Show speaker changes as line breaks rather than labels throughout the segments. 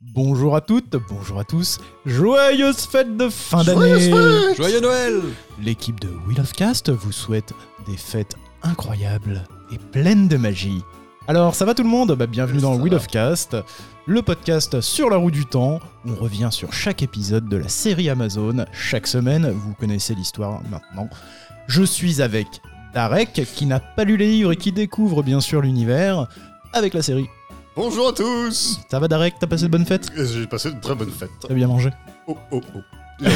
Bonjour à toutes, bonjour à tous, joyeuse fête de fin d'année
Joyeux Noël
L'équipe de Wheel of Cast vous souhaite des fêtes incroyables et pleines de magie. Alors ça va tout le monde Bah, Bienvenue dans
Ça
Wheel
va.
of Cast, le podcast sur la roue du temps. On revient sur chaque épisode de la série Amazon chaque semaine, vous connaissez l'histoire maintenant. Je suis avec Darek qui n'a pas lu les livres et qui découvre bien sûr l'univers avec la série.
Bonjour à tous
Ça va Darek, t'as passé de bonnes fêtes
J'ai passé une très bonne fête.
T'as bien mangé
Oh oh oh. Ouais.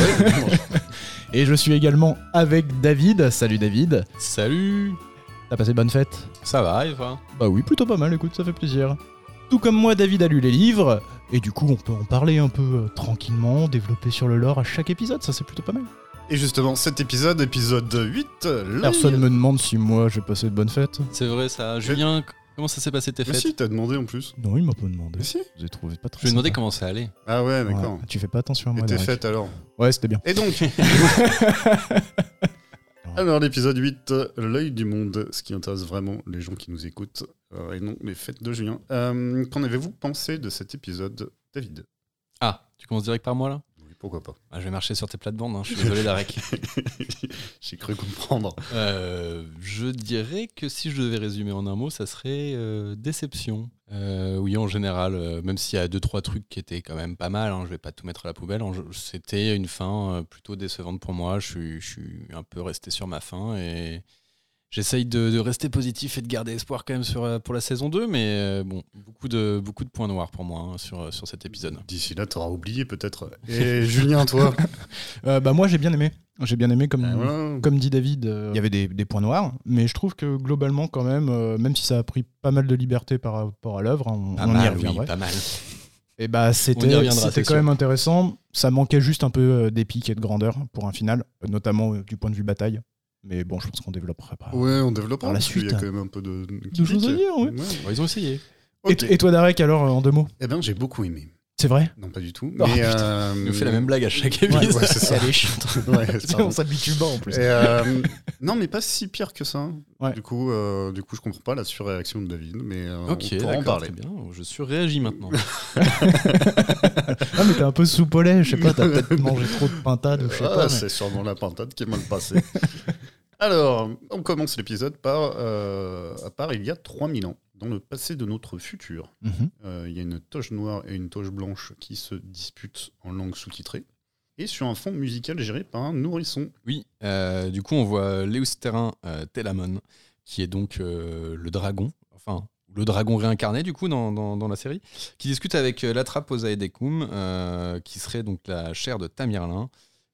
Et je suis également avec David. Salut David.
Salut
T'as passé bonne fête
Ça va, et toi
Bah oui, plutôt pas mal, écoute, ça fait plaisir. Tout comme moi, David a lu les livres, et du coup, on peut en parler un peu euh, tranquillement, développer sur le lore à chaque épisode, ça c'est plutôt pas mal.
Et justement, cet épisode, épisode 8, le-
Personne me demande si moi j'ai passé de bonnes fêtes.
C'est vrai ça. Julien, c- comment ça s'est passé tes
Mais
fêtes
si, t'as demandé en plus.
Non, il m'a pas demandé.
Mais si
Je l'ai trouvé pas très.
Je lui ai demandé
sympa.
comment ça allait.
Ah ouais, d'accord.
Ouais, tu fais pas attention à
Et
moi.
tes
Derek.
fêtes alors
Ouais, c'était bien.
Et donc Alors, l'épisode 8, euh, l'œil du monde, ce qui intéresse vraiment les gens qui nous écoutent, euh, et non les fêtes de Julien. Euh, Qu'en avez-vous pensé de cet épisode, David
Ah, tu commences direct par moi là
Oui, pourquoi pas
Ah, Je vais marcher sur tes plates-bandes, hein, je suis désolé Darek.
J'ai cru comprendre.
Euh, je dirais que si je devais résumer en un mot, ça serait euh, déception. Euh, oui, en général, euh, même s'il y a deux trois trucs qui étaient quand même pas mal, hein, je vais pas tout mettre à la poubelle. en- C'était une fin euh, plutôt décevante pour moi. Je suis, je suis un peu resté sur ma fin et j'essaye de, de rester positif et de garder espoir quand même sur, euh, pour la saison 2. Mais euh, bon, beaucoup de, beaucoup de points noirs pour moi hein, sur, sur cet épisode.
D'ici là, t'auras oublié peut-être. Et Julien, toi
Euh, bah moi j'ai bien aimé. J'ai bien aimé comme.
Ah, voilà.
Comme dit David, euh, il y avait des, des points noirs, mais je trouve que globalement, quand même, euh, même si ça a pris pas mal de liberté par rapport à l'œuvre, hein, on,
Pas
on y
mal, oui,
reviendra.
pas mal.
Et bah
On y
c'était
reviendra,
c'était
c'est
quand
sûr.
même intéressant. Ça manquait juste un peu euh, d'épique et de grandeur pour un final, euh, notamment euh, du point de vue bataille. Mais bon, je pense qu'on développera après.
Ouais, on développera.
Par la
parce qu'il y a
suite.
quand même un peu de,
De choses à dire, ouais.
Bon, ils ont essayé.
Et-
Ok.
Et, toi, Darek, alors euh, en deux mots,
Eh ben, j'ai beaucoup aimé.
c'est vrai
Non, pas du tout.
Oh,
mais,
putain.
euh,
Ils nous fait la même blague à chaque
Ouais,
épisode.
ouais, c'est ça.
Elle est chiante.
Ouais, c'est
on
ça.
s'habitue pas en plus.
Et, euh, non, mais pas si pire que ça.
Ouais.
Du coup, euh, du coup, je comprends pas la surréaction de David, mais euh,
Ok,
on pourra en
d'accord,
parler.
très bien. Je suis réagi maintenant.
Ah, mais t'es un peu sous je sais pas, t'as peut-être mangé trop de pintade ou je sais
Ah,
pas. mais-
c'est sûrement la pintade qui est mal passée. Alors, on commence l'épisode par euh, à part il y a 3000 ans, dans le passé de notre futur.
Mhm.
Euh, il y a une toche noire et une toche blanche qui se disputent en langue sous-titrée, et sur un fond musical géré par un nourrisson.
Oui, euh, du coup, on voit Léustérin euh, Telamon, qui est donc euh, le dragon, enfin, le dragon réincarné, du coup, dans, dans- dans la série, qui discute avec euh, Latraposa et Decum, euh, qui serait donc la chair de Tamirlin,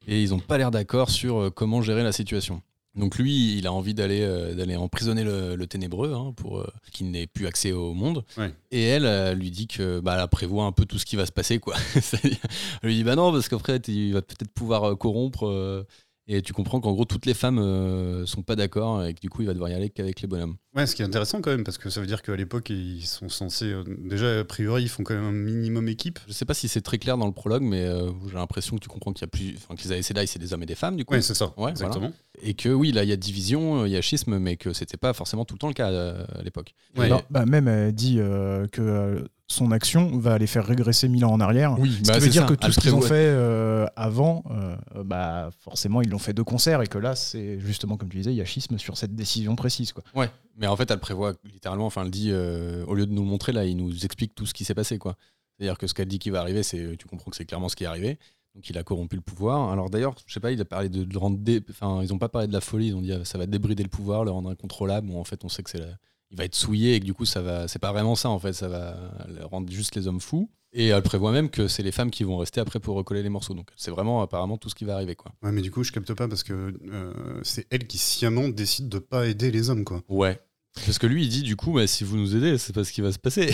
et ils n'ont pas l'air d'accord sur euh, comment gérer la situation. Donc lui, il a envie d'aller euh, d'aller emprisonner le, le ténébreux hein, pour euh, qu'il n'ait plus accès au monde.
Ouais.
Et elle euh, lui dit que bah, elle prévoit un peu tout ce qui va se passer quoi. C'est-à-dire, elle lui dit bah non parce qu'après il va peut-être pouvoir euh, corrompre euh, et tu comprends qu'en gros toutes les femmes euh, sont pas d'accord et que du coup il va devoir y aller qu'avec les bonhommes.
Ouais, ce qui est intéressant quand même, parce que ça veut dire qu'à l'époque, ils sont censés. euh, déjà, a priori, ils font quand même un minimum équipe.
Je sais pas si c'est très clair dans le prologue mais euh, j'ai l'impression que tu comprends qu'il y a plus enfin que les ASLI c'est des hommes et des femmes du coup
Ouais, c'est ça.
Ouais,
exactement.
et que oui là il y a division, euh, il y a schisme mais que c'était pas forcément tout le temps le cas euh, à l'époque.
Ouais.
Non, bah, même, elle dit euh, que euh, son action va les faire régresser mille ans en arrière.
Oui, bah,
Ce qui veut dire que tout ce qu'ils ont fait euh, avant, euh, euh, bah, forcément, ils l'ont fait de concert et que là, c'est justement, comme tu disais, il y a schisme sur cette décision précise. Quoi.
Ouais, mais en fait, elle prévoit littéralement, enfin, elle dit, euh, au lieu de nous le montrer, là, il nous explique tout ce qui s'est passé, quoi. C'est-à-dire que ce qu'elle dit qui va arriver, c'est, euh, tu comprends que c'est clairement ce qui est arrivé. Donc, il a corrompu le pouvoir. Alors, d'ailleurs, je sais pas, il a parlé de, de le rendre, dé- enfin, ils ont pas parlé de la folie, ils ont dit, ah, ça va débrider le pouvoir, le rendre incontrôlable. Bon, en fait, on sait que c'est la- il va être souillé et que du coup, ça va, c'est pas vraiment ça, en fait, ça va le rendre juste les hommes fous. Et elle prévoit même que c'est les femmes qui vont rester après pour recoller les morceaux. Donc, c'est vraiment apparemment tout ce qui va arriver, quoi.
Ouais, mais du coup, je capte pas parce que euh, c'est elle qui sciemment décide de pas aider les hommes, quoi.
Ouais. Parce que lui, il dit du coup, bah, si vous nous aidez, c'est pas ce qui va se passer.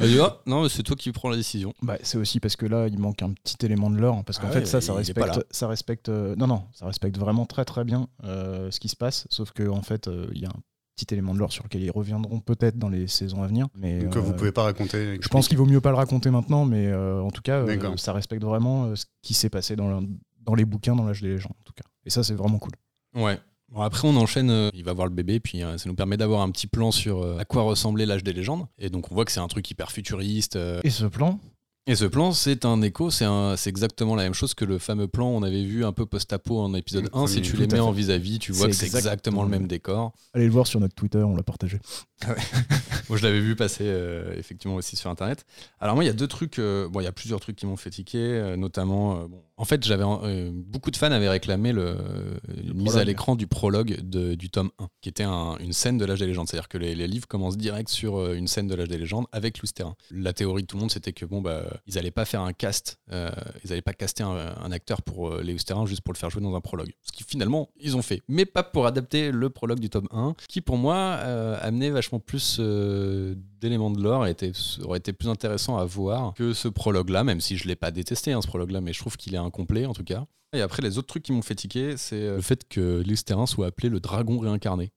il dit, oh, non, mais c'est toi qui prends la décision.
Bah, c'est aussi parce que là, il manque un petit élément de l'or, hein, parce qu'en
Ah
fait,
ouais,
ça, ça
il est pas
respecte,
là.
ça respecte, euh, non, non, ça respecte vraiment très très bien euh, ce qui se passe, sauf que en fait, euh, il y a un petit élément de l'or sur lequel ils reviendront peut-être dans les saisons à venir. Mais
Donc,
euh,
euh, vous pouvez pas raconter.
Je pense qu'il vaut mieux pas le raconter maintenant, mais euh, en tout cas, euh,
D'accord.
ça respecte vraiment euh, ce qui s'est passé dans, le- dans les bouquins, dans l'âge des légendes, en tout cas. Et ça, c'est vraiment cool.
Ouais. Bon, après, on enchaîne. euh, il va voir le bébé, puis euh, ça nous permet d'avoir un petit plan sur euh, à quoi ressemblait l'âge des légendes. Et donc, on voit que c'est un truc hyper futuriste. euh,
Et ce plan,
Et ce plan, c'est un écho, c'est un- c'est exactement la même chose que le fameux plan on avait vu un peu post-apo en épisode
Mmh,
1. Si
oui,
tu
tout
les
à
mets en
fait.
vis-à-vis, tu
C'est
vois que c'est exactement le même décor.
Allez le voir sur notre Twitter, on l'a partagé.
Moi, je l'avais vu passer euh, effectivement aussi sur Internet. Alors moi, il y a deux trucs, euh, bon, il y a plusieurs trucs qui m'ont fait tiquer, euh, notamment, euh, bon, en fait, j'avais euh, beaucoup de fans avaient réclamé le, une mise à
prologue.
l'écran du prologue de- du tome 1, qui était un- une scène de l'âge des légendes. C'est-à-dire que les, les livres commencent direct sur euh, une scène de l'âge des légendes avec Lousterin. La théorie de tout le monde, c'était que bon, bah, ils n'allaient pas faire un cast, euh, ils n'allaient pas caster un, un acteur pour euh, les Lousterin juste pour le faire jouer dans un prologue. Ce qui finalement, ils ont fait, mais pas pour adapter le prologue du tome 1, qui pour moi euh, amenait vachement plus euh, d'éléments de lore et était, aurait été plus intéressant à voir que ce prologue-là, même si je ne l'ai pas détesté, hein, ce prologue-là, mais je trouve qu'il est incomplet en tout cas. Et après, les autres trucs qui m'ont fait tiquer, c'est euh, le fait que Listerin soit appelé le dragon réincarné.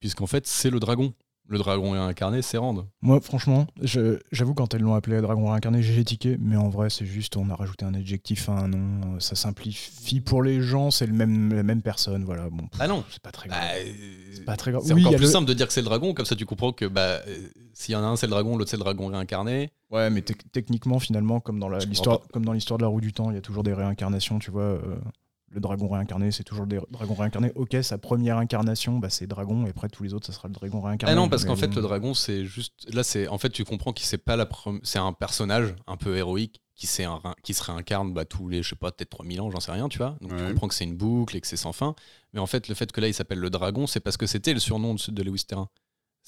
Puisqu'en fait, c'est le dragon. Le dragon réincarné, c'est Rand.
Moi, franchement, je- j'avoue, quand elles l'ont appelé Dragon Réincarné, j'ai tiqué, mais en vrai, c'est juste, on a rajouté un adjectif à un nom, euh, ça simplifie pour les gens, c'est le même, la même personne, voilà. Bon, pff,
Ah non
c'est pas très grave.
Bah, euh,
pas très grave.
C'est
Oui, il
encore
y a
plus
le-
simple de dire que c'est le dragon, comme ça tu comprends que bah, euh, s'il y en a un, c'est le dragon, l'autre, c'est le dragon réincarné.
Ouais, mais tec- techniquement, finalement, comme dans la-
Je
l'histoire
comprends
comme dans l'histoire de la roue du temps, il y a toujours des réincarnations, tu vois. euh, le dragon réincarné, c'est toujours des dragons réincarnés. Ok, sa première incarnation, bah, c'est dragon, et après tous les autres, ça sera le dragon réincarné.
Ah non, parce
mais euh, bon.
qu'en fait, le dragon, c'est juste. Là, c'est en fait, tu comprends que c'est pas la prom- c'est un personnage un peu héroïque qui, s'est un- qui se réincarne bah, tous les, je sais pas, peut-être 3000 ans, j'en sais rien, tu vois. Donc tu
Ouais.
comprends que c'est une boucle et que c'est sans fin. Mais en fait, le fait que là, il s'appelle le dragon, c'est parce que c'était le surnom de, de Lewis Terrain.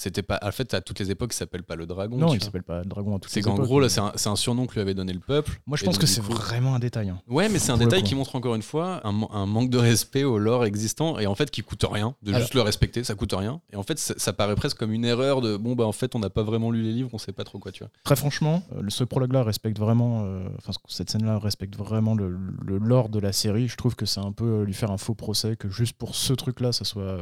C'était pas. En fait, à toutes les époques, il s'appelle pas le dragon.
Non,
tu
il
vois.
s'appelle pas dragon à toutes
C'est
les
qu'en
époques,
gros, là,
mais-
c'est un, c'est un surnom que lui avait donné le peuple.
Moi, je
Et
pense
donc,
que
du
c'est
coup-
vraiment un détail. hein.
Ouais, mais c'est un
Pour le
détail
coup.
qui montre encore une fois un, man- un manque de respect au lore existant et en fait qui coûte rien, de
Alors-
juste le respecter, ça coûte rien. Et en fait, ça, ça paraît presque comme une erreur de bon, bah en fait, on n'a pas vraiment lu les livres, on sait pas trop quoi, tu vois. Bah,
Très franchement, euh, ce prologue-là respecte vraiment, euh, enfin ce- cette scène-là respecte vraiment le, le lore de la série. Je trouve que c'est un peu euh, lui faire un faux procès que juste pour ce truc-là, ça soit,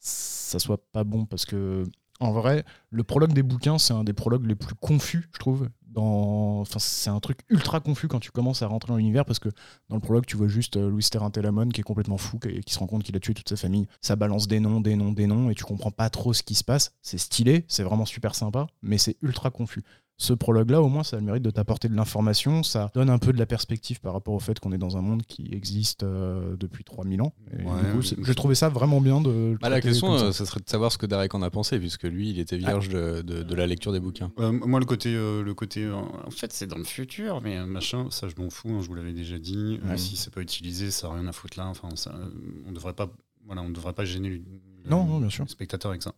ça soit pas bon parce que en vrai, le prologue des bouquins, c'est un des prologues les plus confus, je trouve. Dans, enfin c'est un truc ultra confus quand tu commences à rentrer dans l'univers parce que dans le prologue, tu vois juste euh, Louis Terrantelamon qui est complètement fou qui- et qui se rend compte qu'il a tué toute sa famille. Ça balance des noms, des noms, des noms et tu comprends pas trop ce qui se passe. C'est stylé, c'est vraiment super sympa, mais c'est ultra confus ce prologue-là, au moins, ça a le mérite de t'apporter de l'information. Ça donne un peu de la perspective par rapport au fait qu'on est dans un monde qui existe euh, depuis 3000 ans. Et
Ouais.
du coup, c'est- je trouvais ça vraiment bien de. le
Bah, la
traiter
question,
comme ça. Ah.
euh, ça serait de savoir ce que Derek en a pensé, puisque lui, il était vierge de, de- de la lecture des bouquins.
Euh, moi, le côté, euh, le côté euh, en fait, c'est dans le futur, mais euh, machin, ça, je m'en fous, hein, je vous l'avais déjà dit. Euh,
Ouais.
Si c'est pas utilisé, ça n'a rien à foutre là. Enfin, ça, euh, on devrait pas, voilà, on devrait pas gêner le,
Non, non, bien sûr.
le spectateur avec ça.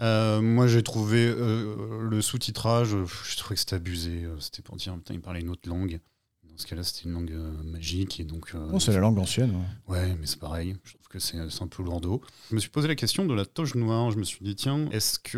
Euh, moi, j'ai trouvé euh, le sous-titrage, euh, je trouvais que c'était abusé. Euh, C'était pour dire, putain, il parlait une autre langue. Dans ce cas-là, c'était une langue euh, magique et donc. euh,
Non, c'est la langue ancienne. hein. ouais.
Ouais, mais c'est pareil. Je trouve que c'est c'est un peu lourd d'eau. Je me suis posé la question de la toge noire. Je me suis dit, tiens, est-ce que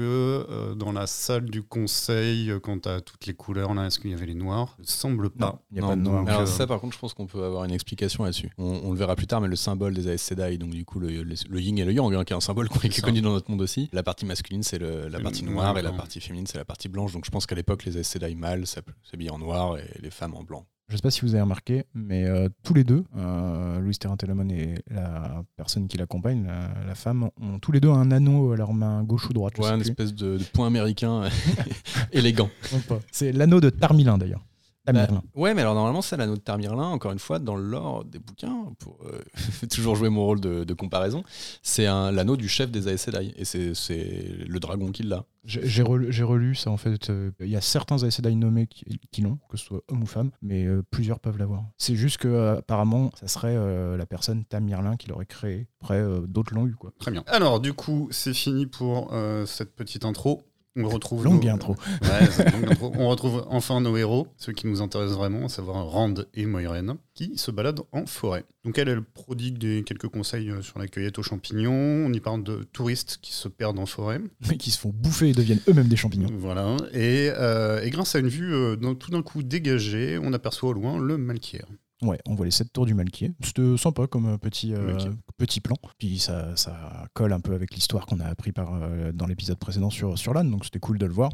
euh, dans la salle du conseil, euh, quand t'as toutes les couleurs, là, est-ce qu'il y avait les noirs Il semble
Non,
pas.
il n'y a
Non,
pas de noir.
donc,
Alors,
euh,
ça, par contre, je pense qu'on peut avoir une explication là-dessus. On, on le verra plus tard, mais le symbole des Aes Sedai, donc du coup, le, le- le yin et le yang, hein, qui est un symbole qu'on- qui
C'est
est
ça.
connu dans notre monde aussi. La partie masculine, c'est le- la
Le
partie
noir
noire, et
et
la
blanc.
partie féminine, c'est la partie blanche. Donc, je pense qu'à l'époque, les Aes Sedai mâles s'app- s'habillaient en noir et les femmes en blanc.
Je ne sais pas si vous avez remarqué, mais euh, tous les deux, euh, Louis Terrantelamon et la personne qui l'accompagne, la, la femme, ont tous les deux un anneau à leur main gauche ou droite. je
Ouais,
sais
une
plus.
espèce de, de point américain euh, élégant.
Non, pas. C'est l'anneau de Tarmilin d'ailleurs. Tamerlin.
Bah, ouais, mais alors normalement, c'est l'anneau de Tamerlin, encore une fois, dans l'or des bouquins, pour euh, toujours jouer mon rôle de, de comparaison, c'est un- l'anneau du chef des Aes Sedai, et c'est- c'est le dragon qui l'a.
J'ai j'ai relu, j'ai relu ça en fait. euh, Il y a certains Aes Sedai nommés qui, qui l'ont, que ce soit homme ou femme, mais euh, plusieurs peuvent l'avoir. C'est juste que euh, apparemment, ça serait euh, la personne Tamirlin qui l'aurait créé. Après, euh, d'autres l'ont eu quoi.
Très bien. Alors, du coup, c'est fini pour euh, cette petite intro. On retrouve
Longue
nos-
intro.
Ouais, c'est une longue intro. On retrouve enfin nos héros, ceux qui nous intéressent vraiment, à savoir Rand et Moiren, qui se baladent en forêt. Donc elle, elle prodigue des quelques conseils euh, sur la cueillette aux champignons. On y parle de touristes qui se perdent en forêt.
Mais qui se font bouffer et deviennent eux-mêmes des champignons.
Voilà. Et, euh, et grâce à une vue euh, d'un- tout d'un coup dégagée, on aperçoit au loin le Malkier.
Ouais, on voit les sept tours du Malquier. C'était sympa comme euh, petit, euh,
Malquier.
petit plan. Puis ça, ça colle un peu avec l'histoire qu'on a appris par, euh, dans l'épisode précédent sur, sur l'âne, donc c'était cool de le voir.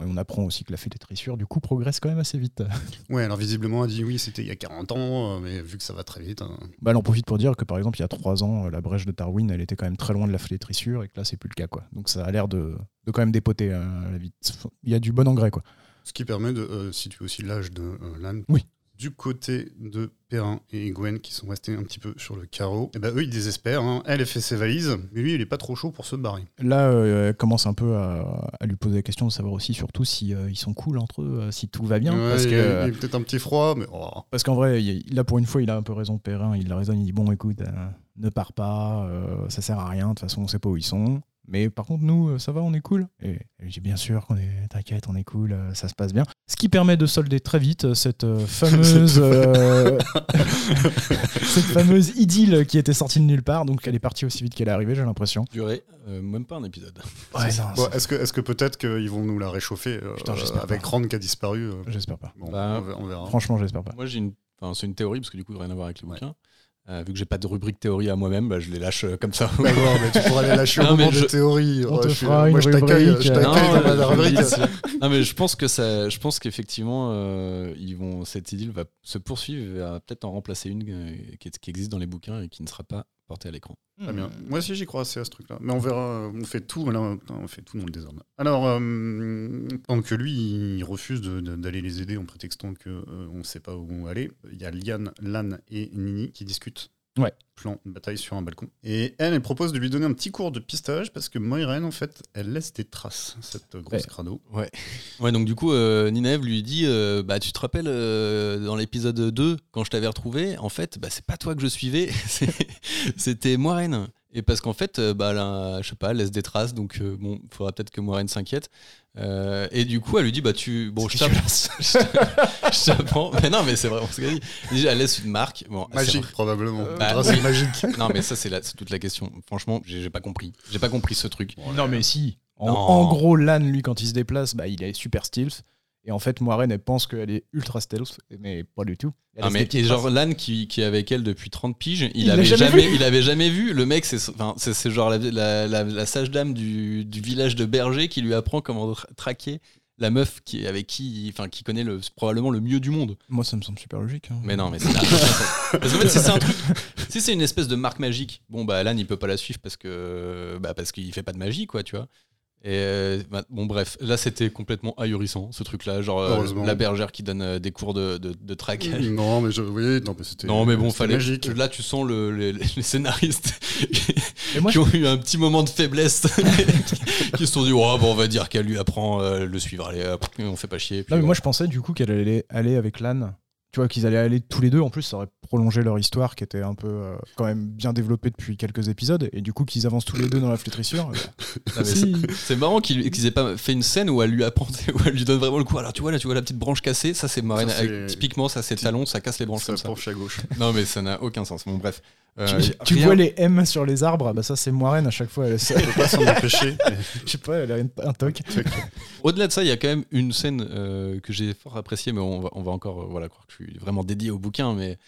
Et on apprend aussi que la fée des tressures, du coup, progresse quand même assez vite.
Ouais, alors visiblement, elle dit oui, c'était il y a 40 ans, euh, mais vu que ça va très vite. hein.
Bah, elle en profite pour dire que par exemple, il y a trois ans, euh, la brèche de Tarwin, elle était quand même très loin de la flétrissure et que là, c'est plus le cas. quoi. Donc ça a l'air de, de quand même dépoter euh, la vie. Il y a du bon engrais. quoi.
Ce qui permet de euh, situer aussi l'âge de euh, l'âne.
Oui.
Du côté de Perrin et Gwen, qui sont restés un petit peu sur le carreau, et ben eux, ils désespèrent. hein. Elle, elle fait ses valises, mais lui, il est pas trop chaud pour se barrer.
Là, euh, elle commence un peu à, à lui poser la question de savoir aussi, surtout, si euh, ils sont cool entre eux, euh, si tout va bien.
Ouais,
parce
il,
que.
a- il a peut-être un petit froid, mais oh,
Parce qu'en vrai, il- là pour une fois, il a un peu raison Perrin, il la raisonne, il dit bon écoute, euh, ne pars pas, euh, ça sert à rien, de toute façon on sait pas où ils sont. Mais par contre nous, euh, ça va, on est cool. Et elle dit bien sûr qu'on est, t'inquiète, on est cool, euh, ça se passe bien. Ce qui permet de solder très vite euh, cette euh, fameuse, euh, cette fameuse idylle qui était sortie de nulle part. Donc elle est partie aussi vite qu'elle est arrivée, j'ai l'impression.
Duré, euh, même pas un épisode.
Ouais, non,
Bon,
c'est-
est-ce que, est-ce que peut-être qu'ils vont nous la réchauffer euh,
Putain, j'espère
avec
pas. Ben,
Rand qui a disparu euh,
j'espère pas.
bon,
Bah,
on ver- on verra.
Franchement, j'espère pas.
Moi, j'ai une. Enfin, c'est une théorie, parce que du coup, rien à voir avec les
Ouais.
bouquins. Euh, vu que j'ai pas de rubrique théorie à moi-même, bah, je les lâche euh, comme ça.
D'accord, mais tu pourrais les lâcher au
Non, mais
moment
je-
des théories.
On te
je suis-
fera
moi,
une
je t'accueille
rubrique,
je
euh,
t'accueille
non,
dans
euh,
la rubrique.
je- non, mais je pense que ça, je pense qu'effectivement, euh, ils vont cette idylle va se poursuivre, et va peut-être en remplacer une euh, qui, est- qui existe dans les bouquins et qui ne sera pas portée à l'écran.
Très bien. Moi aussi, j'y crois assez à ce truc-là. Mais on verra, euh, on fait tout, là, euh, on fait tout dans le désordre. Alors, euh, pendant que lui, il refuse de- de- d'aller les aider en prétextant qu'on on ne sait pas où aller, il y a Liane, Lan et Nini qui discutent.
Ouais.
Plan de bataille sur un balcon. Et elle, elle propose de lui donner un petit cours de pistage parce que Moiraine, en fait, elle laisse des traces, cette grosse
Ouais.
crado.
Ouais, donc du coup, euh, Ninève lui dit euh, Bah, tu te rappelles euh, dans l'épisode 2, quand je t'avais retrouvé, en fait, bah, c'est pas toi que je suivais, c'est- c'était Moiraine. Et parce qu'en fait, euh, bah, là, je sais pas, elle laisse des traces, donc euh, bon, faudra peut-être que Moiraine s'inquiète. Euh, et du coup, elle lui dit Bah, tu. Bon, je t'apprends. je t'apprends. Mais non, mais c'est vraiment ce qu'elle dit. Elle dit, Elle laisse une marque. Bon, c'est
Magique, probablement.
Bah,
Ah, c'est
oui.
magique.
Non, mais ça, c'est la- c'est toute la question. Franchement, j'ai j'ai pas compris. J'ai pas compris ce truc.
Non, mais si. En,
Non.
en gros, l'âne, lui, quand il se déplace, bah, il est super stealth. Et en fait, Moiraine, elle pense qu'elle est ultra stealth, mais pas du tout. Elle
Non,
a ses
Ah, mais
petites
et genre,
traces.
l'âne qui, qui est avec elle depuis 30 piges, il,
l'a
avait
jamais
jamais,
vu.
il avait jamais vu. Le mec, c'est enfin, c'est- c'est genre la, la, la- la sage dame du, du village de Berger qui lui apprend comment tra- traquer la meuf qui, est- avec qui, enfin, qui connaît le, probablement le mieux du monde.
Moi, ça me semble super logique. hein.
Mais non, mais c'est n'a aucun sens. Parce qu'en fait, si c'est un truc, si c'est une espèce de marque magique, bon, bah, l'âne, il peut pas la suivre parce que, bah, parce qu'il fait pas de magie, quoi, tu vois. Et euh, bah, bon, bref, là, c'était complètement ahurissant, ce truc-là. Genre, euh,
Heureusement.
la bergère qui donne euh, des cours de, de, de traquage.
Non, mais je, oui, non, mais c'était.
Non, mais bon,
c'était
fallait.
Magique.
Là, tu sens le- les, les scénaristes
Et moi,
qui ont eu un petit moment de faiblesse, qui se sont dit, oh, bon, on va dire qu'elle lui apprend, euh, le suivre, allez, hop, on fait pas chier. puis
Non, mais
voilà.
moi, je pensais du coup qu'elle allait aller avec l'âne. Tu vois, qu'ils allaient aller tous les deux. En plus, ça aurait prolongé leur histoire qui était un peu euh, quand même bien développée depuis quelques épisodes. Et du coup, qu'ils avancent tous les deux dans la flétrissure.
Ah, mais c'est- C'est marrant qu'ils qu'ils aient pas fait une scène où elle lui apprend, où elle lui donne vraiment le coup. Alors, tu vois, là, tu vois la petite branche cassée, ça, c'est Marine.
Ça, c'est-
Typiquement, ça, c'est
Ti-
talon, ça casse les branches
Ça
comme ça.
penche à gauche.
Non, mais ça n'a aucun sens. Bon, bref. Euh,
tu tu
rien-
vois les M sur les arbres, bah ça, c'est Moiraine à chaque fois. Elle, a ça.
On peut pas s'en empêcher.
je sais pas, elle a un- un toc.
Au-delà de ça, il y a quand même une scène euh, que j'ai fort appréciée, mais on va, on va encore euh, voilà, croire que je suis vraiment dédié au bouquin, mais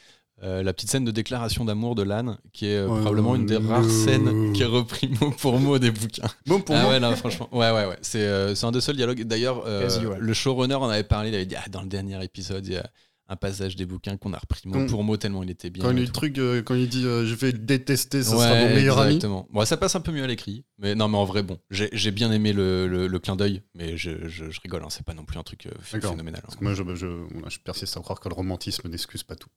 euh, la petite scène de déclaration d'amour de l'âne, qui est euh,
Oh,
probablement une des rares
no.
scènes qui est reprise mot pour mot des bouquins.
Bon, pour
ah
moi,
ouais, non, franchement. Ouais, ouais, ouais. C'est euh, c'est un des seuls dialogues. D'ailleurs, euh,
Quasi, ouais.
le showrunner en avait parlé, il avait dit Ah, dans le dernier épisode, il y a un passage des bouquins qu'on a repris mot
Quand-
pour mot tellement il était bien.
Quand
et
il,
tout.
truc, euh, quand il dit euh, je vais le détester, ça sera
Ouais,
mon meilleur ami.
exactement. Bon, ça passe un peu mieux à l'écrit, mais non, mais en vrai, bon, j'ai j'ai bien aimé le, le- le clin d'œil, mais je, je- je rigole, hein, c'est pas non plus un truc euh, ph-
D'accord.
phénoménal. hein.
Parce que moi, je, bah, je, voilà, je persiste à croire que le romantisme n'excuse pas tout.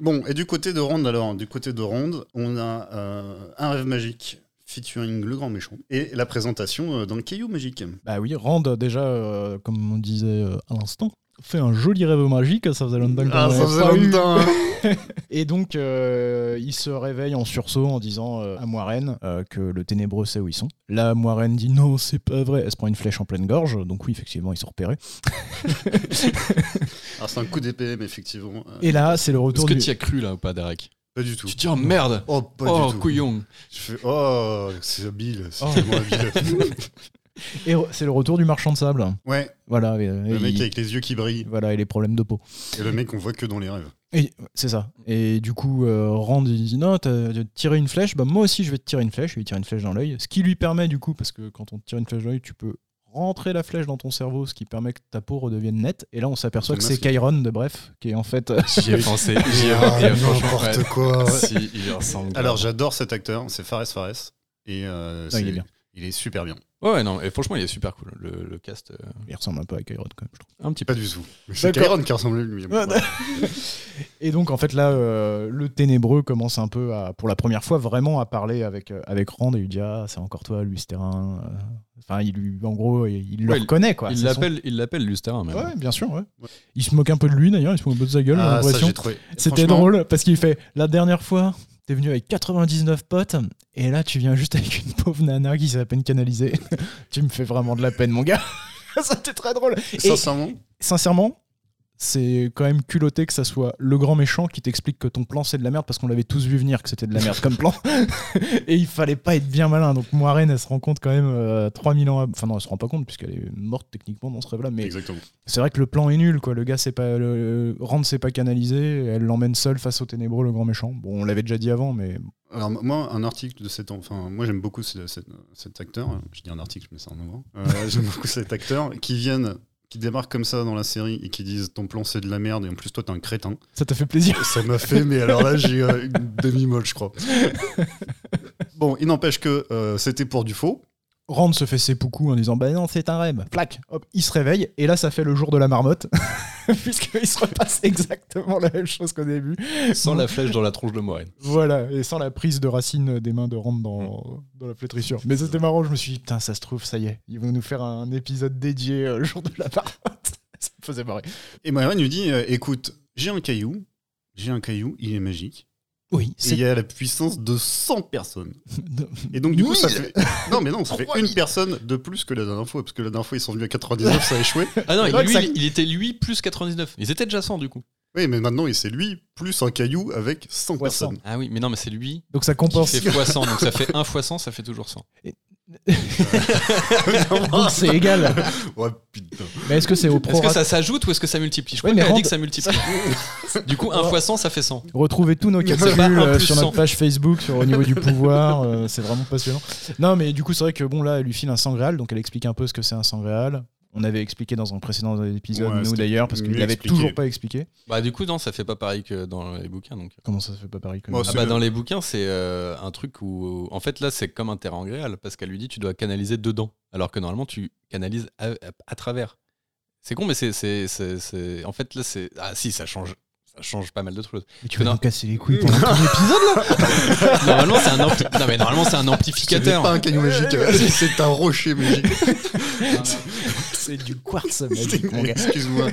Bon, et du côté de Ronde, alors, du côté de Ronde, on a euh, un rêve magique featuring le grand méchant et la présentation euh, d'un caillou magique.
Bah oui, Rand, déjà, euh, comme on disait euh, à l'instant, fait un joli rêve magique, ça faisait longtemps qu'on
Ah,
l'avait
ça faisait
pas eu.
longtemps, hein.
Et donc, euh, il se réveille en sursaut en disant euh, à Moiraine euh, que le ténébreux sait où ils sont. Là, Moiraine dit non, c'est pas vrai. Elle se prend une flèche en pleine gorge, donc oui, effectivement, ils sont repérés.
Alors, c'est un coup d'épée, mais effectivement. euh,
Et là, c'est le
Est-ce
retour
que
du...
tu as cru là ou pas, Derek
Pas du tout.
Tu te dis oh merde
Oh, pas
Oh
du tout.
couillon
Je fais, oh, c'est habile, c'est
Oh.
tellement habile.
et re- c'est le retour du marchand de sable.
ouais,
Voilà, et- et
le mec
il-
avec les yeux qui brillent
voilà, et les problèmes de peau.
et le mec qu'on voit que dans les rêves.
Et c'est ça. Et du coup, euh, Rand il dit non, t'as t'as tiré une flèche, bah moi aussi je vais te tirer une flèche. Il lui tire une flèche dans l'œil, ce qui lui permet du coup, parce que quand on te tire une flèche dans l'œil, tu peux rentrer la flèche dans ton cerveau, ce qui permet que ta peau redevienne nette. Et là, on s'aperçoit
C'est
que
ma
c'est
fille.
Kyron de Bref, qui est en fait. euh,
J'y ai pensé, j'y ai
Ah,
pensé, et franchement,
n'importe
ouais.
quoi. ouais.
Si, il y ressemble.
Alors j'adore cet acteur, c'est Fares Fares. Et euh,
non,
c'est-
il est bien.
Il est super bien.
Ouais, ouais, non, et franchement, il est super cool. Le, le cast, euh,
Il ressemble un peu à Kairon quand même, je trouve.
un petit peu.
Pas du tout. Mais C'est
D'accord.
Kyron qui ressemble à lui. Ah,
Ouais,
Voilà.
Et donc en fait là, euh, le ténébreux commence un peu à, pour la première fois vraiment à parler avec euh, avec Rand et lui dit ah c'est encore toi Lusterin. euh. Enfin il lui, en gros il, il le
Ouais, il-
reconnaît quoi.
il
C'est son-
l'appelle, il l'appelle Lusterin même.
Ouais bien sûr ouais.
Ouais.
Il se moque un peu de lui d'ailleurs, il se moque un peu de sa gueule. j'ai
Ah, ça,
l'impression.
j'ai trouvé.
C'était
Franchement,
drôle parce qu'il fait la dernière fois. T'es venu avec 99 potes et là tu viens juste avec une pauvre nana qui s'est à peine canalisée. tu me fais vraiment de la peine mon gars. C'était très drôle. Et-
Sincèrement,
sincèrement, c'est quand même culotté que ça soit le grand méchant qui t'explique que ton plan c'est de la merde parce qu'on l'avait tous vu venir que c'était de la merde comme plan. Et il fallait pas être bien malin. Donc Moiraine, elle se rend compte quand même euh, 3000 ans. ab- Enfin, non, elle se rend pas compte puisqu'elle est morte techniquement dans ce rêve-là. Mais
exactement.
c'est vrai que le plan est nul quoi. Le gars, c'est pas. Le... Rand, c'est pas canalisé. Elle l'emmène seule face au ténébreux, le grand méchant. Bon, on l'avait déjà dit avant, mais
Alors moi, un article de cet, enfin moi j'aime beaucoup ce- cet, cet acteur. Je dis un article, mais c'est un moment. j'aime beaucoup cet acteur qui viennent, qui débarquent comme ça dans la série et qui disent ton plan c'est de la merde et en plus toi t'es un crétin.
ça t'a fait plaisir.
Ça m'a fait, mais alors là j'ai euh, une demi molle, je crois. Bon, il n'empêche que euh, c'était pour du faux.
Rand se fait ses poucous en disant Bah non, c'est un rêve. Plac Hop, il se réveille. Et là, ça fait le jour de la marmotte. Puisqu'il se repasse exactement la même chose qu'au début.
Sans la flèche dans la tronche de Moiraine.
Voilà. Et sans la prise de racine des mains de Rand dans, dans la flétrissure. Mais c'était marrant. Je me suis dit Putain, ça se trouve, ça y est. Ils vont nous faire un épisode dédié euh, le jour de la marmotte. ça me faisait marrer.
Et Myron lui dit euh, écoute, j'ai un caillou, j'ai un caillou, il est magique.
Oui,
Et il y a la puissance de 100 personnes. Et donc, du coup, ça fait. Non, mais non, ça fait une personne de plus que la dernière fois, parce que la dernière fois, ils sont venus à 99, ça a échoué.
Ah non,
Et
il-
donc,
lui,
ça-
il, il était lui plus 99. Ils étaient déjà 100 du coup.
Oui, mais maintenant, et c'est lui, plus un caillou avec 100
Ouais, 100.
personnes.
Ah oui, mais non, mais c'est lui
Donc ça
qui
compense.
fait x 100. Donc ça fait 1 x 100, ça fait toujours 100.
Donc Oh, c'est égal.
Ouais, putain.
Mais est-ce que c'est au
Est-ce que
prorata
ça s'ajoute ou est-ce que ça multiplie Je crois
Oui, mais
qu'elle a
Rand-
dit que ça multiplie. du coup, 1 x 100, ça fait 100.
Retrouvez tous nos
C'est pas
capsules
un
euh,
plus
sur
cent.
notre page Facebook, sur au niveau du pouvoir, euh, c'est vraiment passionnant. Non, mais du coup, c'est vrai que bon, là, elle lui file un sangréal, donc elle explique un peu ce que c'est un sangréal. On avait expliqué dans un précédent épisode,
Ouais,
nous
c'était
d'ailleurs, parce qu'il
mieux
l'avait
expliqué.
toujours pas expliqué.
Bah, du coup, non, ça fait pas pareil que dans les bouquins. Donc.
Comment ça se fait pas pareil que
Moi,
nous
Ah
Ah, C'est
bah,
le-
dans les bouquins, c'est euh, un truc où. En fait, là, c'est comme un terrain en gréal, parce qu'elle lui dit tu dois canaliser dedans, alors que normalement, tu canalises à, à- à travers. C'est con, mais c'est. c'est- c'est- c'est- En fait, là, c'est. Ah, si, ça change. Ça change pas mal de choses.
Mais tu vas
Non.
nous casser les couilles pendant tout l'épisode
Normalement, c'est un, ampli- non, mais normalement, c'est un
C'est pas
amplificateur.
un caillou magique, euh, c'est un rocher magique.
C'est du quartz magique, mon gars.
Excuse-moi.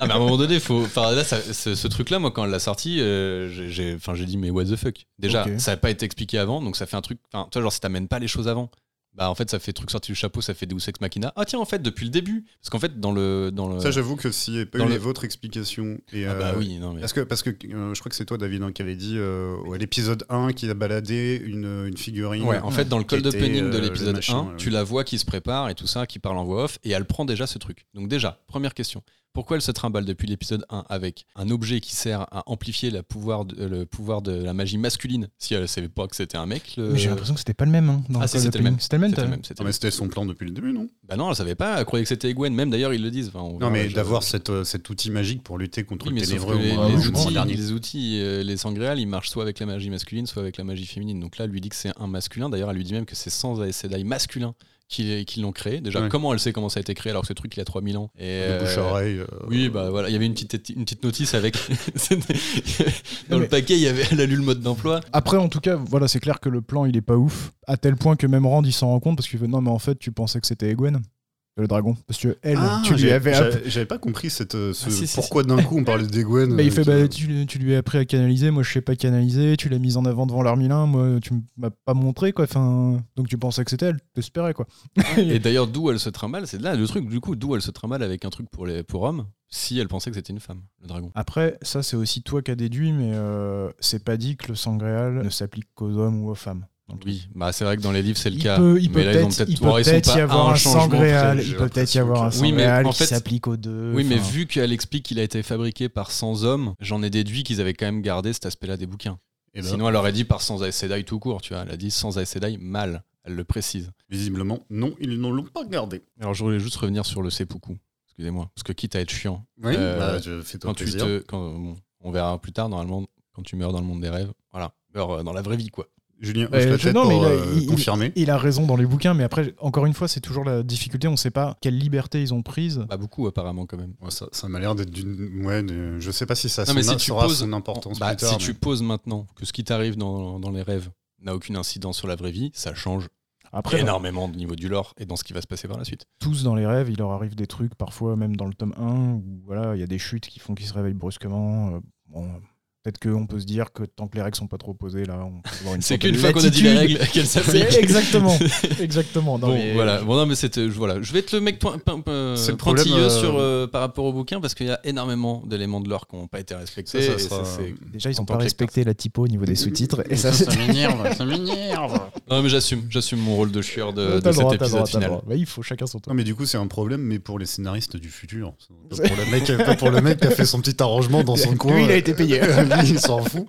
Ah, mais à un moment donné, faut. Enfin, là, ça- ce, ce truc-là, moi, quand elle l'a sorti, euh, j'ai- j'ai enfin, j'ai dit, mais what the fuck Déjà,
Ok.
ça n'a pas été expliqué avant, donc ça fait un truc. Enfin, tu vois, genre, si t'amènes pas les choses avant, bah, en fait, ça fait truc sorti du chapeau, ça fait Deus Ex Machina. Ah, tiens, en fait, depuis le début. Parce qu'en fait, dans le. Dans le...
Ça, j'avoue que s'il n'y avait pas
Dans
eu
le-
les vôtres explications. Et,
Ah, bah
euh,
oui, non, mais.
Parce que, parce que euh, je crois que c'est toi, David, hein, qui avait dit euh, à l'épisode 1 qu'il a baladé une, une figurine.
Ouais, en fait, dans le
qui
cold
était,
opening de
euh, le
l'épisode 1,
machin, ouais.
tu la vois qui se prépare et tout ça, qui parle en voix off, et elle prend déjà ce truc. Donc déjà, première question. Pourquoi elle se trimballe depuis l'épisode 1 avec un objet qui sert à amplifier la pouvoir de, euh, le pouvoir de la magie masculine si elle savait pas que c'était un mec le...
Mais j'ai l'impression que c'était pas le même. hein, dans
Ah,
le
si,
code
c'était le
opening.
même.
C'était le même,
C'était
t'as-
le même, c'était le
Non, Ah, mais
même.
c'était son plan depuis le début, non
Bah non, elle savait pas, elle croyait que c'était Gwen. Même d'ailleurs, ils le disent. Enfin, on
Non,
verra,
mais
je-
d'avoir cette, euh, cet outil magique pour lutter contre
Oui, mais
le
sauf que
ténébreux
les,
au moins
les
au moment
outils,
dernier.
les outils, euh, les sangréales, ils marchent soit avec la magie masculine, soit avec la magie féminine. Donc là, elle lui dit que c'est un masculin. D'ailleurs, elle lui dit même que c'est sans Aes Sedai masculin qui, qui l'ont créé. Déjà,
Ouais.
comment elle sait comment ça a été créé alors que ce truc, il a 3000 ans et,
De bouche à
euh,
oreille. euh,
Oui, bah voilà, il y avait une petite, une petite notice avec. c'était- Dans
Non, mais-
le paquet, il y avait, elle a lu le mode d'emploi.
Après, en tout cas, voilà, c'est clair que le plan, il est pas ouf. À tel point que même Rand, il s'en rend compte parce qu'il fait non, mais en fait, tu pensais que c'était Egwen, le dragon. Parce que elle,
Ah,
tu lui
j'ai-
avais
j'a- J'avais pas compris cette, euh, ce
Ah, si, si,
pourquoi d'un coup on parlait d'Egwen.
Mais il
euh,
fait
qui-
bah, tu, tu lui as appris à canaliser, moi je sais pas canaliser, tu l'as mise en avant devant l'Armilin, moi tu m'as pas montré quoi, enfin, donc tu pensais que c'était elle, t'espérais quoi.
Et d'ailleurs, d'où elle se trimballe, c'est là le truc, du coup, d'où elle se trimballe avec un truc pour, les, pour hommes, si elle pensait que c'était une femme, le dragon.
Après, ça c'est aussi toi qui as déduit, mais euh, c'est pas dit que le sangréal ne s'applique qu'aux hommes ou aux femmes. Donc,
Oui, bah c'est vrai que dans les livres c'est le
Il
cas.
peut, il peut
mais là, ils ont
peut-être
peut-être
il peut
bon, ils sont
peut-être y
pas à
avoir un
changement
sangréal,
près, j'ai
il peut peut-être y
l'impression
avoir un
que-
Oui, mais
sangréal
en
qui
fait-
s'applique aux deux.
Oui, mais
enfin.
vu qu'elle explique qu'il a été fabriqué par 100 hommes, j'en ai déduit qu'ils avaient quand même gardé cet aspect-là des bouquins.
eh ben,
Sinon, elle aurait dit par 100 Aes Sedai tout court, tu vois. Elle a dit 100 Aes Sedai mal, elle le précise.
Visiblement, non, ils ne l'ont pas gardé.
Alors, je voulais juste revenir sur le seppuku, excusez-moi, parce que quitte à être chiant,
Oui,
Euh,
bah, je fais ton
quand tu
plaisir.
te, quand, bon, on verra plus tard, normalement, quand tu meurs dans le monde des rêves, voilà, meurs euh, dans la vraie vie, quoi.
Julien
Euh,
hoche la
je-
tête
non, mais
pour
il a-
euh,
il- il-
confirmer.
Il a raison dans les bouquins, mais après, encore une fois, c'est toujours la difficulté. On ne sait pas quelle liberté ils ont prise.
Bah, beaucoup, apparemment, quand même.
Ouais, ça ça m'a l'air d'être d'une. Ouais, de- je sais pas si ça
Non, mais
son-
si tu
sera
poses-
son importance
Bah,
plus tard.
si
mais-
tu poses maintenant que ce qui t'arrive dans, dans les rêves n'a aucune incidence sur la vraie vie, ça change
Après, dans-
énormément au niveau du lore et dans ce qui va se passer par la suite.
tous dans les rêves, il leur arrive des trucs, parfois même dans le tome 1, où voilà, il y a des chutes qui font qu'ils se réveillent brusquement. Euh, bon, euh, peut-être qu'on peut se dire que tant que les règles sont pas trop posées, là, on peut avoir une
C'est
sorte
qu'une
de
fois qu'on a dit les
latitude.
règles, qu'elles
C'est-
s'appliquent.
Exactement, exactement. Non,
Bon,
mais- euh,
voilà. Bon, non, mais c'était, je- voilà. Je vais être le mec point, point- point-
C'est le problème,
pointilleux
euh,
sur, euh, par rapport au bouquin parce qu'il y a énormément d'éléments de lore qui n'ont pas été respectés.
Ça, ça
et
sera-
c'est-
Déjà, ils
En
n'ont
tant
pas
que
respecté la typo au niveau des sous-titres. Et ça, c'est-
m'énerve, ça m'énerve.
Non, mais j'assume, j'assume mon rôle de chieur
T'as
de, de
le droit, t'as
cet
le droit, t'as
épisode
le
final.
droit. Bah, il faut chacun son tour.
Non, mais du coup, c'est un problème, mais pour les scénaristes du futur. Pas pour le mec, pas pour le mec qui a fait son petit arrangement dans son coin. euh,
Lui, il a été payé.
Lui, il s'en fout.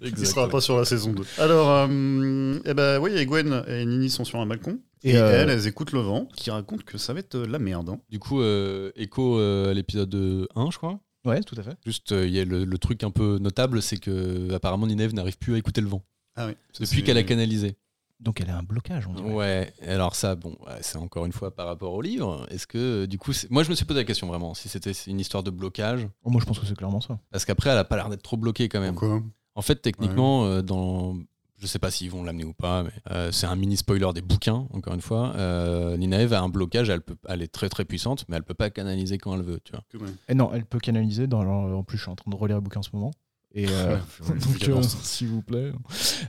Il
Exactement.
sera pas sur la saison 2. Alors, euh, eh ben, oui, et Gwen et Nini sont sur un balcon. Et,
Et, euh,
elles, elles écoutent le vent qui raconte que ça va être euh, la merde. hein.
Du coup, euh, écho euh, à l'épisode euh, 1, je crois.
Ouais, tout à fait.
Juste, euh, il y a le, le truc un peu notable, c'est que apparemment Ninève n'arrive plus à écouter le vent
Ah oui.
depuis qu'elle a canalisé.
Donc elle a un blocage, on dirait.
Ouais, alors ça, bon, ouais, c'est encore une fois par rapport au livre. Est-ce que, euh, du coup, c'est- moi je me suis posé la question vraiment, si c'était une histoire de blocage,
Oh, moi, je pense que c'est clairement ça.
parce qu'après, elle a pas l'air d'être trop bloquée quand même.
Pourquoi
En fait, techniquement, euh, dans. Je sais pas s'ils vont l'amener ou pas, mais euh, c'est un mini spoiler des bouquins, encore une fois. Euh, Ninaev a un blocage, elle, peut, elle est très très puissante, mais elle peut pas canaliser quand elle veut, tu vois.
Et non, elle peut canaliser. Dans, en plus, je suis en train de relire le bouquin en ce moment. Et euh, donc, euh, s'il vous plaît.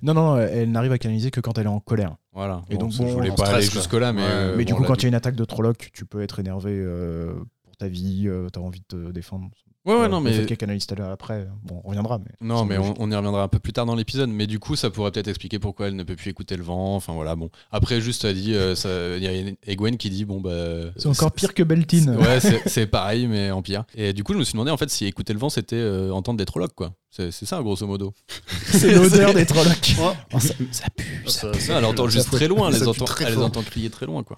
Non, non, non, elle n'arrive à canaliser que quand elle est en colère.
Voilà.
Et donc,
c'est-
bon,
je voulais
on
pas
stresse,
aller
quoi.
jusque-là, mais.
Ouais.
euh,
Mais du
bon,
coup,
là,
quand il y a une attaque de Trolloc, tu- tu peux être énervé euh, pour ta vie, euh, t'as envie de te défendre.
Ouais, ouais,
Euh,
non,
le fait
mais.
qu'elle canalise tout à l'heure après, bon, on reviendra. Mais
Non,
c'est
mais on,
logique.
on y reviendra un peu plus tard dans l'épisode. Mais du coup, ça pourrait peut-être expliquer pourquoi elle ne peut plus écouter le vent. Enfin voilà, bon. Après, juste, elle dit, euh, ça- il y a Egwen qui dit, bon, bah.
C'est encore pire que Beltine.
Ouais, c'est- c'est pareil, mais en pire. Et du coup, je me suis demandé, en fait, si écouter le vent, c'était euh, entendre des trollocs, quoi. C'est c'est ça, grosso modo.
C'est l'odeur des Trollocs.
Oh.
Oh, ça, ça pue. ça
Ça-
pue.
ça
Non, elle
pue,
entend
là.
juste
Ça pue.
très loin, elle
Ça
les
pue
entend,
très
elle les
fort.
entend crier très loin, quoi.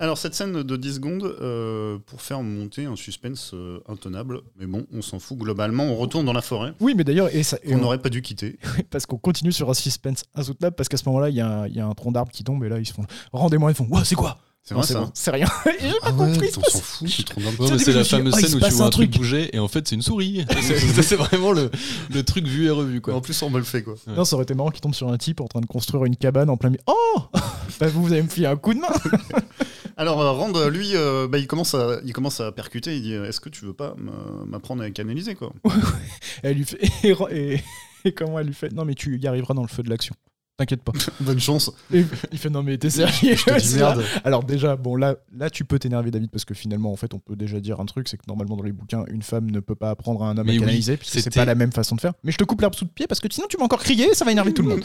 Alors, cette scène de 10 secondes, euh, pour faire monter un suspense euh, intenable, mais bon, on s'en fout globalement, on retourne dans la forêt.
Oui, mais d'ailleurs, et ça- et
On
on-
n'aurait pas dû quitter.
parce qu'on continue sur un suspense insoutenable, parce qu'à ce moment-là, il y, a un- il y a un tronc d'arbre qui tombe, et là, ils se font Rendez-moi, ils font Ouah, c'est quoi
C'est
Non,
vrai ça
bon, C'est rien. Et j'ai pas
Ah ouais,
compris. il se
on
passe-
s'en fout, tu te rends
Ouais,
Au
mais
début,
c'est
je
la
me suis dit,
fameuse
oh, il se
scène où tu
passe
vois
un
un truc
truc.
bouger et en fait, c'est une souris. C'est- c'est c'est vraiment le, le truc vu et revu, quoi.
En plus, on me le fait quoi.
Non, ça aurait été marrant qu'ils tombent sur un type en train de construire une cabane en plein milieu. Oh Bah, vous, vous allez me filer un coup de main
Alors, euh, Rand, lui, euh, bah, il, commence à, il commence à percuter. Il dit euh, Est-ce que tu veux pas me- m'apprendre à canaliser quoi
Elle lui fait. Et, et- et comment elle lui fait Non, mais tu y arriveras dans le feu de l'action. T'inquiète pas.
Bonne chance.
Et il fait non, mais t'es sérieux
Je te dis
C'est
merde.
Alors déjà, bon là, là tu peux t'énerver David parce que finalement en fait on peut déjà dire un truc, c'est que normalement dans les bouquins une femme ne peut pas apprendre à un homme
Mais
à
oui,
canaliser puisque c'est
c'était-
pas la même façon de faire. Mais je te coupe l'herbe sous le pied parce que sinon tu m'as encore crié, ça va énerver tout le monde.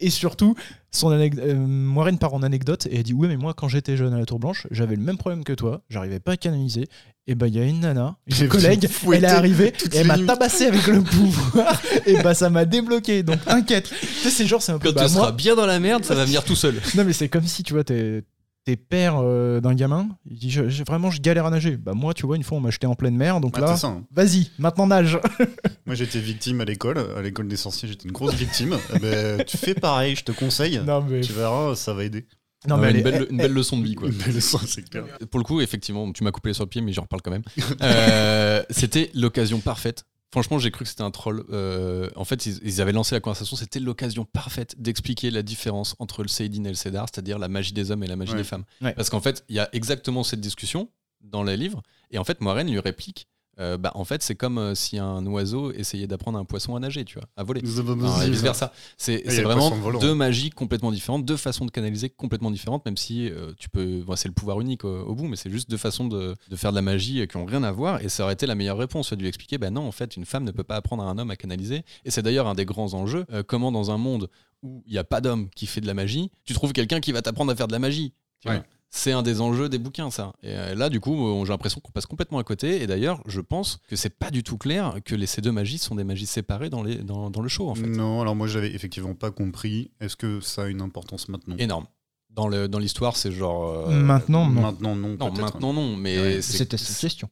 et surtout, son anec- euh, Moiraine part en anecdote et elle dit ouais mais moi quand j'étais jeune à la Tour Blanche j'avais le même problème que toi, j'arrivais pas à canaliser. Et bah il y a une nana,
J'ai
une collègue,
fouetté
elle est arrivée,
toutes
et elle
les
m'a
nuits.
tabassé avec le pouvoir et bah ça m'a débloqué. Donc t'inquiète, tu sais c'est genre c'est un peu
Quand
bah,
tu
moi,
seras bien dans la merde, ça va venir tout seul.
non, mais c'est comme si, tu vois, t'es, t'es père euh, d'un gamin. Il dit je- je- Vraiment, je galère à nager. Bah, moi, tu vois, une fois, on m'a jeté en pleine mer, donc
Ah,
là.
c'est ça, hein.
Vas-y, maintenant nage.
Moi j'étais victime à l'école, à l'école des sorciers j'étais une grosse victime. Eh ben, tu fais pareil, je te conseille.
Non mais,
Tu verras, ça va aider.
non, mais
Ah Ouais,
elle
une,
est-
belle, une
elle-
belle leçon de vie, quoi.
Une belle leçon, Bah, c'est clair.
Pour le coup, effectivement, tu m'as coupé sur le pied, mais j'en reparle quand même. Euh, c'était l'occasion parfaite. Franchement, j'ai cru que c'était un troll. Euh, en fait, ils, ils avaient lancé la conversation. C'était l'occasion parfaite d'expliquer la différence entre le Seydin et le Cédar, c'est-à-dire la magie des hommes et la magie
Ouais.
des femmes.
Ouais.
Parce qu'en fait, il y a exactement cette discussion dans les livres. Et en fait, Moiraine lui réplique euh, bah, en fait, c'est comme euh, si un oiseau essayait d'apprendre à un poisson à nager, tu vois, à voler. Enfin, Ah, et vice versa. C'est
Ah, il y a
c'est
les
vraiment
poissons volants.
deux magies complètement différentes, deux façons de canaliser complètement différentes, même si euh, tu peux. bon, c'est le pouvoir unique euh, au bout, mais c'est juste deux façons de, de faire de la magie euh, qui n'ont rien à voir. Et ça aurait été la meilleure réponse de lui expliquer ben non, en fait, une femme ne peut pas apprendre à un homme à canaliser. Et c'est d'ailleurs un des grands enjeux. euh, comment, dans un monde où il n'y a pas d'homme qui fait de la magie, tu trouves quelqu'un qui va t'apprendre à faire de la magie tu vois.
Ouais.
C'est un des enjeux des bouquins, ça. Et euh, là, du coup, on- j'ai l'impression qu'on passe complètement à côté. Et d'ailleurs, je pense que c'est pas du tout clair que les, ces deux magies sont des magies séparées dans, les, dans, dans le show, en fait.
Non, alors moi j'avais effectivement pas compris. Est-ce que ça a une importance maintenant
Énorme. Dans le- dans l'histoire, c'est genre. euh,
Maintenant, non.
Maintenant, non.
Non,
peut-être. hein.
maintenant non, mais
Ouais,
c'est-
C'était cette question.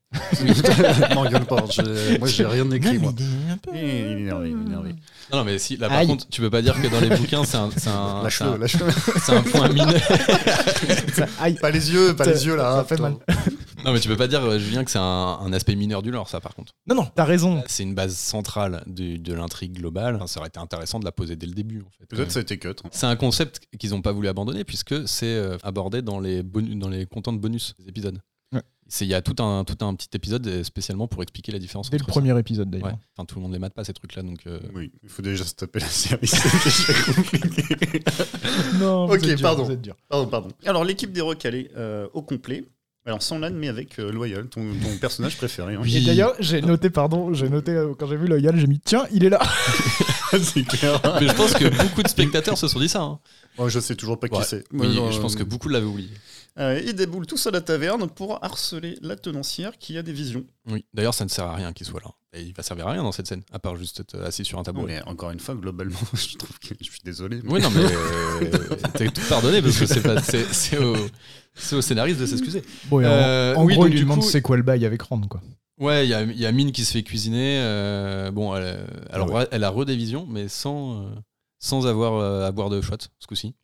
non, rigole pas. je- moi, j'ai rien écrit, moi. Eh, Il est énervé, il est énervé.
Non, non, mais si, là, par
Aïe.
contre, tu peux pas dire que dans les bouquins, c'est un, c'est un, c'est
Lâche-le,
un,
lâche-le.
c'est un point mineur.
Aïe.
Pas les yeux, pas
Ça-
les yeux, là.
ça
hein,
fait
putain.
mal.
Non, mais tu peux pas dire, euh, Julien, que c'est un, un aspect mineur du lore, ça, par contre.
Non, non, t'as raison.
C'est une base centrale du- de l'intrigue globale. Enfin, ça aurait été intéressant de la poser dès le début, en fait.
Peut-être ça a été cut. hein.
C'est un concept qu'ils n'ont pas voulu abandonner puisque c'est euh, abordé dans les, bonu- dans les contents de bonus des épisodes.
Ouais.
C'est- Il y a tout un, tout un petit épisode euh, spécialement pour expliquer la différence
Dès le
entre ça.
premier épisode d'ailleurs.
Ouais. Enfin, tout le monde les mate pas ces trucs-là, donc euh,
Oui, il faut déjà se taper la série. c'est déjà compliqué.
Non, vous
Ok,
êtes dur,
pardon.
vous êtes dur.
pardon, Oh, pardon. Alors, l'équipe des recalés euh, au complet. Alors, sans l'âne, mais avec euh, Loyal, ton, ton personnage préféré. hein.
Oui.
Et d'ailleurs, j'ai noté, pardon, j'ai noté euh, quand j'ai vu Loyal, j'ai mis tiens, il est là.
c'est clair.
Mais je pense que beaucoup de spectateurs se sont dit ça. hein.
Moi, je sais toujours pas qui
Ouais.
c'est.
Oui, je
euh,
pense que beaucoup l'avaient oublié.
Euh, ils déboulent tous à la taverne pour harceler la tenancière qui a des visions.
Oui. D'ailleurs, ça ne sert à rien qu'il soit là. Et il va servir à rien dans cette scène, à part juste être assis sur un
Non,
tabouret.
Ah mais encore une fois, globalement, je trouve que je suis désolé. mais-
Oui, non, mais euh, t'as tout pardonné parce que c'est pas- c'est c'est au, c'est au scénariste de s'excuser.
Bon, et en-
Euh,
en,
oui,
gros,
donc,
il
du
demande
coup-
c'est quoi le bail avec Rand quoi.
Ouais, il y a, il y a Mine qui se fait cuisiner. euh, bon, elle, euh, alors
Ah Ouais.
elle a redévision, mais sans, euh, sans avoir euh, à boire de shot ce coup-ci.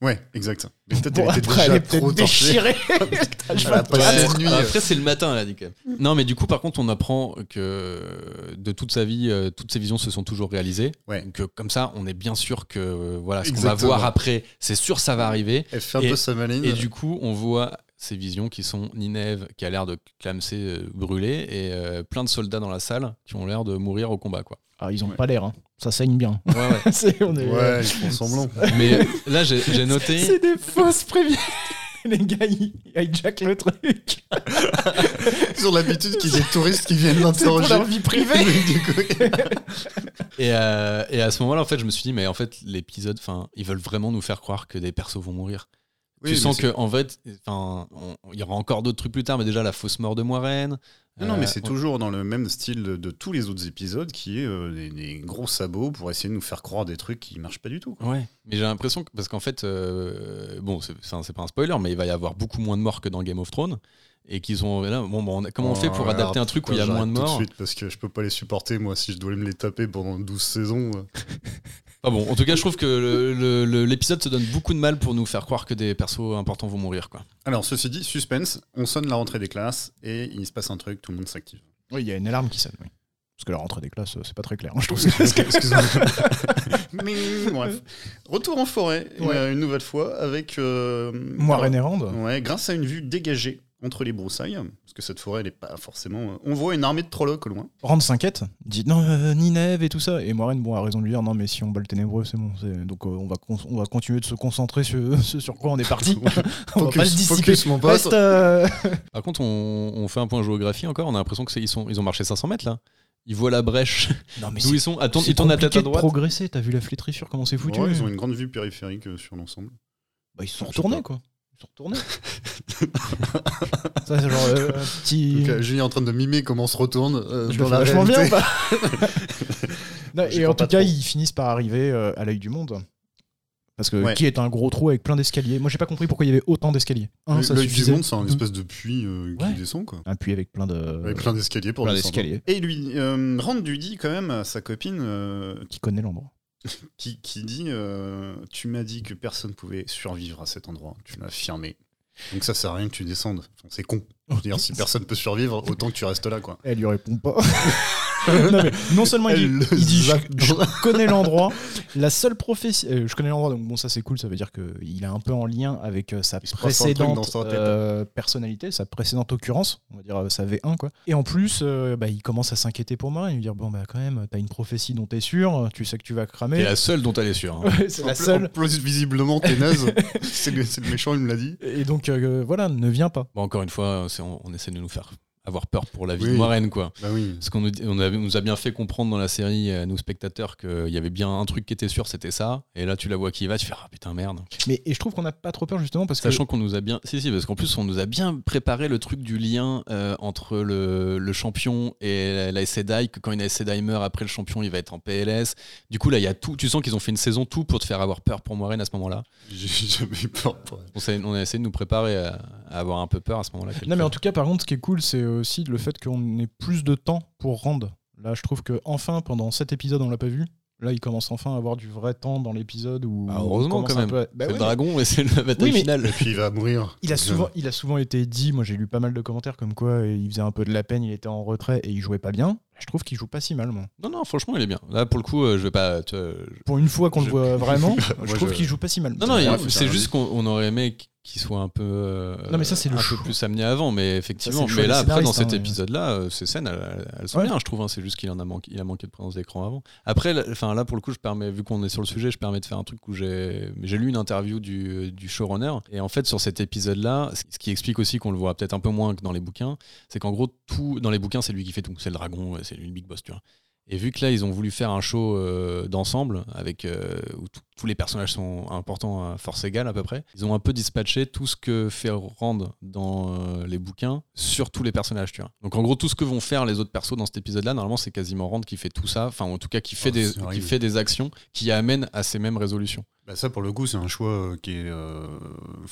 Ouais, exact. Mais peut-être
Bon,
elle était
après, elle est
déjà trop
peut-être
torchée.
déchirée.
Elle a
Ouais,
passé la
c'est-
nuit. euh,
après, c'est le matin, elle a dit quand même. Non, mais du coup, par contre, on apprend que euh, de toute sa vie, euh, toutes ses visions se sont toujours réalisées.
Ouais.
Donc, euh, comme ça, on est bien sûr que euh, voilà, ce qu'on va
Exactement.
voir après, c'est sûr, ça va arriver.
Elle fait un
Et-
peu sa maline.
Et du coup, on voit ces visions qui sont Ninève qui a l'air de clamser euh, brûlée et euh, plein de soldats dans la salle qui ont l'air de mourir au combat quoi.
Ah, ils ont
Ouais.
pas l'air, hein. ça saigne bien.
Ouais, ouais.
C'est- on est-
euh,
Ouais, ils font semblant.
Mais euh, là j'ai j'ai noté
C'est des fausses prévisions. Les gars, ils hijackent le truc.
Ils ont l'habitude qu'il y ait des touristes qui viennent
C'est pour
l'interroger.
leur vie privée.
Mais du coup,
et, euh, et à ce moment-là en fait je me suis dit mais en fait l'épisode enfin ils veulent vraiment nous faire croire que des persos vont mourir.
Oui,
tu
mais
sens
c'est-
que en fait enfin on- il y aura encore d'autres trucs plus tard mais déjà la fausse mort de Moiraine.
Non, non,
euh,
mais c'est
on-
toujours dans le même style de, de tous les autres épisodes qui est euh, des, des gros sabots pour essayer de nous faire croire des trucs qui marchent pas du tout. quoi.
Ouais, mais j'ai l'impression que, parce qu'en fait, euh, bon, c'est enfin, c'est pas un spoiler, mais il va y avoir beaucoup moins de morts que dans Game of Thrones. Et qu'ils ont. Là, bon, bon, on a- comment on fait pour
Oh,
adapter un truc où il y a
j'arrête
moins de
tout
morts
suite parce que je peux pas les supporter moi si je dois me les taper pendant 12 saisons. euh.
Ah bon, en tout cas, je trouve que le- le- le- l'épisode se donne beaucoup de mal pour nous faire croire que des persos importants vont mourir, quoi.
Alors, ceci dit, suspense, on sonne la rentrée des classes et il se passe un truc, tout le monde s'active.
Oui, il y a une alarme qui sonne, oui. Parce que la rentrée des classes, euh, c'est pas très clair, hein, je trouve.
Excuse-moi. Mais, bref. Retour en forêt,
Ouais.
euh, une nouvelle fois, avec. euh,
Moi,
alors,
René Rand,
Ouais, grâce à une vue dégagée entre les broussailles, parce que cette forêt, elle est pas forcément. euh, On voit une armée de trollocs au loin.
Rand s'inquiète, dit non, euh, ni neige et tout ça. Et Moiraine, bon, a raison de lui dire non, mais si on bat le ténébreux, c'est bon. c'est- Donc euh, on, va con- on va continuer de se concentrer sur ce sur quoi on est parti. on va pas le dissiper.
focus, mon pote.
Reste, euh,
Par contre, on, on fait un point géographie encore, on a l'impression qu'ils sont, ils ont marché 500 mètres là. Ils voient la brèche
Non, mais
d'où ils sont, attendent,
c'est
ils tournent la tête
compliqué
à
de
droite.
progresser, t'as vu la flétrissure, comment c'est foutu
Ouais, ils ont une grande vue périphérique euh, sur l'ensemble.
Bah, ils se sont retournés, quoi. Ils se sont retournés. ça, c'est genre euh, un petit.
Donc, euh, Julien est en train de mimer comment on se retourne. euh,
Je
dans
le
la
fais vachement bien ou
réalité.
pas Non,
J'y
Et en
crois
tout
pas
cas,
trop.
ils finissent par arriver euh, à l'œil du monde. Parce que
Ouais.
qui est un gros trou avec plein d'escaliers. Moi, j'ai pas compris pourquoi il y avait autant d'escaliers. Un, ça
L'œil du
suffisait.
monde, c'est un
Deux.
espèce de puits euh, qui
Ouais.
descend, quoi.
Un puits avec plein de.
Avec Euh, plein d'escaliers pour
plein
descendre.
d'escaliers.
Et lui, euh, Rand lui dit quand même à sa copine euh,
Qui connaît l'endroit.
qui, qui dit euh, Tu m'as dit que personne pouvait survivre à cet endroit. Tu l'as affirmé. Donc ça sert à rien que tu descendes. Enfin, c'est con. D'ailleurs, si personne peut survivre, autant que tu restes là, quoi.
Elle lui répond pas. non, mais non seulement il,
Elle
dit-
le
il dit je,
zappe dans
je
la-
connais l'endroit, la seule prophétie. euh, je connais l'endroit, donc bon, ça c'est cool, ça veut dire qu'il est un peu en lien avec euh, sa
Il se passe un truc dans
précédente
sa tête. hein.
euh, personnalité, sa précédente occurrence, on va dire euh, sa V1 quoi. Et en plus, euh, bah, il commence à s'inquiéter pour moi et lui dire Bon, bah quand même, t'as une prophétie dont t'es sûr, tu sais que tu vas
C'est
cramer.
la seule dont elle est sûre. hein.
Ouais, c'est
En
la
plus-
seule.
en plus, visiblement, t'es naze. c'est le, c'est le méchant, il me l'a dit.
Et donc, euh, voilà, ne viens pas.
Bon, encore une fois, c'est- on, on essaie de nous faire avoir peur pour la vie
Oui.
de Moiraine, quoi.
Bah oui.
Parce qu'on nous, dit- on avait- on nous a bien fait comprendre dans la série, à nos spectateurs, qu'il y avait bien un truc qui était sûr, c'était ça. Et là, tu la vois qui y va, tu fais Ah putain, merde.
Mais et je trouve qu'on n'a pas trop peur justement parce que
Sachant qu'on nous a bien. Si, si, parce qu'en plus, on nous a bien préparé le truc du lien euh, entre le, le champion et la- la Sedai, que quand une Sedai meurt après le champion, il va être en PLS. Du coup, là, il y a tout. Tu sens qu'ils ont fait une saison tout pour te faire avoir peur pour Moiraine à ce moment-là.
J'ai jamais eu peur pour elle.
On, s'est- on a essayé de nous préparer à, à avoir un peu peur à ce moment-là.
Non, mais en tout cas, par contre, ce qui est cool, c'est aussi le fait qu'on ait plus de temps pour rendre. Là, je trouve que enfin, pendant cet épisode, on l'a pas vu. Là, il commence enfin à avoir du vrai temps dans l'épisode où.
Bah,
on
heureusement,
commence
quand
un
même.
peu à- Bah
c'est
ouais,
le dragon et c'est la bataille
Oui, mais-
finale.
Et puis il va mourir.
Il a,
Donc,
souvent, il a souvent été dit, moi j'ai lu pas mal de commentaires comme quoi euh, il faisait un peu de la peine, il était en retrait et il jouait pas bien. Je trouve qu'il joue pas si mal, moi.
Non, non, franchement, il est bien. Là, pour le coup, euh, je vais pas. tu vois, je-
Pour une fois qu'on le
Je-
voit vraiment, je
Moi,
trouve
je-
qu'il joue pas si mal.
Non, non, il-
grave, ça,
c'est
hein.
juste qu'on on aurait aimé qu'il soit un peu. euh,
Non, mais ça, c'est le
un
choix.
peu plus amené avant, mais
Ça,
effectivement.
c'est le choix
mais
des
là, après, dans
scénaristes,
cet
hein, mais-
épisode-là, euh, ces scènes, elles, elles sont
Ouais.
bien, je trouve. hein. C'est juste qu'il en a manqué, il a manqué de présence d'écran avant. Après, là, enfin, là, pour le coup, je permets, vu qu'on est sur le sujet, je permets de faire un truc où j'ai, j'ai lu une interview du, du showrunner. Et en fait, sur cet épisode-là, ce qui explique aussi qu'on le voit peut-être un peu moins que dans les bouquins, c'est qu'en gros, tout dans les bouquins, c'est lui qui fait tout. C'est le dragon, euh, c'est lui le big boss, tu vois. Et vu que là, ils ont voulu faire un show euh, d'ensemble, avec euh, où tout- tous les personnages sont importants à force égale à peu près, ils ont un peu dispatché tout ce que fait Rand dans euh, les bouquins sur tous les personnages, tu vois. Donc en gros, tout ce que vont faire les autres persos dans cet épisode-là, normalement, c'est quasiment Rand qui fait tout ça, enfin en tout cas qui fait,
Oh,
des,
c'est
qui
horrible.
fait des actions qui amènent à ces mêmes résolutions.
Bah ça pour le coup c'est un choix euh, qui est. euh,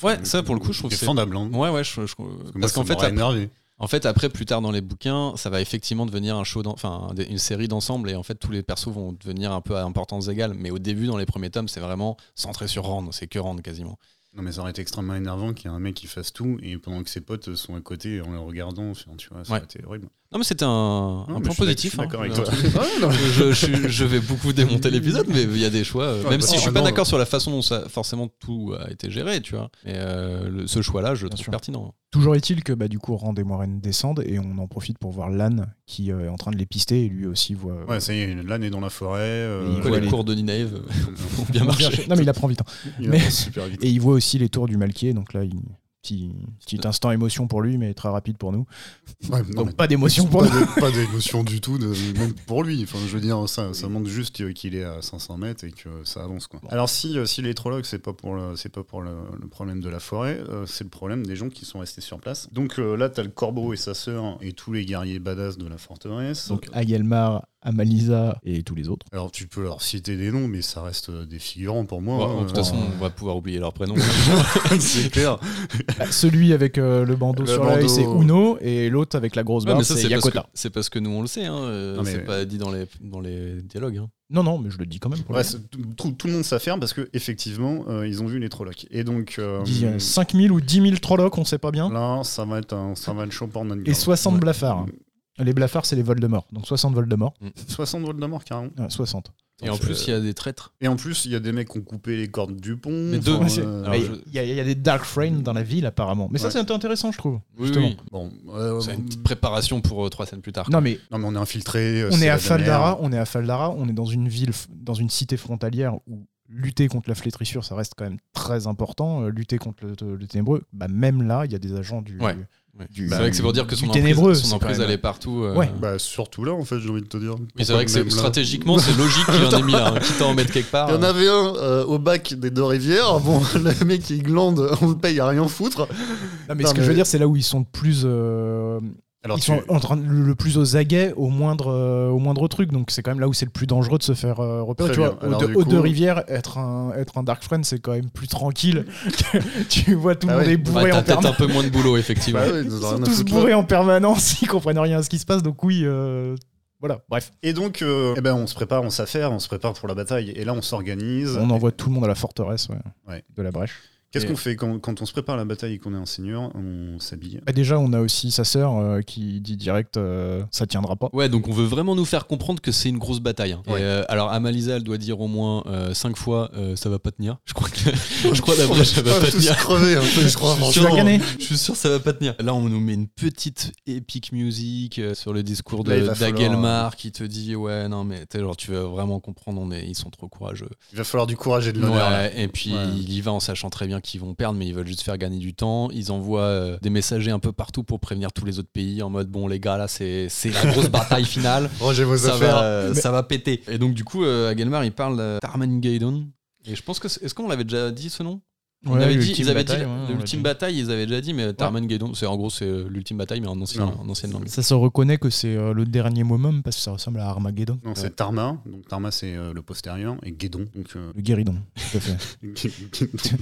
Ouais, ça, pour le coup, je trouve
qui est
c'est-
fendable. hein.
Ouais, ouais, je, je-
Parce qu'en fait,
après-
énervé.
En fait, après, plus tard dans les bouquins, ça va effectivement devenir un show, d'en- enfin, un des- une série d'ensemble, et en fait, tous les persos vont devenir un peu à importance égale. Mais au début, dans les premiers tomes, c'est vraiment centré sur Rand, c'est que Rand quasiment.
Non, mais ça aurait été extrêmement énervant qu'il y ait un mec qui fasse tout et pendant que ses potes sont à côté en le regardant, enfin, tu vois, ça
Ouais.
aurait été horrible.
Non, mais c'était un, un
Non, mais
point
je suis
positif.
d'accord
hein.
avec
Euh,
toi. Ouais, non, mais-
je, je- je vais beaucoup démonter l'épisode, mais il y a des choix. euh,
Ouais,
même
bah,
si je suis
non,
pas
non,
d'accord sur la façon dont ça, forcément tout a été géré, tu vois. Mais euh, le- ce choix-là, je le
Bien
trouve
sûr.
pertinent.
Toujours est-il que bah, du coup, Rand et Moiraine descendent et on en profite pour voir Lan qui euh, est en train de les pister et lui aussi voit.
Ouais, ça y est, l'âne est dans la forêt. euh,
Il
Quoi,
voit
les
les-
cours de Ninaev euh,
il
ont bien marché.
non, mais il apprend vite. hein. Mais-
avance super vite.
Et il voit aussi les tours du Malquier, donc là, il... petit, petit instant émotion pour lui, mais très rapide pour nous.
Ouais, non,
Donc
mais-
pas d'émotion pour
pas
nous.
de- pas d'émotion du tout, de- même pour lui. Enfin, je veux dire, ça, ça montre juste qu'il est à 500 mètres et que ça avance. Quoi. Alors, si, euh, si les trologues, c'est pas pour, le, c'est pas pour le, le problème de la forêt, euh, c'est le problème des gens qui sont restés sur place. Donc euh, là, t'as le corbeau et sa sœur et tous les guerriers badass de la forteresse.
Donc Aguelmar, Amalisa et tous les autres.
Alors, tu peux leur citer des noms, mais ça reste euh, des figurants pour moi.
Bon,
hein,
Bah, de toute
euh,
façon, on va pouvoir oublier leur prénom.
c'est clair.
Bah, celui avec euh, le bandeau
Le
sur l'œil,
bandeau.
c'est Uno, et l'autre avec la grosse
Ouais,
barbe,
Ah, mais ça,
c'est
c'est parce, que,
Yakota.
c'est parce que nous, on le sait. Hein, euh,
Non, mais-
C'est pas dit dans les, dans les dialogues. hein.
Non, non, mais je le dis quand même. Pour
Ouais, c'est- tout, tout le monde s'affaire parce que effectivement, euh, ils ont vu les trolocs. Et donc, euh,
le... Il dit, euh, 5000 ou 10 000 trollocs, on sait pas bien,
là, ça va être un, ça va être chaud pour notre
et
garde.
60
Ouais.
blafards. Les blafards, c'est les Voldemort. Donc 60 Voldemort.
60 vols de mort carrément.
Ouais, 60.
Et en
Donc, euh,
plus, il y a des traîtres.
Et en plus, il y a des mecs qui ont coupé les cordes du pont.
Mais deux,
enfin,
Ouais, c'est-
euh,
Alors,
Mais
je-
Il y, a- il y a des Dark Frames dans la ville, apparemment. Mais ça,
Ouais.
c'est intéressant, je trouve.
Justement.
Bon, euh,
C'est une petite préparation pour euh, trois scènes plus tard.
Bah, mm. Non, mais
non, mais on est infiltré. euh,
on est à Faldara, on est à Faldara, on est dans une ville, f- dans une cité frontalière où lutter contre la flétrissure, ça reste quand même très important. Euh, lutter contre le, le ténébreux, bah même là, il y a des agents du.
Ouais. Ouais.
Du-
c'est vrai que c'est pour dire que
du
son
ténébreux,
emprise,
c'est
son emprise
quand même-
elle est partout. euh,
Ouais.
Bah, surtout là, en fait, j'ai envie de te dire.
Mais c'est
Pourquoi
vrai que c'est,
même là
stratégiquement, c'est logique qu'il en ait mis là. hein, Quitte à en mettre quelque
Ah.
part.
Il y en
euh,
avait un euh, au bac des deux rivières. Bon, le mec il glande, on le paye à rien foutre.
Non, mais
Non,
ce que je veux
mais-
dire, c'est là où ils sont le plus. euh,
Alors,
ils sont en train de- le le plus aux aguets au moindre, euh, au moindre truc. Donc c'est quand même là où c'est le plus dangereux de se faire euh, repérer.
Très
tu
bien.
vois,
Alors,
aux, deux,
du
aux
coup-
deux rivières, être un, être un Dark Friend, c'est quand même plus tranquille. que- tu vois, tout le
Ah
monde
ouais.
est
bah,
bourré
t'as
en Bah
peut-être
permanence.
un peu moins de boulot, effectivement.
Bah
Ils sont tous bourrés en permanence, ils comprennent rien à ce qui se passe. Donc oui, euh, voilà, bref.
Et donc, euh, eh ben, on se prépare, on s'affaire, on se prépare pour la bataille. Et là, on s'organise.
On envoie tout le monde à la forteresse ouais,
Ouais.
de la brèche.
Qu'est-ce
Et-
qu'on fait quand, quand on se prépare à la bataille et qu'on est un seigneur On s'habille.
Bah, déjà, on a aussi sa sœur euh, qui dit direct euh, ça tiendra pas.
Ouais, donc on veut vraiment nous faire comprendre que c'est une grosse bataille. hein. Et,
Ouais.
euh, alors Amalisa, elle doit dire au moins 5 fois euh, ça va pas tenir. Je crois que je crois la brèche, ça va
On
pas
va tous
tenir.
crever un peu, je crois.
Je suis
Tu
sûr,
vas gagner
Je suis sûr que ça va pas tenir. Là, on nous met une petite épique musique euh, sur le discours
Là, il
de
va falloir,
d'Aguelmar qui te dit ouais non mais t'es genre tu vas vraiment comprendre on est ils sont trop courageux.
Il va falloir du courage et de
Ouais,
l'honneur. là.
et puis
Ouais.
il y va en sachant très bien qui vont perdre, mais ils veulent juste faire gagner du temps. Ils envoient euh, des messagers un peu partout pour prévenir tous les autres pays en mode bon, les gars, là, c'est c'est la grosse bataille finale.
Rangez vos
Ça
affaires.
va, euh, ça va péter. Et donc, du coup, euh, Agelmar, il parle euh, d'Armageddon. Et je pense que. c'est- Est-ce qu'on l'avait déjà dit ce nom On
Ouais,
avait dit,
l'ultime
ils avaient
bataille,
dit
ouais, on l'a
l'ultime
dit.
bataille, ils avaient déjà dit, mais Armageddon, c'est en gros c'est euh, l'ultime bataille, mais en, ancien,
Non.
en ancienne langue.
Ça se reconnaît que c'est euh, le dernier moment parce que ça ressemble à Armageddon.
Non, c'est Tarma. Donc Tarma, c'est euh, le postérieur. Et Guédon, donc euh,
Le guéridon, tout à fait.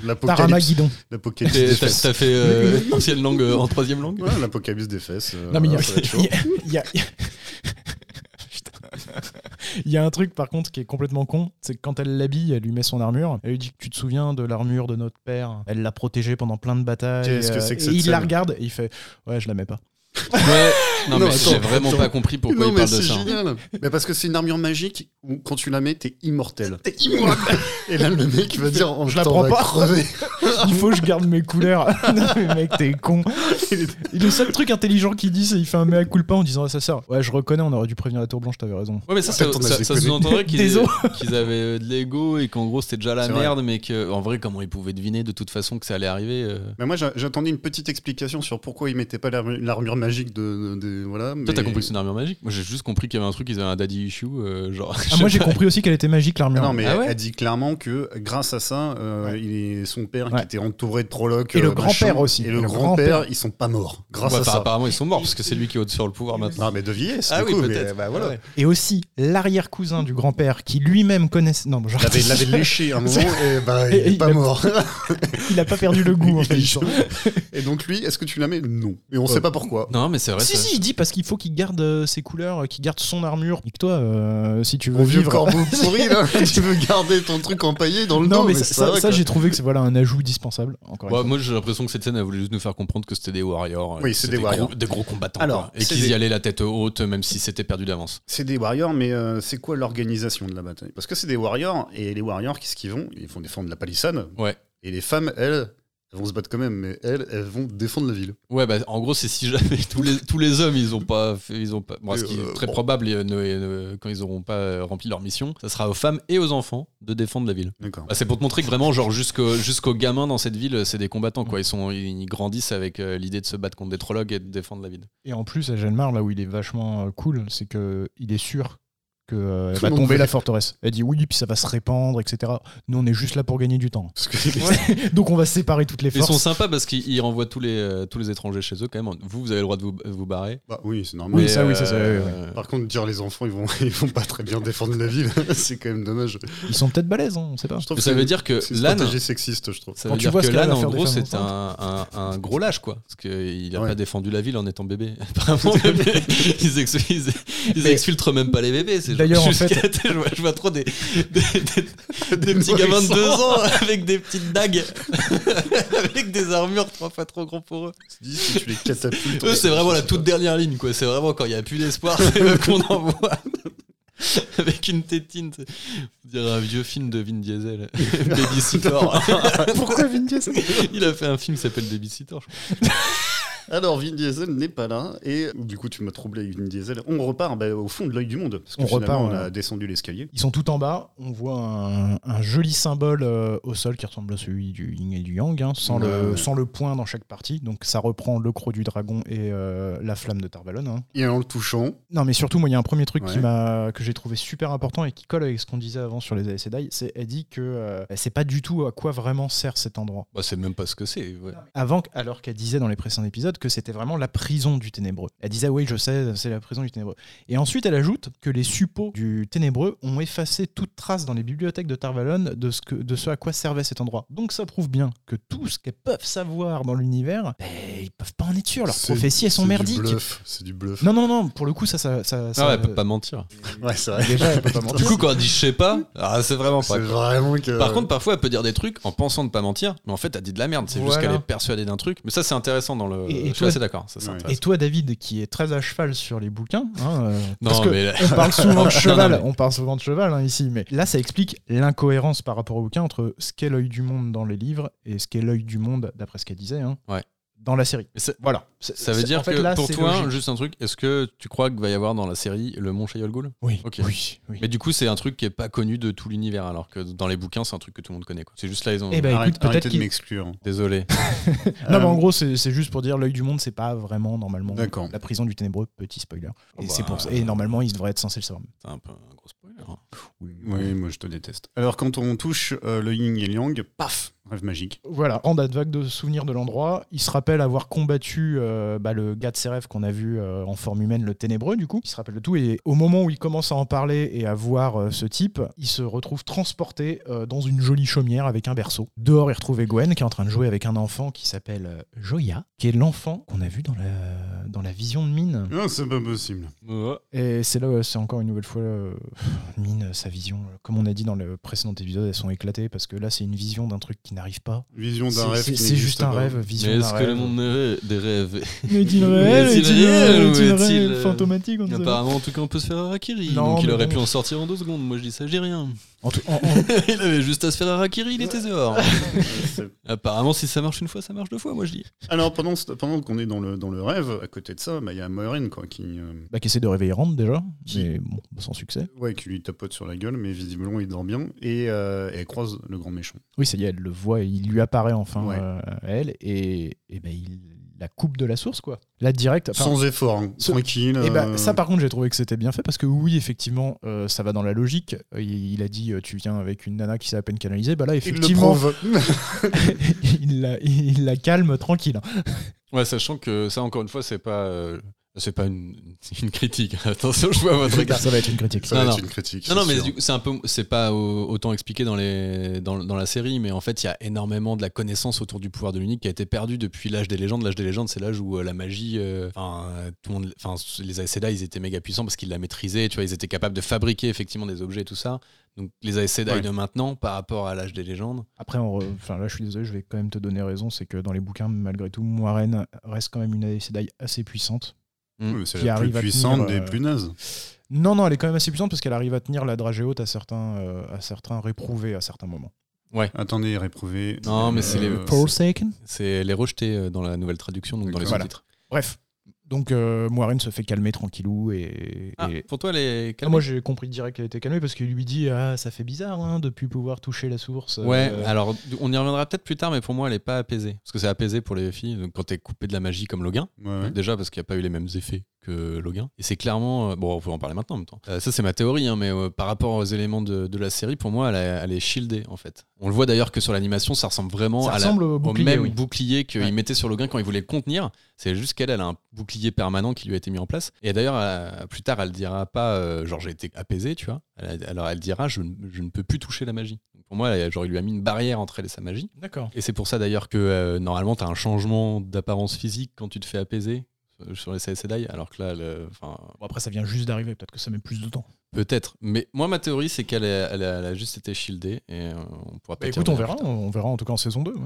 l'apocalypse.
Taramaguidon.
L'apocalypse
T'es-
des
T'as
fesses.
t'as fait euh, ancienne langue euh, en troisième langue
Ouais, l'apocalypse des fesses. euh,
Non, mais il y a-
voilà, ça va être chaud.
il y a- il y a. Putain. Il y a un truc par contre qui est complètement con, c'est que quand elle l'habille, elle lui met son armure, elle lui dit que tu te souviens de l'armure de notre père, elle l'a protégée pendant plein de batailles, euh,
Qu'est-ce que c'est que
et
cette
il la
scène
regarde et il fait ouais je la mets pas.
Ouais. Non,
Non,
mais
attends,
j'ai vraiment
attends.
pas compris pourquoi
non,
il
mais
parle de
c'est
ça. hein.
génial. Mais parce que c'est une armure magique où quand tu la mets, t'es immortel. T'es immortel. Et là, le mec va dire oh,
Je la
t'en
prends
vas
pas.
crever.
Il faut que je garde mes couleurs. non mais mec t'es con. Et le seul truc intelligent qu'il dit c'est il fait un mea culpa en disant à sa sœur ouais je reconnais on aurait dû prévenir la tour blanche t'avais raison.
Ouais, mais ça, ça,
Peut-être on a
ça,
déconné.
ça sous-entendrait qu'ils
Désolé.
qu'ils avaient euh, de l'ego et qu'en gros c'était déjà la
C'est vrai.
merde, mais que en vrai, comment ils pouvaient deviner de toute façon que ça allait arriver euh.
Mais moi, j'a- j'attendais une petite explication sur pourquoi il mettait pas l'armu- l'armure magique de, de- de- voilà. mais-
Toi, t'as compris que c'est une armure magique Moi, j'ai juste compris qu'il y avait un truc, ils avaient un daddy issue. euh, genre,
Ah, moi j'ai compris aussi qu'elle était magique l'armure.
Non, mais
Ah ouais
elle dit clairement que grâce à ça, euh, il est son père
Ouais.
qui était entouré de prologues.
Et le
euh,
grand-père
machin,
aussi.
Et le, grand-père,
grand-père.
ils sont pas morts grâce
Ouais,
à
enfin,
Ah, ça.
apparemment, ils sont morts parce que c'est lui qui est au-dessus sur le pouvoir maintenant.
Non, mais de vieillesse.
Ah
du
oui,
coup, mais,
peut-être.
bah, voilà.
Et aussi l'arrière-cousin du grand-père qui lui-même connaissait... Non, genre,
Il bah, l'avait- il l'avait léché un moment et bah, il
Et- et
est
il
pas
l'a-
mort.
il a pas perdu le goût en fait.
et donc lui, est-ce que tu la mets Non. Et on sait pas pourquoi.
Non, mais c'est vrai.
Si,
Ah ça-
si, il dit parce qu'il faut qu'il garde euh, ses couleurs, euh, qu'il garde son armure. Et que toi, euh, si tu veux
Mon vieux
vivre.
corbeau pourri, là, tu veux garder ton truc empaillé dans le
non,
dos,
mais,
mais
ça,
c'est
ça-
vrai,
ça,
quoi.
j'ai trouvé que c'est voilà, un ajout dispensable. Encore
Ouais,
une fois.
moi j'ai l'impression que cette scène elle voulait juste nous faire comprendre que c'était des warriors, euh,
Oui,
que
c'est
c'était
des warriors.
gros- des gros combattants, quoi,
Alors,
et
c'est
qu'ils
des-
y allaient la tête haute même si c'était perdu d'avance.
C'est des warriors, mais euh, c'est quoi l'organisation de la bataille Parce que c'est des warriors, et les warriors, qu'est-ce qu'ils vont Ils vont défendre la palissade.
Ouais.
Et les femmes, elles, elles vont se battre quand même, mais elles, elles vont défendre la ville.
Ouais, bah en gros, c'est si jamais tous les, tous les hommes ils ont pas. fait- ils ont pas bon, ce qui
Euh,
est très
bon.
probable euh, ne- ne- quand ils auront pas euh, rempli leur mission, ça sera aux femmes et aux enfants de défendre la ville.
D'accord.
Bah, c'est pour te montrer que vraiment, genre jusqu'au- jusqu'aux gamins dans cette ville, c'est des combattants quoi. Ils, sont, ils grandissent avec euh, l'idée de se battre contre des trologues et de défendre la ville.
Et en plus, à Gelmar, là où il est vachement euh, cool, c'est que il est sûr que euh, elle
Tout
va
le monde
tomber
fait.
la forteresse. Elle dit oui, puis ça va se répandre, etc. Nous, on est juste là pour gagner du temps.
Parce que-
Donc, on va séparer toutes les
Ils
forces.
sont sympas parce qu'ils ils renvoient tous les, euh, tous les étrangers chez eux quand même. Vous, vous avez le droit de vous, vous barrer.
Bah oui, c'est normal.
Oui,
Mais, euh,
ça, oui, ça, ça, oui,
Par contre, dire les enfants, ils vont, ils vont pas très bien défendre la ville, c'est quand même dommage.
Ils sont peut-être balèzes, hein, on sait pas.
Je trouve
Mais
que
ça
c'est-
veut dire que
c'est une
l'âne,
stratégie sexiste, je trouve.
ça
Quand
veut
tu
dire
vois
que
ce qu'elle
l'âne,
va
en
faire des hein.
gros,
femmes
c'est un, un, un gros lâche, quoi. Parce qu'il a
Ouais.
pas défendu la ville en étant bébé. Apparemment, bébé, ils, ex- ils- ils
Mais-
exfiltrent même pas les bébés. c'est genre-
D'ailleurs, en
jusqu'à-
fait-
je, vois, je vois trop des, des, des- des petits
Des
gamins de
nourrissons.
2 ans avec des petites dagues, avec des armures trois fois trop grands pour eux.
Tu dis, si tu les catapultes.
Eux, c'est vraiment la toute dernière ligne, quoi. C'est vraiment quand il n'y a plus d'espoir, c'est eux qu'on envoie. Avec une tétine. c'est- On dirait un vieux film de Vin Diesel. Babysitter.
Pourquoi Vin Diesel
il a fait un film qui s'appelle Babysitter, je crois.
Alors, Vin Diesel n'est pas là, et du coup, tu m'as troublé avec Vin Diesel. On repart bah, au fond de l'œil du monde, parce que
On
finalement,
repart,
on a
ouais.
descendu l'escalier.
Ils sont tout en bas, on voit un, un joli symbole euh, au sol qui ressemble à celui du yin et du yang, hein, sans, le,
Ouais.
sans le point dans chaque partie. Donc ça reprend le croc du dragon et euh, la flamme de Tarvalon. hein.
Et en le touchant,
Non, mais surtout, moi, il y a un premier truc qui
Ouais.
m'a que j'ai trouvé super important et qui colle avec ce qu'on disait avant sur les Sedai, c'est elle dit que euh, elle sait pas du tout à quoi vraiment sert cet endroit.
Bah, c'est même pas ce que c'est. ouais.
Avant, que- alors qu'elle disait dans les précédents épisodes que c'était vraiment la prison du ténébreux. Elle disait oui, je sais, c'est la prison du ténébreux. Et ensuite, elle ajoute que les suppôts du ténébreux ont effacé toute trace dans les bibliothèques de Tarvalon de ce, que, de ce à quoi servait cet endroit. Donc ça prouve bien que tout ce qu'elles peuvent savoir dans l'univers, ben, ils peuvent pas en être sûrs. Leurs
C'est-
prophéties, elles sont
c'est du
merdiques.
bluff, C'est du bluff.
Non, non, non, pour le coup, ça. ça, ça,
Ah
ça- euh,
ouais, elle peut pas mentir.
Ouais, c'est vrai.
Déjà, elle peut pas mentir.
Du coup, quand elle dit je sais pas, ah, c'est vraiment pas.
C'est euh, vraiment que.
Par contre, parfois, elle peut dire des trucs en pensant ne pas mentir, mais en fait, elle dit de la merde. C'est juste
Voilà.
qu'elle est persuadée d'un truc. Mais ça, c'est intéressant dans le.
Et- et
je suis
toi-
assez d'accord. Ça, c'est
Ouais.
Et
intéressant.
toi, David, qui est très à cheval sur les bouquins, hein, euh,
Non,
parce que
mais-
on parle souvent de cheval,
Non, non,
on parle souvent de cheval hein, ici, mais là, ça explique l'incohérence par rapport au bouquin entre ce qu'est l'œil du monde dans les livres et ce qu'est l'œil du monde, d'après ce qu'elle disait, hein,
Ouais.
dans la série.
Mais c'est-
Voilà, c'est-
Ça veut
c'est-
dire
en fait,
que
là,
pour
c'est
toi,
logique.
juste un truc, est-ce que tu crois qu'il va y avoir dans la série le Mont Chayol Ghoul
Oui,
Ok.
oui, oui.
Mais du coup, c'est un truc qui est pas connu de tout l'univers, alors que dans les bouquins, c'est un truc que tout le monde connaît. quoi. C'est juste là, ils ont.
Eh ben, écoute,
Arrête-
peut-être
arrêtez de
qu'il-
m'exclure.
Désolé.
Non,
Euh,
Ah
mais en gros, c'est c'est juste pour dire l'œil du monde, c'est pas vraiment normalement
D'accord.
la prison du ténébreux, petit spoiler. Et
Bah,
c'est pour ça. Et normalement, ils devraient être censés le savoir.
C'est un peu un gros spoiler. hein.
Oui, moi je te déteste. Alors quand on touche euh, le yin et yang, paf, rêve magique.
Voilà, Rand a de vagues de souvenirs de l'endroit. Il se rappelle avoir combattu euh, bah, le gars de ses rêves qu'on a vu euh, en forme humaine, le ténébreux, du coup. Il se rappelle de tout. Et au moment où il commence à en parler et à voir euh, ce type, il se retrouve transporté euh, dans une jolie chaumière avec un berceau. Dehors, il retrouve Gwen qui est en train de jouer avec un enfant qui s'appelle euh, Joya, qui est l'enfant qu'on a vu dans la, dans la vision de mine.
Non, c'est pas possible.
Ouais.
Et c'est là, euh, c'est encore une nouvelle fois, euh, mine, euh, sa vision. euh, Comme on a dit dans le précédent épisode, elles sont éclatées parce que là, c'est une vision d'un truc qui n'arrive pas.
Vision d'un
C'est
rêve.
c'est-
qui
c'est
n'existe
juste un
pas.
rêve, vision
Mais
d'un
est-ce que
rêve.
le monde des rêves- des rêves
Mais est-il
réel,
réel
est-il
Est-il
réel,
réel
ou
Est-il
est-il,
réel
euh,
fantomatique on ne sait pas.
Apparemment, en tout cas, on peut se faire harakiri.
Non,
donc il
mais
aurait
bon.
pu en sortir en deux secondes. Moi, je dis ça, j'ai rien.
En tout- en- en-
il avait juste à se faire harakiri, il était dehors.
C'est-
Apparemment, si ça marche une fois, ça marche deux fois, moi je dis.
Alors pendant, ce- pendant qu'on est dans le, dans le rêve, à côté de ça, bah, il y a Moiren quoi, qui, euh,
Bah, qui essaie de réveiller Rand déjà,
Qui-
mais bon, sans succès.
ouais, qui lui tapote sur la gueule, mais visiblement il dort bien, et, euh, et elle croise le grand méchant.
Oui, ça y est, elle le voit, et il lui apparaît enfin
Ouais.
euh, à elle, et, et ben, il la coupe de la source, quoi. Là, direct. enfin,
Sans effort, hein,
ce-
tranquille.
Et ben,
euh,
ça par contre j'ai trouvé que c'était bien fait parce que oui effectivement euh, ça va dans la logique. Euh, Il, il a dit euh, tu viens avec une nana qui s'est à peine canalisée, bah là
il le
effectivement
prouve.
il, la, il la calme tranquille.
Ouais, sachant que ça, encore une fois, c'est pas, euh, c'est pas une, une critique. Attention, je vois votre regard.
Ça va être une critique.
Ça va
Non,
être
non.
une critique.
Non, non,
c'est
mais
sûr.
du coup, c'est un peu, c'est pas au- autant expliqué dans les, dans, dans la série, mais en fait, il y a énormément de la connaissance autour du pouvoir de l'unique qui a été perdue depuis l'âge des légendes. L'âge des légendes, c'est l'âge où euh, la magie, euh, enfin, euh, tout le monde, enfin, les Aes Sedai, ils étaient méga puissants parce qu'ils la maîtrisaient. Tu vois, ils étaient capables de fabriquer effectivement des objets et tout ça. Donc, les Aes Sedai
Ouais.
de maintenant, par rapport à l'âge des légendes,
Après, on re- enfin, là, je suis désolé, je vais quand même te donner raison. C'est que dans les bouquins, malgré tout, Moiraine reste quand même une Aes Sedai assez puissante.
hmm,
Oui, mais C'est
qui
la plus
arrive à
puissante
tenir,
des
euh,
punaises.
Non, non, elle est quand même assez puissante parce qu'elle arrive à tenir la dragée haute à certains, euh, à certains réprouvés à certains moments.
Attendez, réprouvé.
Non, mais c'est les-
Euh,
Forsaken
c'est les rejetés euh, dans la nouvelle traduction, donc dans les
Voilà.
sous-titres.
Bref. Donc, euh, Moiraine se fait calmer tranquillou et.
Ah,
et-
pour toi, les
Ah, moi, j'ai compris direct qu'elle était calmée parce qu'il lui dit Ah, ça fait bizarre hein, de plus pouvoir toucher la source.
Ouais,
Euh,
alors d- on y reviendra peut-être plus tard, mais pour moi, elle est pas apaisée. Parce que c'est apaisé pour les filles, donc quand t'es coupé de la magie comme Logan.
ouais, ouais.
Déjà parce qu'il n'y a pas eu les mêmes effets que Logan. Et c'est clairement. euh, Bon, on peut en parler maintenant en même temps. Euh, ça, c'est ma théorie, hein, mais euh, par rapport aux éléments de, de la série, pour moi, elle, a- elle est shieldée en fait. On le voit d'ailleurs que sur l'animation, ça ressemble vraiment
ça
à la,
ressemble au
au
bouclier.
même
oui.
bouclier qu'il
Ouais.
mettait sur Logan quand il voulait le contenir. C'est juste qu'elle, elle a un bouclier permanent qui lui a été mis en place. Et d'ailleurs, euh, plus tard, elle dira pas, euh, genre, j'ai été apaisée, tu vois. Elle- alors, elle dira, je, ne- je ne peux plus toucher la magie. Donc, pour moi, elle- genre, il lui a mis une barrière entre elle et sa magie.
D'accord.
Et c'est pour ça d'ailleurs que euh, normalement, tu as un changement d'apparence physique quand tu te fais apaiser euh, sur les Aes Sedai, alors que là, le- enfin,
Bon, après, ça vient juste d'arriver. Peut-être que ça met plus de temps.
peut-être. Mais moi, ma théorie, c'est qu'elle a, elle a- elle a juste été shieldée et euh, on
Bah,
pourra peut-être. y
écoute, on
revenir
verra. On verra en tout cas en saison 2. ouais.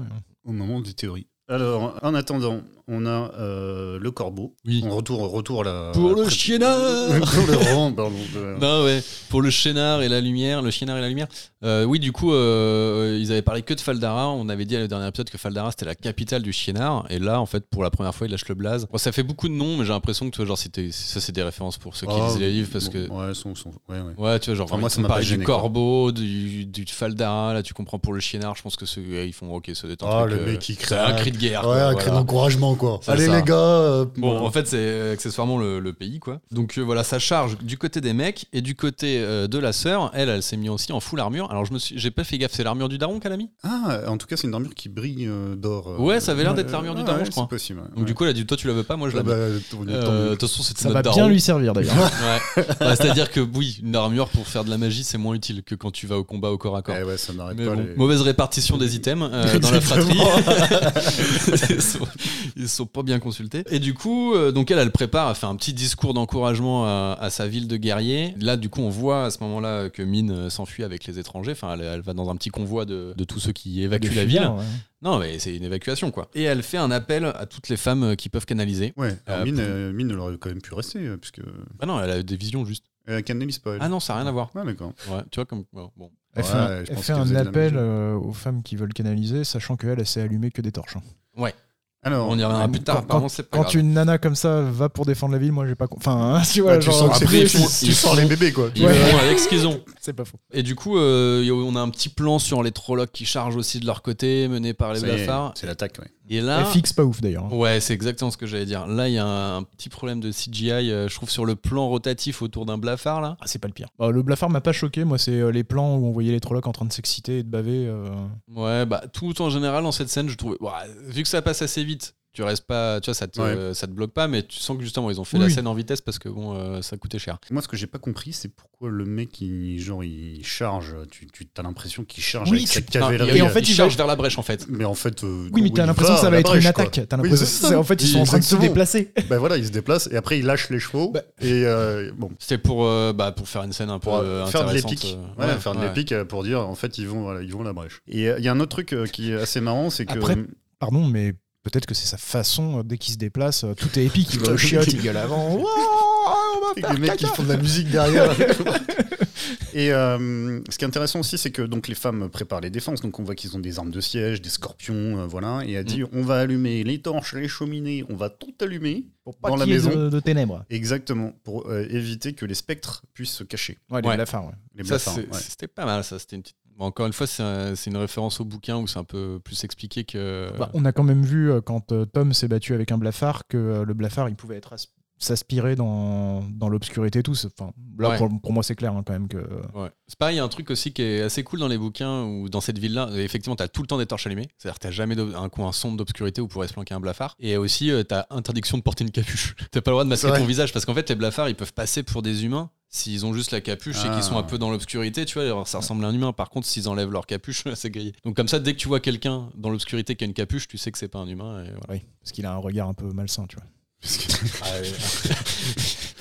au moment des théories. Alors, en attendant, on a euh, le corbeau.
Oui.
On retourne, retour là.
Pour le
Très-
chienard
Pour le rang, pardon. Ah, de-
Non, ouais. Pour le chénard et la lumière, le chienard et la lumière. Euh, oui, du coup, euh, ils avaient parlé que de Faldara. On avait dit à le dernier épisode que Faldara c'était la capitale du chienard. Et là, en fait, pour la première fois, il lâche le blaze. Bon, ça fait beaucoup de noms, mais j'ai l'impression que tu vois, genre, c'était- ça c'est des références pour ceux qui
Ah,
Oh,
lisent les livres parce
bon,
que.
Ouais, son, son- ouais, ouais.
Ouais, tu vois, genre,
Enfin,
vraiment,
moi,
ils
ça
font
m'a pas
parler
gêné,
du
quoi.
corbeau, du, du faldara, là, tu comprends pour le chienard, je pense que ceux, ils font, ok, ça doit être un
Ah,
truc, euh,
le mec qui
c'est un
craque.
cri de guerre.
Ouais,
quoi,
un
voilà.
cri d'encouragement, quoi.
C'est
Allez,
ça.
les gars. euh,
Bon,
voilà.
en fait, c'est euh, accessoirement le, le pays, quoi. Donc euh, voilà, ça charge du côté des mecs et du côté euh, de la sœur. Elle, elle s'est mise aussi en full armure. Alors, je me suis, j'ai pas fait gaffe, c'est l'armure du daron qu'elle a mis
Ah, en tout cas, c'est une armure qui brille euh, d'or. euh.
Ouais, ça avait l'air d'être
Euh,
l'armure du
ouais,
daron,
ouais,
je crois.
C'est possible. ouais.
Donc, du coup, elle a dit, toi, tu la veux pas, moi, je
Ah
la veux.
bah, tant mieux, tant
Euh, De
mieux.
toute façon, c'est
Ça
notre
va
daron.
bien lui servir d'ailleurs.
Ouais. Bah, C'est-à-dire que, oui, une armure pour faire de la magie, c'est moins utile que quand tu vas au combat au corps à corps.
Eh ouais, ça n'arrête
Mais
pas.
bon,
les-
Mauvaise répartition des items euh, dans la fratrie. ils, sont, ils sont pas bien consultés. Et du coup, euh, donc elle, elle prépare à faire un petit discours d'encouragement à, à sa ville de guerriers. Là, du coup, on voit à ce moment-là que Mine euh, s'enfuit avec les étrangers. Enfin, elle, elle va dans un petit convoi de, de tous ceux qui évacuent la ville. Non, mais c'est une évacuation, quoi. Et elle fait un appel à toutes les femmes euh, qui peuvent canaliser.
Ouais, alors
Euh,
mine,
pour-
euh, mine, elle aurait quand même pu rester, euh, puisque.
Ah non, elle a des visions juste.
Elle canalise pas. elle.
Ah non, ça n'a rien à voir.
Ouais, d'accord.
Ouais, tu vois, comme. Bon. bon.
Elle fait,
Ouais,
un,
je
elle
pense
fait
qu'elle
un
faisait de la
appel
magie.
euh, aux femmes qui veulent canaliser, sachant qu'elle, elle s'est allumée que des torches. hein.
Alors,
On y reviendra plus tard.
Quand-
Apparemment, c'est pas
Quand
grave.
une nana comme ça va pour défendre la ville, moi j'ai pas. con- Enfin, hein, tu vois,
Ah,
bah, tu
genre,
sens que c'est
après,
fait,
ils
tu,
font-
tu
ils
sens
font-
les bébés, quoi.
Ils
Ouais.
vont avec ce qu'ils ont.
c'est pas faux.
Et du coup, euh, y a- on a un petit plan sur les trollocs qui chargent aussi de leur côté, menés par les
Ça y est,
blafards.
C'est l'attaque, ouais.
Et
Elle
là,
fixe pas ouf d'ailleurs. hein.
Ouais, c'est exactement ce que j'allais dire. Là, il y a un, un petit problème de CGI, euh, je trouve, sur le plan rotatif autour d'un blafard, là.
Ah, c'est pas le pire. Bah, le blafard m'a pas choqué, moi c'est euh, les plans où on voyait les trollocs en train de s'exciter et de baver. euh.
Ouais, bah, tout en général, dans cette scène, je trouve. Ouah, vu que ça passe assez vite, tu restes pas. Tu vois, ça te,
Ouais.
euh, ça te bloque pas, mais tu sens que justement, ils ont fait
Oui.
la scène en vitesse parce que, bon, euh, ça coûtait cher.
Moi, ce que j'ai pas compris, c'est pourquoi le mec, il, genre, il charge. Tu, tu as l'impression qu'il charge
Oui,
avec
tu-
sa
non,
cavalerie.
et en fait,
ils
il
chargent vers la brèche, en fait.
mais en fait. euh,
Oui, mais
où
t'as
il
l'impression
va,
que ça
à
va
la
être
brèche,
une
quoi.
attaque. T'as
Oui,
l'impression
c'est ça.
c'est- en fait ils sont en train de se
Exactement.
déplacer.
Bah voilà, il se déplace et après il lâche les chevaux.
Bah.
Et euh, bon,
C'était pour, euh, bah, pour faire une scène un peu
pour
euh,
euh, faire de
intéressante,
l'épique.
euh,
Ouais, faire de
ouais.
l'épique euh, pour dire en fait ils vont, voilà, ils vont à la brèche. Et euh, il y a un autre truc euh, qui est assez marrant, c'est que. euh,
Après, Pardon, mais peut-être que c'est sa façon, euh, dès qu'il se déplace, euh, tout est épique. Il
Bah oui.
chiotte, il gueule avant. Ouah, on va
Et
faire
les mecs qui
caca.
font de la musique derrière. et euh, ce qui est intéressant aussi, c'est que donc les femmes préparent les défenses. Donc on voit qu'ils ont des armes de siège, des scorpions, euh, voilà. Et elle dit on va allumer les torches, les cheminées, on va tout allumer
Pour
dans la
qu'il y ait
maison.
de, de ténèbres.
Exactement pour euh, éviter que les spectres puissent se cacher.
Ouais, les
Ouais.
blafards, ouais.
Les
Ça,
blafards,
c'est-
ouais.
C'était pas mal, ça. C'était une petite. Bon, encore une fois, c'est un- c'est une référence au bouquin où c'est un peu plus expliqué
Ah
que.
Bah, on a quand même vu euh, quand euh, Tom s'est battu avec un blafard que euh, le blafard il pouvait être as- s'aspirer dans, dans l'obscurité tous. Enfin, là
Ouais.
pour, pour moi c'est clair hein, quand même que. euh,
Ouais. C'est pareil, il y a un truc aussi qui est assez cool dans les bouquins ou dans cette ville-là. euh, Effectivement, tu as tout le temps des torches allumées. C'est-à-dire que tu jamais d'ob- un coin sombre d'obscurité où pourrait se planquer un blafard. Et aussi, tu as interdiction de porter une capuche. tu pas le droit de masquer
C'est vrai.
ton visage parce qu'en fait, les blafards, ils peuvent passer pour des humains s'ils ont juste la capuche et
Ah.
qu'ils sont un peu dans l'obscurité. Tu vois, alors, ça ressemble à un humain. Par contre, s'ils enlèvent leur capuche, c'est grillé. Donc, comme ça, dès que tu vois quelqu'un dans l'obscurité qui a une capuche, tu sais que c'est pas un humain. Et voilà.
oui, parce qu'il a un regard un peu malsain, tu vois.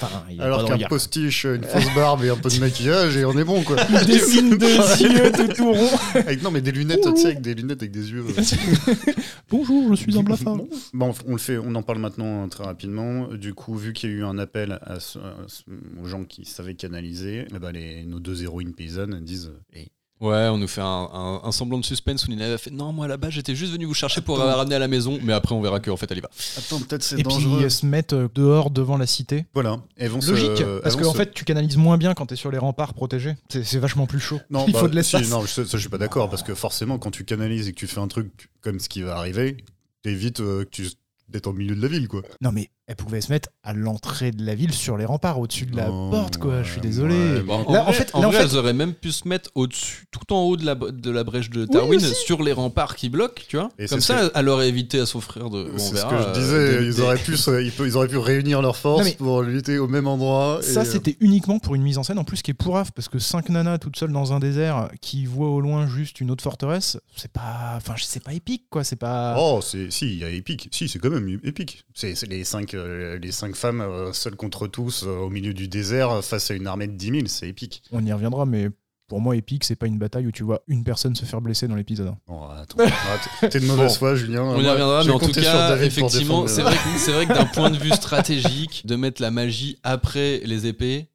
Enfin, il a pas
Alors
de
qu'un
regard.
postiche, une fausse barbe et un peu de maquillage et on est bon quoi.
Des signes de yeux tout, tout rond.
Avec- non mais des lunettes, tu sais, avec des lunettes avec des yeux. euh,
Bonjour, je suis un blafard.
Bon, Bon, on le fait, on en parle maintenant euh, très rapidement. Du coup, vu qu'il y a eu un appel à ce- à ce- aux gens qui savaient canaliser, eh ben, les, nos deux héroïnes paysannes elles disent euh, Eh,
Ouais, on nous fait un, un- un semblant de suspense où Nina elle a fait Non, moi là-bas, j'étais juste venu vous chercher pour la ramener à la maison, mais après, on verra qu'en fait, elle y va.
attends, peut-être c'est
Et puis
dangereux.
ils se mettent euh, dehors devant la cité.
Voilà, elles vont se-
Logique,
elles
parce
vont
qu'en
se-
fait tu canalises moins bien quand t'es sur les remparts protégés. C'est c'est vachement plus chaud.
Non,
il
bah,
faut de
si,
l'espace.
non, je- ça, je suis pas d'accord, parce que forcément, quand tu canalises et que tu fais un truc comme ce qui va arriver, t'évites euh, que tu d'être au milieu de la ville, quoi.
Non mais elle pouvait se mettre à l'entrée de la ville sur les remparts au-dessus de la
Non,
porte quoi, je suis
Oh, ouais,
désolé.
ouais, bah, bon.
en,
Là, en
vrai, en
fait-
fait,
là, en fait-
elles auraient même pu se mettre au-dessus, tout en haut de la, de la brèche de
Oui,
Darwin,
aussi.
sur les remparts qui bloquent, tu vois.
Et
Comme
c'est
ça, elle aurait évité à s'offrir de. on
C'est ce
verra,
que je
euh,
disais,
des-
ils,
des-
Auraient pu, se- ils, pe- ils auraient pu réunir leurs forces
Non, mais-
pour lutter au même endroit.
Ça,
et- euh,
c'était uniquement pour une mise en scène en plus qui est pourrave parce que cinq nanas toutes seules dans un désert qui voient au loin juste une autre forteresse, c'est pas enfin c'est pas épique quoi, c'est
Ah.
pas
Oh, c'est si, il y a épique. Si, c'est quand même épique. C'est c'est les cinq, euh, les cinq femmes euh, seules contre tous euh, au milieu du désert euh, face à une armée de 10 000, c'est épique.
On y reviendra mais pour moi épique c'est pas une bataille où tu vois une personne se faire blesser dans l'épisode.
Bon, attends, attends, t'es de mauvaise
Bon,
foi, Julien.
On y
Moi,
reviendra,
j'ai
mais en tout
compté sur
cas,
David pour
effectivement,
défendre- euh.
c'est vrai, que- c'est vrai que d'un point de vue stratégique, de mettre la magie après les épées,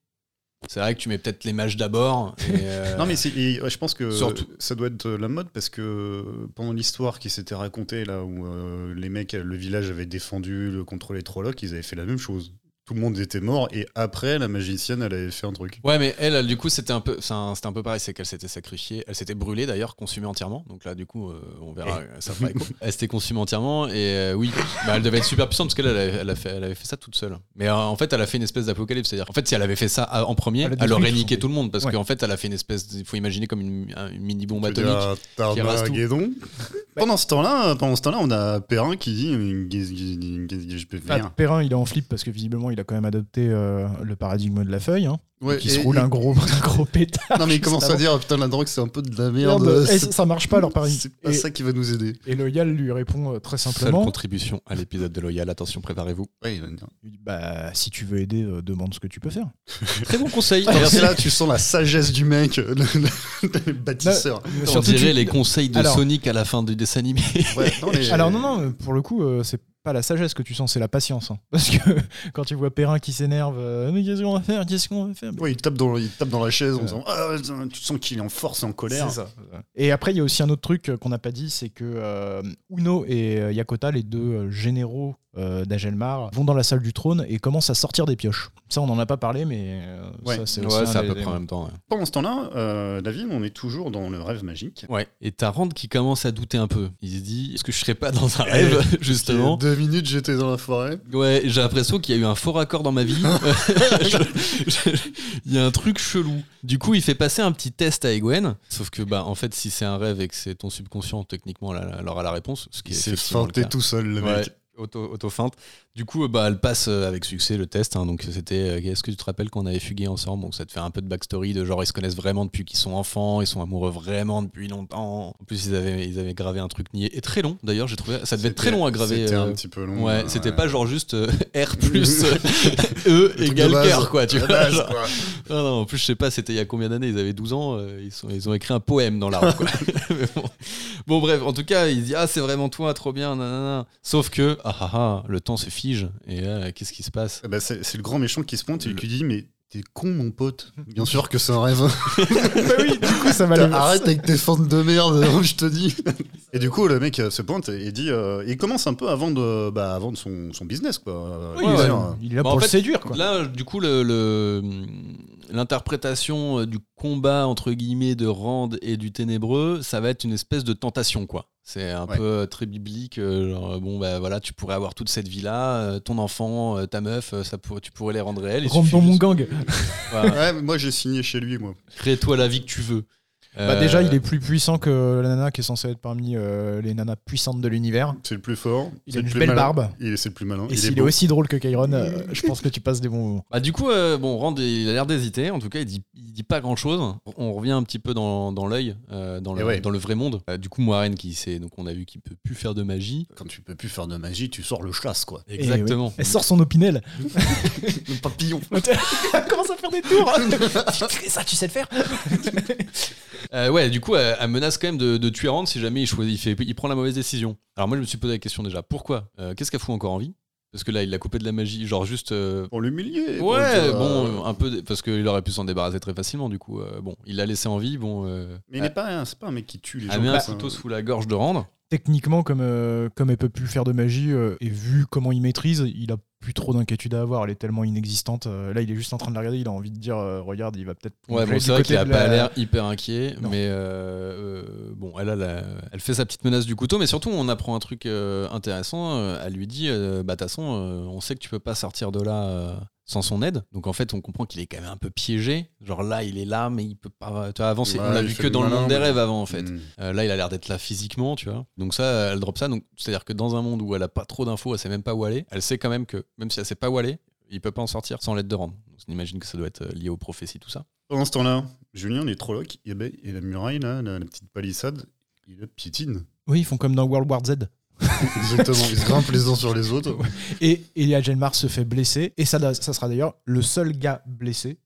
c'est vrai que tu mets peut-être les mages d'abord. et, euh,
Non mais c'est- et, ouais, je pense que
Surtout-
ça doit être euh, la mode parce que euh, pendant l'histoire qui s'était racontée là où euh, les mecs, le village avait défendu le contre les Trollocs, ils avaient fait la même chose. Tout le monde était mort et après la magicienne elle avait fait un truc.
Ouais, mais elle, elle, du coup, c'était un peu, c'est un- c'était un peu pareil, c'est qu'elle s'était sacrifiée, elle s'était brûlée d'ailleurs, consumée entièrement. Donc là, du coup, euh, on verra, ça fera écho. Elle s'était consumée entièrement et euh, oui, bah, elle devait être super puissante parce qu'elle, elle, avait- elle a fait, elle avait fait ça toute seule. Mais euh, en fait, elle a fait une espèce d'apocalypse, c'est-à-dire, en fait, si elle avait fait ça à- en premier,
Elle a
elle,
détruit
aurait
tout son
niqué
pays.
tout le monde parce
Ouais.
qu'en fait, elle a fait une espèce, il faut imaginer comme une, un- une mini bombe
Bah, Tu veux
atomique.
dire, euh,
qui rase tout.
Armageddon. Pendant ce temps-là, pendant ce temps-là, on a Perrin qui dit euh, guise, guise, guise, guise, guise, je peux
Ah,
faire.
Perrin il est en flip parce que visiblement il a quand même adopté euh, le paradigme de la feuille hein,
Ouais,
qui se
et-
roule
et-
un gros un gros pétard.
Non mais il
juste
commence à
avant.
dire putain la drogue c'est un peu de la merde. Euh,
Merde, eh,
c'est-
ça marche pas leur pari.
C'est pas
Et-
ça qui va nous aider.
Et Loyal lui répond euh, très
Seule
simplement
contribution à l'épisode de Loyal, attention, préparez-vous.
Ouais, il va venir.
il dit, Bah, si tu veux aider, euh, demande ce que tu peux faire.
Très bon conseil.
Alors c'est là tu sens la sagesse du mec, le, le- le bâtisseur.
On
Surtout,
dirait
tu-
les conseils de
Alors-
Sonic à la fin du dessin animé.
Ouais, non, mais-
Alors, non, non, pour le coup, euh, c'est pas la sagesse que tu sens, c'est la patience. hein. Parce que quand tu vois Perrin qui s'énerve, euh, mais qu'est-ce qu'on va faire Qu'est-ce qu'on va faire
Ouais, il tape dans, il tape dans la chaise en
Euh.
disant Ah, tu sens qu'il est en force, en colère.
C'est ça. Euh, Et après, il y a aussi un autre truc euh, qu'on n'a pas dit, c'est que euh, Uno et euh, Yakota, les deux euh, généraux euh, d'Agelmar, vont dans la salle du trône et commencent à sortir des pioches. Ça, on n'en a pas parlé, mais euh,
Ouais.
ça, c'est
Ouais,
aussi un
c'est à
des
peu près en
éléments.
même temps. ouais.
Pendant ce temps-là, euh, David, on est toujours dans le rêve magique.
Ouais. Et t'as Rand qui commence à douter un peu. Il se dit, est-ce que je serais pas dans un rêve, justement
Deux minutes, j'étais dans la forêt.
Ouais, j'ai l'impression qu'il y a eu un fort accord dans ma vie. Je- je- Il y a un truc chelou. Du coup, il fait passer un petit test à Egwen. Sauf que, bah, en fait, si c'est un rêve et que c'est ton subconscient, techniquement, elle a- elle aura la réponse. Ce qui
Il
est
s'est
effectivement le cas.
feinté tout seul, le
Ouais,
mec.
auto- auto-feinte. du coup, euh, bah, elle passe euh, avec succès le test. hein. donc, c'était. euh, Est-ce que tu te rappelles qu'on avait fugué ensemble Donc, ça te fait un peu de backstory de genre, ils se connaissent vraiment depuis qu'ils sont enfants, ils sont amoureux vraiment depuis longtemps. En plus, ils avaient, ils avaient gravé un truc nié et très long. D'ailleurs, j'ai trouvé ça devait être très long à graver.
C'était
euh,
un petit peu long. hein,
Ouais, c'était pas genre juste euh, R plus euh, E
truc de
égale
base.
cœur, quoi, tu
La
vois.
base,
genre.
quoi.
Non, non, en plus, je sais pas, c'était il y a combien d'années, ils avaient 12 ans, euh, ils, sont, ils ont écrit un poème dans l'arbre, quoi. Mais bon. Bon, bref, en tout cas, il se dit Ah, c'est vraiment toi, trop bien, nanana. Sauf que, ah ah ah, le temps se fige, et là, qu'est-ce qui se passe
Eh ben, c'est c'est le grand méchant qui se pointe et
Le-
qui dit Mais t'es con, mon pote. Bien sûr que c'est un rêve.
Bah oui, du coup, ça va
Putain,
les-
Arrête avec tes fentes de merde, je te dis. Et du coup, le mec euh, se pointe et dit euh, Il commence un peu à vendre, bah, à vendre son, son business, quoi. Euh,
Oui,
je veux
il, est
dire,
là, il est là
Bah, en
pour le
fait,
séduire, quoi.
Là, du coup, le- le- l'interprétation euh, du combat entre guillemets de Rand et du Ténébreux, ça va être une espèce de tentation, quoi. C'est un
Ouais.
peu euh, très biblique, euh, genre euh, bon bah voilà, tu pourrais avoir toute cette vie là, ton enfant, euh, ta meuf, euh, ça pour- tu pourrais les rendre réels. il
Rentre
suffit
dans mon
juste-
gang.
Voilà.
Ouais, mais moi j'ai signé chez lui, moi.
Crée-toi la vie que tu veux.
Bah,
Euh,
déjà, il est plus puissant que la nana qui est censée être parmi euh, les nanas puissantes de l'univers.
C'est le plus fort.
Il
c'est
a
le
une
plus
belle
malin.
barbe.
Il est, c'est le plus malin.
Et
il
s'il est,
beau.
aussi drôle que Kyron, euh, je pense que tu passes des bons moments.
Bah, du coup, euh, bon, Rand, il a l'air d'hésiter. En tout cas, il dit, il dit pas grand chose. On revient un petit peu dans, dans l'œil, euh, dans, le-
Eh
Et ouais.
dans le vrai monde. Euh, du coup, Moiraine, qui sait, donc on a vu qu'il peut plus faire de magie.
Quand tu peux plus faire de magie, tu sors le chasse, quoi.
Exactement.
Eh Elle sort son opinel.
Le papillon.
Elle commence à faire des tours. ça, tu sais le faire
Euh, ouais, du coup, elle, elle menace quand même de, de tuer Rand si jamais il, choisit, il, fait- il prend la mauvaise décision. Alors moi, je me suis posé la question déjà. Pourquoi Euh, Qu'est-ce qu'elle fout encore en vie Parce que là, il l'a coupé de la magie, genre juste. euh,
Pour l'humilier. pour lui
Ouais,
dire, euh,
bon, un peu, de- parce qu'il aurait pu s'en débarrasser très facilement, du coup. euh, bon, il l'a laissé en vie, bon. Euh,
Mais il n'est
elle,
pas, un- c'est pas un mec qui tue les gens.
elle met Ah, un
comme ça.
couteau sous la gorge de Rand.
Techniquement, comme, euh, comme elle peut plus faire de magie, euh, et vu comment il maîtrise, il a plus trop d'inquiétude à avoir. Elle est tellement inexistante. Euh, là, il est juste en train de la regarder. Il a envie de dire euh, Regarde, il va peut-être. plonger
Ouais, bon,
du
c'est vrai
côté
qu'il a
de
pas
la-
l'air hyper inquiet,
Non.
mais euh, euh, bon, elle, a la- elle fait sa petite menace du couteau, mais surtout, on apprend un truc euh, intéressant. euh, elle lui dit, euh, bah, de toute façon, euh, on sait que tu peux pas sortir de là euh, sans son aide. Donc, en fait, on comprend qu'il est quand même un peu piégé. Genre là, il est là, mais il peut pas tu vois, avancer.
Ouais,
on l'a
il
vu
fait
que
le
dans le
malin,
monde des
mais-
rêves avant, en fait.
Mm.
Euh, là, il a l'air d'être là physiquement, tu vois. Donc ça, elle drop ça. Donc c'est-à-dire que dans un monde où elle a pas trop d'infos, elle sait même pas où aller. Elle sait quand même que même si elle sait pas où aller, il peut pas en sortir sans l'aide de Rand. Donc, On imagine que ça doit être euh, lié aux prophéties, tout ça.
Pendant ce temps-là, Julien, les trollocs, et, ben, et la muraille, là, la, la petite palissade, il la piétine.
Oui, ils font comme dans World War Z.
Exactement. Ils se grimpent les uns sur les autres.
Et, et Agelmar se fait blesser. Et ça, ça sera d'ailleurs le seul gars blessé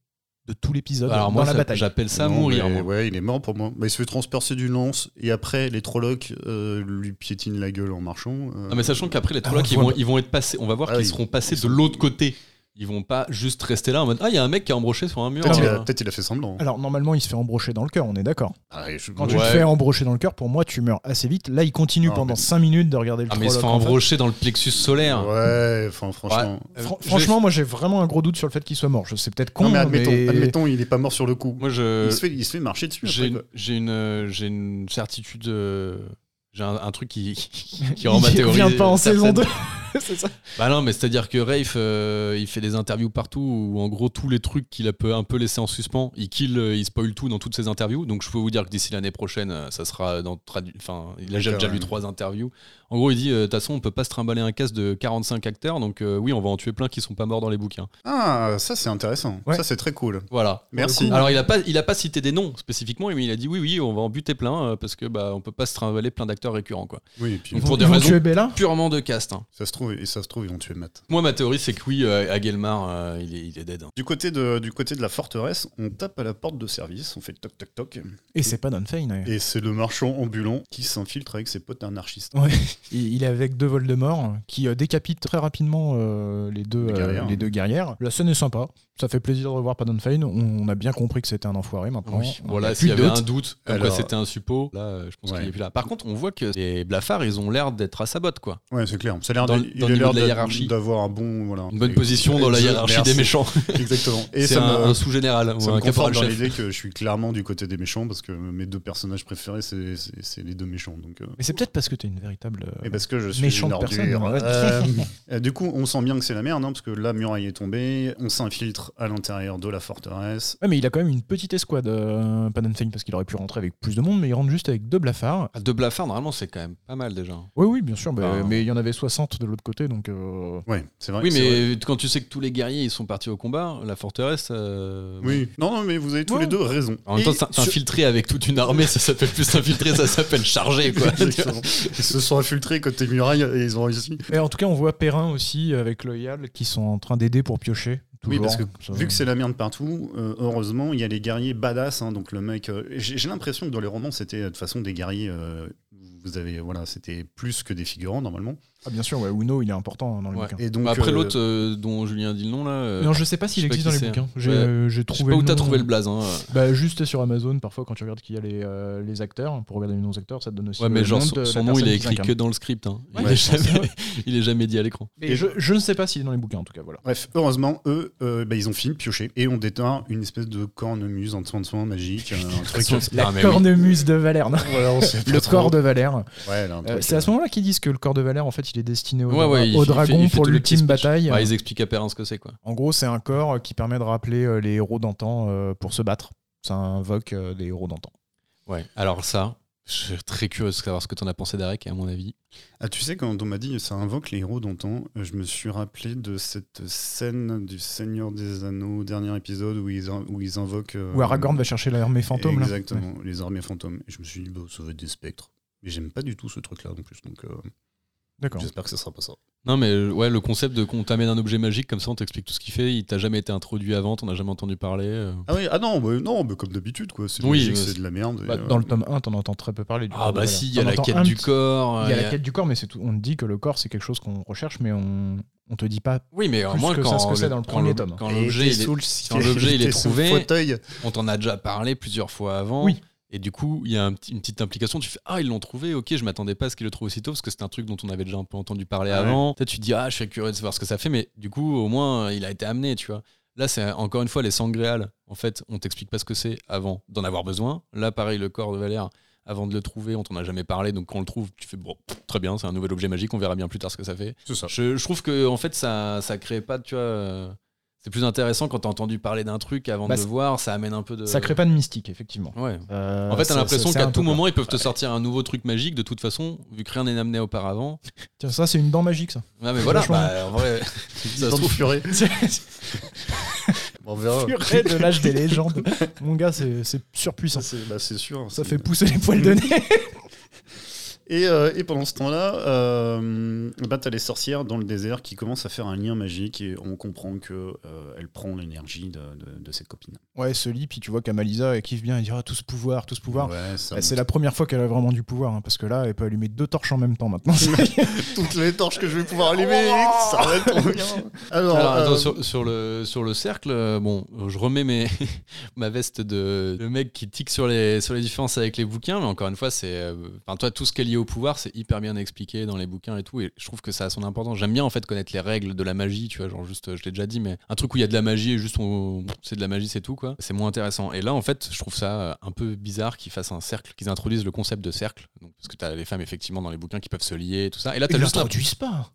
de tout l'épisode dans
Alors moi,
la
ça-
bataille.
j'appelle ça
Non,
mourir.
mais
moi.
Ouais, il est mort pour moi. Bah, il se fait transpercer d'une lance et après, les trollocs euh, lui piétinent la gueule en marchant. euh.
Non, mais sachant qu'après les
Ah,
trois
on
qui
voit
vont,
pas.
ils vont être passés. On va voir
Ah,
qu'ils
ils-
seront passés
ils
de
sont-
l'autre côté. Ils vont pas juste rester là en mode ah il y a un mec qui est embroché sur un mur.
Peut-être il,
euh.
a- peut-être il a fait semblant.
Alors, normalement, il se fait embrocher dans le cœur, on est d'accord.
Ah, je-
Quand
ouais.
tu te fais embrocher dans le cœur, pour moi, tu meurs assez vite. Là, il continue
Non,
pendant
mais-
5 minutes de regarder le
Ah mais il se fait
trolloc en face.
embrocher dans le plexus solaire.
Ouais, enfin, franchement.
Euh,
Fran-
je vais-
franchement, moi j'ai vraiment un gros doute sur le fait qu'il soit mort. Je sais peut-être con,
non, mais admettons,
mais-
admettons, il est pas mort sur le coup.
moi je
il, se fait, il se fait marcher dessus.
Euh, J'ai
Après,
une,
quoi.
j'ai une, euh, j'ai une certitude. euh, J'ai un, un truc qui, qui
il
rend ma théorie.
revient pas en
certaine.
saison 2. c'est ça.
Bah non, mais c'est-à-dire que Rafe, euh, il fait des interviews partout où en gros tous les trucs qu'il a peu, un peu laissé en suspens, il kill, euh, il spoil tout dans toutes ses interviews. Donc je peux vous dire que d'ici l'année prochaine, euh, ça sera dans. tradu- Enfin, il a déjà,
D'accord,
déjà lu
ouais.
trois interviews. En gros, il dit euh, de toute façon, on peut pas se trimballer un casse de 45 acteurs, donc euh, oui, on va en tuer plein qui sont pas morts dans les bouquins.
Ah, ça, c'est intéressant.
Ouais.
Ça, c'est très cool.
Voilà.
Merci.
Alors il a pas, il a pas cité des noms spécifiquement, mais il a dit oui, oui, on va en buter plein euh, parce que bah on peut pas se trimballer plein d'acteurs récurrents quoi.
Oui, et puis
Pour
Ils
des
vont
raisons-
tuer Bella
purement de caste. hein.
ça se trouve, et ça se trouve, ils vont tuer Matt.
Moi, ma théorie, c'est que oui, euh, Aguelmar, euh, il, est, il est dead.
Du côté, de, du côté de la forteresse, on tape à la porte de service, on fait toc toc toc,
Et c'est pas Don Fane. ouais.
et c'est le marchand ambulant qui s'infiltre avec ses potes anarchistes.
Ouais. Il il est avec deux Voldemort qui euh, décapitent très rapidement euh, les, deux,
Les
euh,
guerrières.
les deux guerrières. La scène est sympa. Ça fait plaisir de revoir Pardon Fane. On, on a bien compris que c'était un enfoiré maintenant. On a
Voilà,
plus
s'il y avait
de doute.
un doute, comme quoi
Alors-
c'était un suppôt, là, euh, je pense
Ouais.
qu'il est plus là. Par contre, on voit que les blafards, ils ont l'air d'être à sa botte, quoi.
Ouais, c'est clair. Ça a l'air
Dans-
d'a-
dans
il
le
a
niveau
l'air
de la
d'a-
hiérarchie.
d'avoir un bon. Voilà,
Une bonne position dans la hiérarchie
Merci.
des méchants.
Exactement. Et
C'est
ça
un,
me,
un sous-général ou
ça
un
me conforte dans
caporal-chef.
l'idée que je suis clairement du côté des méchants parce que mes deux personnages préférés, c'est- c'est c'est les deux méchants. Donc, euh,
Mais c'est peut-être parce que t'es une véritable. euh,
Et parce que je suis
Méchante
une ordure.
personne, ouais.
Euh, euh, du coup, on sent bien que c'est la merde, hein, parce que la muraille est tombée, on s'infiltre à l'intérieur de la forteresse.
Ouais, mais il a quand même une petite escouade, euh, Pardon Fane, parce qu'il aurait pu rentrer avec plus de monde, mais il rentre juste avec deux blafards.
Ah, Deux blafards, normalement, c'est quand même pas mal déjà.
Oui, oui, bien sûr, mais-
Ah.
mais il y en avait 60 de l'autre côté, donc. euh,
Ouais, c'est vrai.
Oui,
c'est vrai.
mais quand tu sais que tous les guerriers ils sont partis au combat, la forteresse. euh,
Oui. Non, non, mais vous avez tous
Ouais.
les deux raison.
En même
Et
temps, s'in-
sur-
s'infiltrer avec toute une armée, ça s'appelle plus s'infiltrer, ça s'appelle charger, quoi.
Exactement. Ils se sont infiltrés côté muraille et ils ont réussi.
Et en tout cas, on voit Perrin aussi avec Loyal qui sont en train d'aider pour piocher.
Oui, parce que
toujours. Ça-
Vu que c'est la merde partout, euh, heureusement, il y a les guerriers badass. hein, donc le mec, euh, j'ai j'ai l'impression que dans les romans, c'était euh, de toute façon des guerriers. euh, vous avez, voilà, c'était plus que des figurants normalement.
Ah, bien sûr, ouais, Uno, il est important hein, dans le
Ouais.
bouquin.
Et donc
Bah, après
euh,
l'autre euh, dont Julien dit le nom, là. euh,
Non, je sais pas s'il
je sais pas
existe
qui
dans les
c'est. hein.
bouquins. J'ai
Ouais.
euh, j'ai
je sais
trouvé.
pas où
le
t'as
nom.
trouvé le blaze. Hein.
Bah, juste sur Amazon, parfois quand tu regardes qu'il y a les, euh, les acteurs, pour regarder les noms acteurs, ça te donne aussi.
Ouais, mais
le
genre,
nom
son,
de
son
la
nom, il
personne
est
qui
écrit que
l'incarne.
dans le script. hein.
Ouais,
il, est
je pense,
jamais, il est jamais dit à l'écran.
Et je, je ne sais pas s'il est dans les bouquins, en tout cas, voilà.
Bref, heureusement, eux, euh, bah, ils ont fini de piocher et on déteint une espèce de cornemuse en soin de soin magique. euh, un truc.
La
Ah, mais oui.
cornemuse de Valère, non
Voilà, on sait pas
Le
trop.
corps de Valère.
Ouais, là, un
Euh,
truc,
c'est
euh,
à ce moment-là qu'ils disent que le corps de Valère, en fait, il est destiné au,
Ouais, ouais, il-
au
il fait-
dragon
il fait
pour
tout le petit
l'ultime
speech.
bataille.
Ouais, ils expliquent à Perrin ce que c'est, quoi.
En gros, c'est un corps qui permet de rappeler euh, les héros d'antan euh, pour se battre. Ça invoque euh, des héros d'antan.
Ouais. Alors, ça, je suis très curieux de savoir ce que t'en as pensé, Darek, à mon avis.
Ah, tu sais, quand on m'a dit ça invoque les héros d'antan, euh, je me suis rappelé de cette scène du Seigneur des Anneaux, dernier épisode, où ils, in- où ils invoquent. euh,
Ou Aragorn va chercher l'armée fantôme. là.
Exactement, les armées fantômes. Et je me suis dit, bah, ça va être des spectres. Mais j'aime pas du tout ce truc-là en plus, donc euh,
D'accord.
j'espère que ça sera pas ça.
Non, mais euh, ouais, le concept de qu'on t'amène un objet magique, comme ça, on t'explique tout ce qu'il fait. Il t'a jamais été introduit avant, t'en as jamais entendu parler. euh.
Ah oui, ah non, bah, non, bah, comme d'habitude, quoi. C'est
Oui,
magique,
euh,
c'est de la merde. et,
Bah,
euh,
dans le tome 1, t'en entends très peu parler. du
Ah,
corps de
bah
Valère.
si, il y a
T'en
la
entends
quête
un
du
petit-
corps.
Il y a
euh,
la quête du corps, mais c'est tout. On te dit que le corps, c'est quelque chose qu'on recherche, mais on, on te dit pas.
Oui, mais au
Plus
moins
que ça,
quand
ce que c'est dans le
quand
premier
l'ob-
tome.
Quand
et
l'objet,
t'es
il est-
sous le-
quand l'objet, il est
t'es sous le
trouvé,
fauteuil.
on t'en a déjà parlé plusieurs fois avant.
Oui.
Et du coup, il y a un petit- une petite implication. Tu fais Ah, ils l'ont trouvé. Ok, je m'attendais pas à ce qu'ils le trouvent aussitôt parce que c'est un truc dont on avait déjà un peu entendu parler
Ah ouais.
avant. Peut-être tu te dis Ah, je suis curieux de savoir ce que ça fait, mais du coup, au moins, il a été amené, tu vois. Là, c'est encore une fois les sangréales. En fait, on t'explique pas ce que c'est avant d'en avoir besoin. Là, pareil, le corps de Valère, avant de le trouver, on t'en a jamais parlé. Donc, quand on le trouve, tu fais Bon, pff, très bien, c'est un nouvel objet magique. On verra bien plus tard ce que ça fait.
C'est ça.
Ah.
Je, je trouve que en fait ça ça crée pas tu vois euh, c'est plus intéressant quand t'as entendu parler d'un truc avant
Bah,
de
c'est-
le voir ça amène un peu de
Ça crée pas de mystique, effectivement.
ouais
Euh,
Euh, en fait
c'est-
t'as l'impression
c'est- c'est
qu'à
un
tout
peu peur.
moment ils peuvent te sortir un nouveau truc magique de toute façon vu que rien n'est amené auparavant
Tiens, ça, c'est une dent magique, ça.
ah mais voilà
Franchement.
bah, en vrai ça se trouve
furé.
Purée
On verra.
de l'âge des légendes. Mon gars, c'est c'est surpuissant. Mm.
Ça, c'est bah, c'est sûr.
Ça
c'est-
fait pousser les poils de nez.
Et, euh, et pendant ce temps-là, euh, bah, t'as les sorcières dans le désert qui commencent à faire un lien magique et on comprend que euh, elle prend l'énergie de, de, de ses copines.
Ouais, se lit, puis tu vois qu'Amalisa, elle kiffe bien, elle dit Ah, tout ce pouvoir, tout ce pouvoir.
Ouais, ça
Bah, c'est
monte.
la première fois qu'elle a vraiment du pouvoir, hein, parce que là, elle peut allumer deux torches en même temps maintenant.
Ah,
toutes les torches que je vais pouvoir allumer. ça va être trop bien. Alors,
Alors,
euh,
attends, sur, sur le, sur le cercle, euh, bon, je remets mes, ma veste de, de mec qui tique sur les, sur les différences avec les bouquins, mais encore une fois, c'est. euh, Enfin, toi, tout ce qui est lié au pouvoir, c'est hyper bien expliqué dans les bouquins et tout, et je trouve que ça a son importance. J'aime bien, en fait, connaître les règles de la magie, tu vois, genre juste, euh, je l'ai déjà dit, mais un truc où il y a de la magie et juste on- c'est de la magie, c'est tout, quoi. C'est moins intéressant. Et là, en fait, je trouve ça euh, un peu bizarre qu'ils fassent un cercle, qu'ils introduisent le concept de cercle, donc, parce que t'as les femmes, effectivement, dans les bouquins qui peuvent se lier et tout ça. Et là, t'as
Ils
juste la-
l'introduisent pas.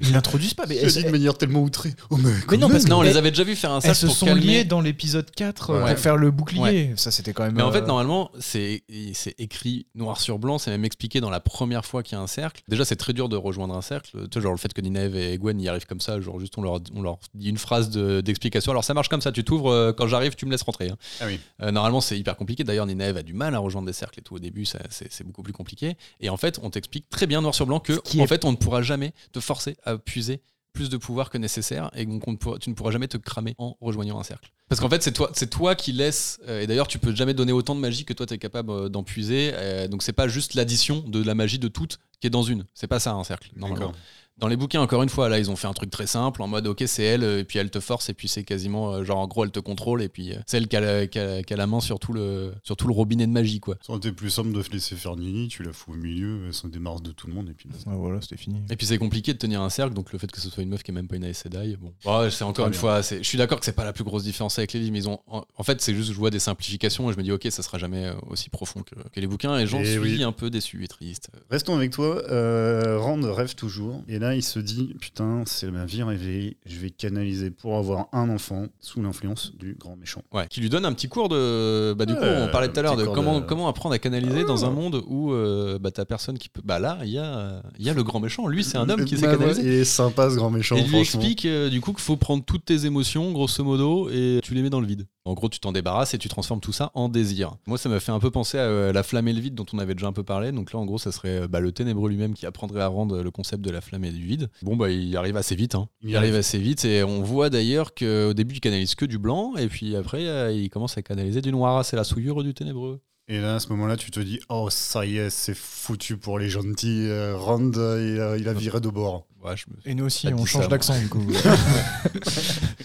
Ils l'introduisent pas. Ah, Mais
je le dis de
elles,
manière tellement outrée. Oh, mais, quand
non,
même.
parce que-
Non, on
Mais-
les avait déjà vu faire un cercle
elles se
pour
sont
calmer.
liées dans l'épisode 4 euh,
Ouais.
pour faire le bouclier. Ça, c'était quand même.
Mais en fait,
euh,
normalement, c'est c'est écrit noir sur blanc, c'est même expliqué dans la première fois qu'il y a un cercle. Déjà, c'est très dur de rejoindre un cercle. Tu sais, genre le fait que Ninève et Gwen y arrivent comme ça, genre juste on leur, on leur dit une phrase de- d'explication. Alors ça marche comme ça, tu t'ouvres, euh, quand j'arrive, tu me laisses rentrer. hein.
Ah oui.
Euh, normalement, c'est hyper compliqué. D'ailleurs, Ninève a du mal à rejoindre des cercles et tout au début, ça- c'est c'est beaucoup plus compliqué. Et en fait, on t'explique très bien noir sur blanc que,
Ce qui
en
est-
fait, on ne pourra jamais te forcer à puiser plus de pouvoir que nécessaire et donc on ne pourra- tu ne pourras jamais te cramer en rejoignant un cercle. Parce qu'en fait, c'est toi, c'est toi qui laisse, euh, et d'ailleurs, tu peux jamais donner autant de magie que toi tu es capable euh, d'en puiser. euh, donc, c'est pas juste l'addition de la magie de toutes qui est dans une. C'est pas ça un cercle, normalement.
D'accord.
Dans les bouquins, encore une fois, là, ils ont fait un truc très simple en mode ok, c'est elle, euh, et puis elle te force, et puis c'est quasiment euh, genre en gros, elle te contrôle, et puis euh, c'est elle qui a, la- qui a- qui a la main sur tout, le, sur tout le robinet de magie, quoi.
Ça aurait été plus simple de laisser faire Nini, tu la fous au milieu, elle s'en démarre de tout le monde et puis basta.
Ah, voilà, c'était fini.
Et puis c'est compliqué de tenir un cercle, donc le fait que ce soit une meuf qui est même pas une Aes Sedai, bon. Ouais, c'est encore
Très
une
bien.
fois, c'est- je suis d'accord que c'est pas la plus grosse différence avec les livres, mais ils ont. En, en fait, c'est juste que je vois des simplifications et je me dis, ok, ça sera jamais euh, aussi profond que, que les bouquins, et j'en
Eh
suis
oui.
un peu déçu et triste.
Restons avec toi. Euh, Rand rêve toujours. Et là, il se dit Putain, c'est ma vie rêvée. Je vais canaliser pour avoir un enfant sous l'influence du grand méchant.
Ouais. Qui lui donne un petit cours de. Bah, du
Ouais,
coup, on parlait tout à
un
l'heure
petit
de
cours
comment,
de-
comment apprendre à canaliser dans
Ah.
un monde où euh, bah, t'as personne qui peut. Bah là, il y, a, euh, il y a le grand méchant, lui, c'est un homme qui
Bah
s'est
ouais,
canalisé.
Il est sympa, ce grand méchant.
Et il lui
franchement.
explique euh, du coup qu'il faut prendre toutes tes émotions, grosso modo, et tu les mets dans le vide. En gros, tu t'en débarrasses et tu transformes tout ça en désir. Moi, ça m'a fait un peu penser à euh, la flamme et le vide dont on avait déjà un peu parlé. Donc là, en gros, ça serait euh, bah, le ténébreux lui-même qui apprendrait à rendre le concept de la flamme et du vide. Bon, bah, il arrive assez vite. hein.
Il
Il arrive assez vite et on voit d'ailleurs qu'au début, il canalise que du blanc et puis après, euh, il commence à canaliser du noir. Ah, C'est la souillure du ténébreux.
Et là, à ce moment-là, tu te dis Oh, ça y est, c'est foutu pour les gentils. Euh, Rand, euh, il a, il a viré de bord.
Ouais, je me-
Et nous aussi,
T'as
on
dit
change
ça,
d'accent du coup.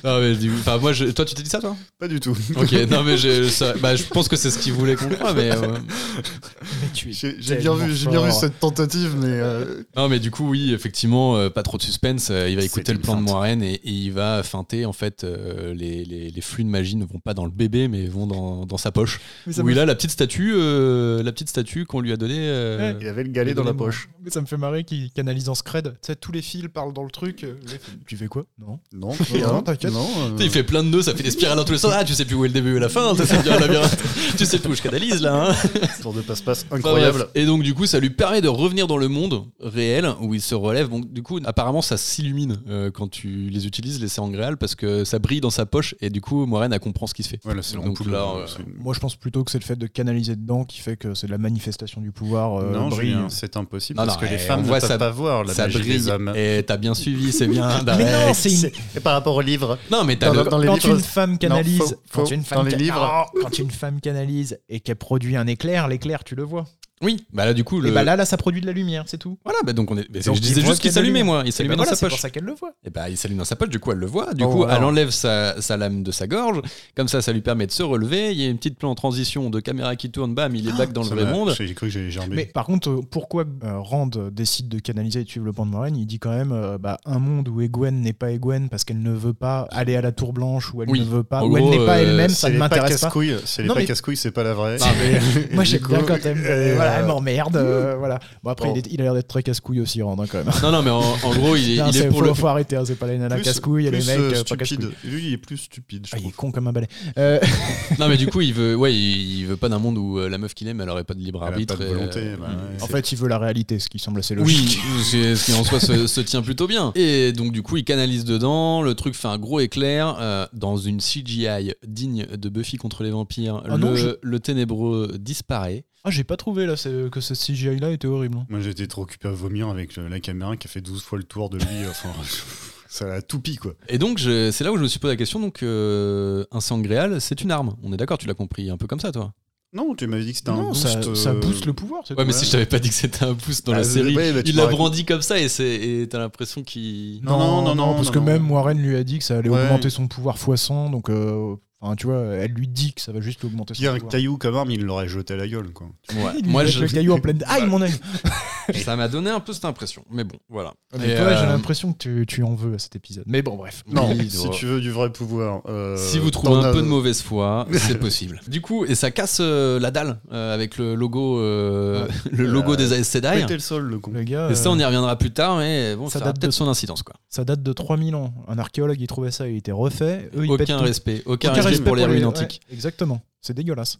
Non, mais je dis- enfin, moi, je- toi, tu t'es dit ça, toi
Pas du tout.
Ok, non, mais je, ça- bah, je pense que c'est ce qu'il voulait qu'on croie, mais. euh,
J'ai j'ai bien, vu, j'ai bien vu cette tentative, mais. euh,
Non, mais du coup, oui, effectivement, euh, pas trop de suspense. euh, il va
C'était
écouter le
une
plan de
feinte.
Moiraine et, et il va feinter. En fait, euh, les, les- les flux de magie ne vont pas dans le bébé, mais vont dans, dans sa poche.
Mais ça,
Où
me...
il a la petite statue, euh, la petite statue qu'on lui a donnée. euh,
il avait le galet dans la poche.
mais ça me fait marrer qu'il canalise en scred. Tu sais, tous les fils parlent dans le truc. euh, les- Tu fais quoi Non.
Non,
Non,
non,
t'inquiète.
non, euh,
Tu sais, Il fait plein de nœuds, ça fait des spirales dans tous les sens. Ah, tu sais plus où est le début et la fin. ça, c'est bien un labyrinthe. tu sais plus où je canalise là. hein.
tour de passe-passe
Enfin, bref.
incroyable.
Et donc du coup, ça lui permet de revenir dans le monde réel où il se relève. Bon, du coup, apparemment, ça s'illumine euh, quand tu les utilises les séances réelles parce que ça brille dans sa poche et du coup, Moiraine elle comprend ce qui se fait.
Voilà, c'est
Donc
l'ampoule,
là,
euh,
euh,
c'est-
Moi, je pense plutôt que c'est le fait de canaliser dedans qui fait que c'est de la manifestation du pouvoir. euh,
non,
brille.
Julien, c'est impossible
Non,
parce
non,
que les
eh,
femmes
on
ne
voit
peuvent
ça-
pas voir la
ça
magie
brille.
des hommes.
Et t'as bien suivi, c'est bien.
Mais
Darek.
non, c'est une.
Et par rapport au livre,
Non, mais t'as
Dans-
le-
Bah, dans les
quand
livres-
une femme canalise,
Non, faux,
quand
faux.
une femme
Dans les
ca-
livres.
Oh, quand une femme canalise et qu'elle produit un éclair, l'éclair, tu le vois.
Oui, bah là, du coup, le.
Et bah là, là, ça produit de la lumière, c'est tout.
Voilà, bah donc on est. mais
Donc,
je disais
il voit
juste
qu'il y a
qu'il
de la
s'allumait,
lumière.
moi. Il
Et
s'allumait
bah
dans
voilà,
sa
c'est pour
poche.
ça qu'elle le voit.
Et bah il s'allume dans sa poche, du coup elle le voit. Du
Oh,
coup,
voilà.
elle enlève sa, sa lame de sa gorge. Comme ça, ça lui permet de se relever. Il y a une petite plan en transition de caméra qui tourne, bam, il est back dans le
ça
vrai
m'a-
monde.
J'ai cru que j'allais gerber.
Mais par contre, euh, pourquoi euh, Rand décide de canaliser et de suivre le plan de Moraine Il dit quand même euh, bah, un monde où Egwen n'est pas Egwen parce qu'elle ne veut pas aller à la Tour Blanche, où elle
Oui.
ne veut pas,
En
où elle
gros,
n'est pas
euh,
elle-même,
c'est
ça ne
les pas
m'intéresse pas.
casse-couilles, c'est les
Non,
pas
mais-
casse-couilles, c'est pas la vraie.
Non, mais-
Et
Moi,
du
j'aime
coup,
bien quand elle, me-
euh,
voilà, elle m'emmerde. euh, voilà. Bon, après,
Bon.
il, est- il a l'air d'être très casse-couille aussi, Rand, hein, quand même.
Non, non, mais en, en gros, il est,
Non,
il est
c'est-
pour
faut,
le.
faut arrêter, hein, c'est pas les nanas
plus-
casse-couilles et les
plus,
mecs
euh,
euh, pas casse-couilles.
stupide. Lui, il est plus stupide, je
Ah, il est
trouve.
con comme un balai. Euh,
Non, mais du coup, il veut, ouais, il il veut pas d'un monde où euh, la meuf qu'il aime, elle aurait pas de libre
Elle a pas
arbitre.
de
et,
volonté,
euh,
bah, ouais.
en
C'est-
fait, il veut la réalité, ce qui semble assez
Oui,
logique.
c'est- ce qui en soi se, se tient plutôt bien. Et donc du coup, il canalise dedans, le truc fait un gros éclair euh, dans une CGI digne de Buffy contre les vampires.
Ah
le,
non, je-
le ténébreux disparaît.
Ah, j'ai pas trouvé là c'est- que cette CGI là était horrible. hein.
Moi, j'étais trop occupé à vomir avec le- la caméra qui a fait 12 fois le tour de lui. euh, Enfin, ça l'a toupie, quoi.
Et donc je- c'est là où je me suis posé la question. Donc euh, un sangréal, c'est une arme. On est d'accord, tu l'as compris un peu comme ça, toi.
Non, tu m'avais dit que c'était un
Non,
boost.
ça, ça
euh,
booste le pouvoir. c'est
Ouais, mais
tout.
si je t'avais pas dit que c'était un boost dans
Ah,
la
c'est-
série,
ouais, bah, tu
il l'a
m'aurais-
brandi comme ça et c'est et t'as l'impression qu'il.
Non, non, non, non,
parce
non,
que
non.
même Warren lui a dit que ça allait
Ouais.
augmenter son pouvoir x 100, donc euh, enfin, tu vois, elle lui dit que ça va juste augmenter son
Pire, un
pouvoir.
caillou comme arme, il l'aurait jeté à la gueule, quoi.
Ouais.
Il lui
Moi,
jette
je,
le caillou en pleine. Aïe, mon œil
ça m'a donné un peu cette impression. Mais bon, voilà.
Ah, Mais
Et,
toi, j'ai
euh,
l'impression que tu, tu en veux à cet épisode. Mais bon, bref.
Non,
Oui,
si
doit-
tu veux du vrai pouvoir. euh,
Si vous trouvez
t'en
un
as-
peu de mauvaise foi, c'est possible. Du coup, et ça casse euh, la dalle euh, avec le logo, euh, le logo
Euh,
des AS Sedai.
Pétez le sol, le con.
Le gars,
Et ça, on
euh,
y reviendra plus tard, mais bon,
ça
ça,
date
a peut-être
de-
son incidence. Quoi.
ça date de 3000 ans. Un archéologue, il trouvait ça, il était refait. Eux, ils pètent
Aucun
tout.
respect, aucun,
Aucun
respect pour les ruines
ouais,
antiques.
exactement. C'est dégueulasse.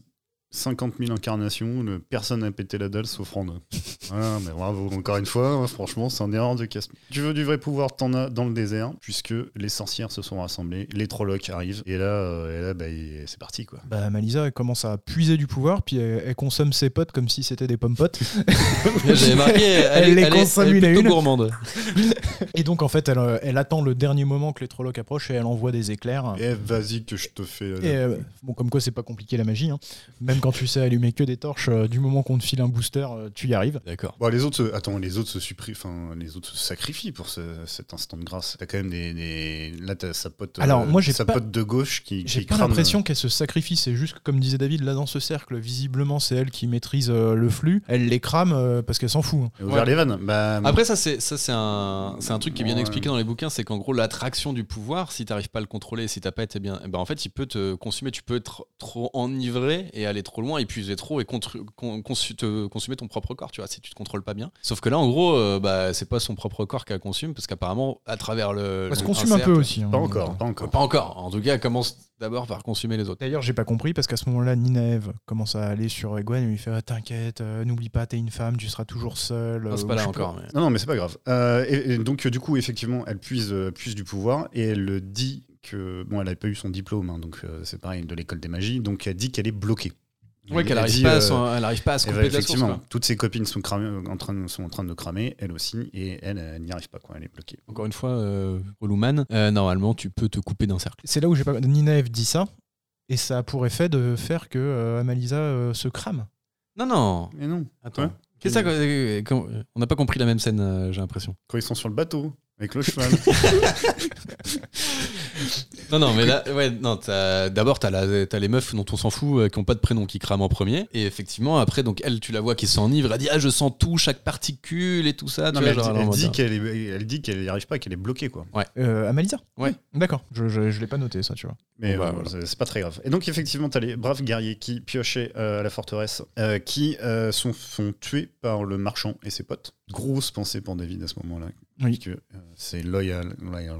50 000 incarnations, le- personne n'a pété la dalle sauf Rando. Voilà, mais bravo, encore une fois, hein, franchement, c'est un erreur de casse. Tu veux du vrai pouvoir, t'en as dans le désert, puisque les sorcières se sont rassemblées, les trollocs arrivent, et là, euh, et là bah, il- c'est parti, quoi.
Bah, Malisa, elle commence à puiser du pouvoir, puis elle, elle consomme ses potes comme si c'était des pommes potes.
J'avais marqué, elle,
Elle les
est- elle est-
consomme
elle est
une à
plutôt
une.
gourmande.
Et donc, en fait, elle, euh, elle attend le dernier moment que les trollocs approchent et elle envoie des éclairs.
Eh, vas-y que je te fais... euh,
Et, euh, bon, comme quoi, c'est pas compliqué la magie. hein. Même quand tu sais allumer que des torches, euh, du moment qu'on te file un booster, euh, tu y arrives.
D'accord.
Bon, les autres, se... attends, les autres se suppriment, enfin, les autres se sacrifient pour ce- cet instant de grâce. T'as quand même des, des- là, t'as sa pote, euh,
Alors, moi, j'ai
sa
pas-
pote de gauche qui,
J'ai
qui
pas
crame,
euh.
l'impression qu'elle se sacrifie, c'est juste que, comme disait David, là dans ce cercle, visiblement c'est elle qui maîtrise euh, le flux. Elle les crame euh, parce qu'elle s'en fout.
euh, Ouvert
Ouais.
les vannes. Bah,
Après, ça, c'est ça, c'est un, c'est un truc qui est bien
Ouais.
expliqué dans les bouquins c'est qu'en gros, l'attraction du pouvoir, si t'arrives pas à le contrôler, si t'as pas été bien. eh Ben, en fait, il peut te consumer, tu peux être trop enivré et aller trop loin, épuiser trop et contru- con- consu- te consumer ton propre corps, tu vois, si tu te contrôles pas bien. Sauf que là, en gros, euh, bah, c'est pas son propre corps qu'elle consomme, parce qu'apparemment, à travers le.
Elle se
le-
consume un peu
Euh, cercle-
aussi. hein.
Pas encore, pas encore.
Pas encore. En tout cas, elle commence d'abord par consumer les autres.
D'ailleurs, j'ai pas compris parce qu'à ce moment-là, Nina Eve commence à aller sur Gwen et lui fait Ah, T'inquiète, euh, n'oublie pas, t'es une femme, tu seras toujours seule.
Non, c'est
euh,
pas
ou je
là
sais
encore. mais-
Non, non, mais c'est pas grave. Euh, et, et donc, euh, du coup, effectivement, elle puise, euh, puise du pouvoir et elle euh, dit que. Bon, elle a pas eu son diplôme, hein, donc euh, c'est pareil, de l'école des magies, donc elle dit qu'elle est bloquée.
Ouais,
Elle-
qu'elle
elle
arrive,
dit,
pas à
euh,
s'en- elle arrive pas à se
eh ben,
couper de la source.
effectivement,
quoi.
toutes ses copines sont, cramées- euh, en, train, de- sont en train de cramer, elle aussi, et elle, elle n'y arrive pas, quoi, elle est bloquée.
Encore une fois, euh, Oluman, euh, normalement, tu peux te couper d'un cercle.
C'est là où j'ai pas. Nina Eve dit ça et ça a pour effet de faire que euh, Amalisa euh, se crame.
Non, non.
Mais non,
Attends.
Ouais.
Qu'est-ce que ça, euh, quand- euh, on n'a pas compris la même scène, euh, j'ai l'impression.
quand ils sont sur le bateau, avec le cheval.
Non, non, mais là, ouais, non, t'as- d'abord, t'as, la- t'as les meufs dont on s'en fout, euh, qui n'ont pas de prénom, qui crament en premier. Et effectivement, après, donc, elle, tu la vois qui s'enivre, elle dit, ah, je sens tout, chaque particule et tout ça.
non,
tu vois,
mais elle,
genre,
dit-
alors,
elle
en mode, hein.
dit qu'elle est- elle dit qu'elle n'y arrive pas, qu'elle est bloquée, quoi.
Euh, Amalisa
Ouais.
D'accord, je, je, je l'ai pas noté ça, tu vois.
Mais
Bon, bah,
euh,
voilà.
c'est- c'est pas très grave. Et donc, effectivement, t'as les braves guerriers qui piochaient euh, à la forteresse, euh, qui euh, sont, sont tués par le marchand et ses potes. Grosse pensée pour David à ce moment-là.
Oui.
puisque, euh, c'est loyal. Loyal.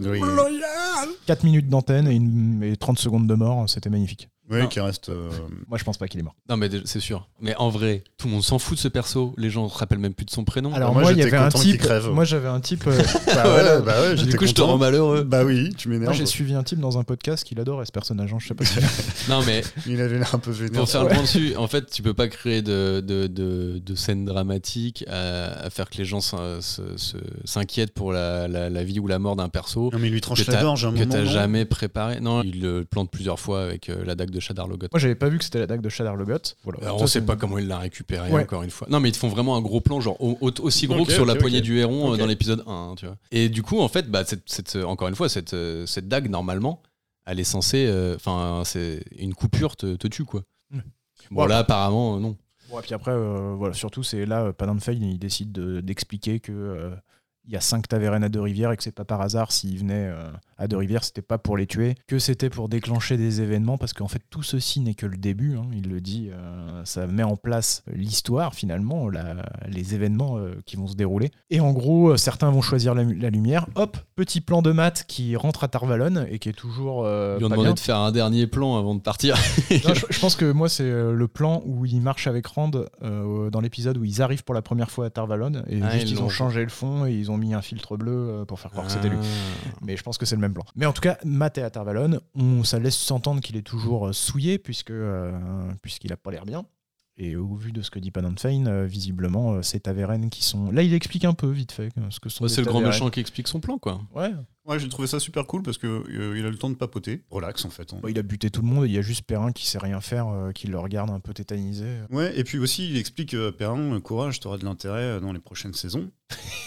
Loyal. loyal.
4 minutes d'antenne et, une- et 30 secondes de mort, c'était magnifique.
Oui, qui reste. euh,
Moi, je pense pas qu'il est mort.
Non, mais déjà, c'est sûr. Mais en vrai, tout le monde s'en fout de ce perso. Les gens se rappellent même plus de son prénom.
Alors,
moi,
moi, il y
j'étais
avait un
content qu'il
type.
crève.
Moi, j'avais un type. euh,
bah ouais, bah ouais,
du
j'étais
coup, je te
content.
rends malheureux.
Bah oui, tu
moi,
m'énerves.
j'ai suivi un type dans un podcast qu'il adorait ce personnage. hein, je sais pas si-
Non, mais
Il avait l'air un peu vénère.
Pour faire le point dessus, en fait, tu peux pas créer de, de, de, de scène dramatique à, à faire que les gens s'in- se- se- s'inquiètent pour la, la, la vie ou la mort d'un perso
Non, mais il lui tranche
que
la
t'as-
gorge à un
que
moment.
t'as
non
jamais préparé. Non, il le plante plusieurs fois avec euh, la dague de Shadar Logoth.
Moi, j'avais pas vu que c'était l'attaque de Shadar Logot. Voilà.
Alors,
Ça,
Euh, on sait
c'est-
pas comment il l'a récupéré
Ouais.
encore une fois. Non mais ils te font vraiment un gros plan genre au- au- aussi gros
Ok,
que sur
ok,
la
ok.
poignée du héron euh,
Ok.
dans l'épisode 1, hein, tu vois. Et du coup en fait bah cette, cette- euh, encore une fois cette, euh, cette dague normalement elle est censée euh, enfin c'est une coupure te, te tue quoi.
Ouais.
Bon
Hmm. Ouais.
là apparemment euh, non.
Bon, et puis après, euh, voilà, surtout, c'est là, euh, Padin de Feuille, il décide de- d'expliquer que. euh, il y a cinq tavernes à Deux-Rivières et que c'est pas par hasard s'ils venaient euh, à Deux-Rivières, c'était pas pour les tuer, que c'était pour déclencher des événements parce qu'en fait tout ceci n'est que le début, hein, il le dit, euh, ça met en place l'histoire finalement, la- les événements euh, qui vont se dérouler. Et en gros, euh, certains vont choisir la, mu- la lumière, hop, petit plan de maths qui rentre à Tarvalon et qui est toujours... euh,
Ils lui ont
pas
demandé
bien.
de faire un dernier plan avant de partir.
Non, je, je pense que moi, c'est euh, le plan où ils marchent avec Rand euh, dans l'épisode où ils arrivent pour la première fois à Tarvalon et
Ah,
juste
ils
ils
l'ont-
ont changé le fond et ils ont mis un filtre bleu euh, pour faire croire que c'était lui.
Ah.
Mais je pense que c'est le même plan. Mais en tout cas, Matt est à Tarvalon, on, ça laisse s'entendre qu'il est toujours euh, souillé puisque euh, puisqu'il a pas l'air bien. Et au vu de ce que dit Pananfein, euh, visiblement, euh, c'est Taveren qui sont. Là, il explique un peu vite fait euh, ce que sont.
Ouais,
des
c'est le grand
Tavernes.
méchant qui explique son plan, quoi.
Ouais.
Ouais, j'ai trouvé ça super cool parce que euh, il a le temps de papoter. Relax, en fait. hein.
Bon, Bah, il a buté tout le monde. Il y a juste Perrin qui sait rien faire, euh, qui le regarde un peu tétanisé.
Ouais, et puis aussi, il explique euh, Perrin, euh, courage, tu auras de l'intérêt euh, dans les prochaines saisons.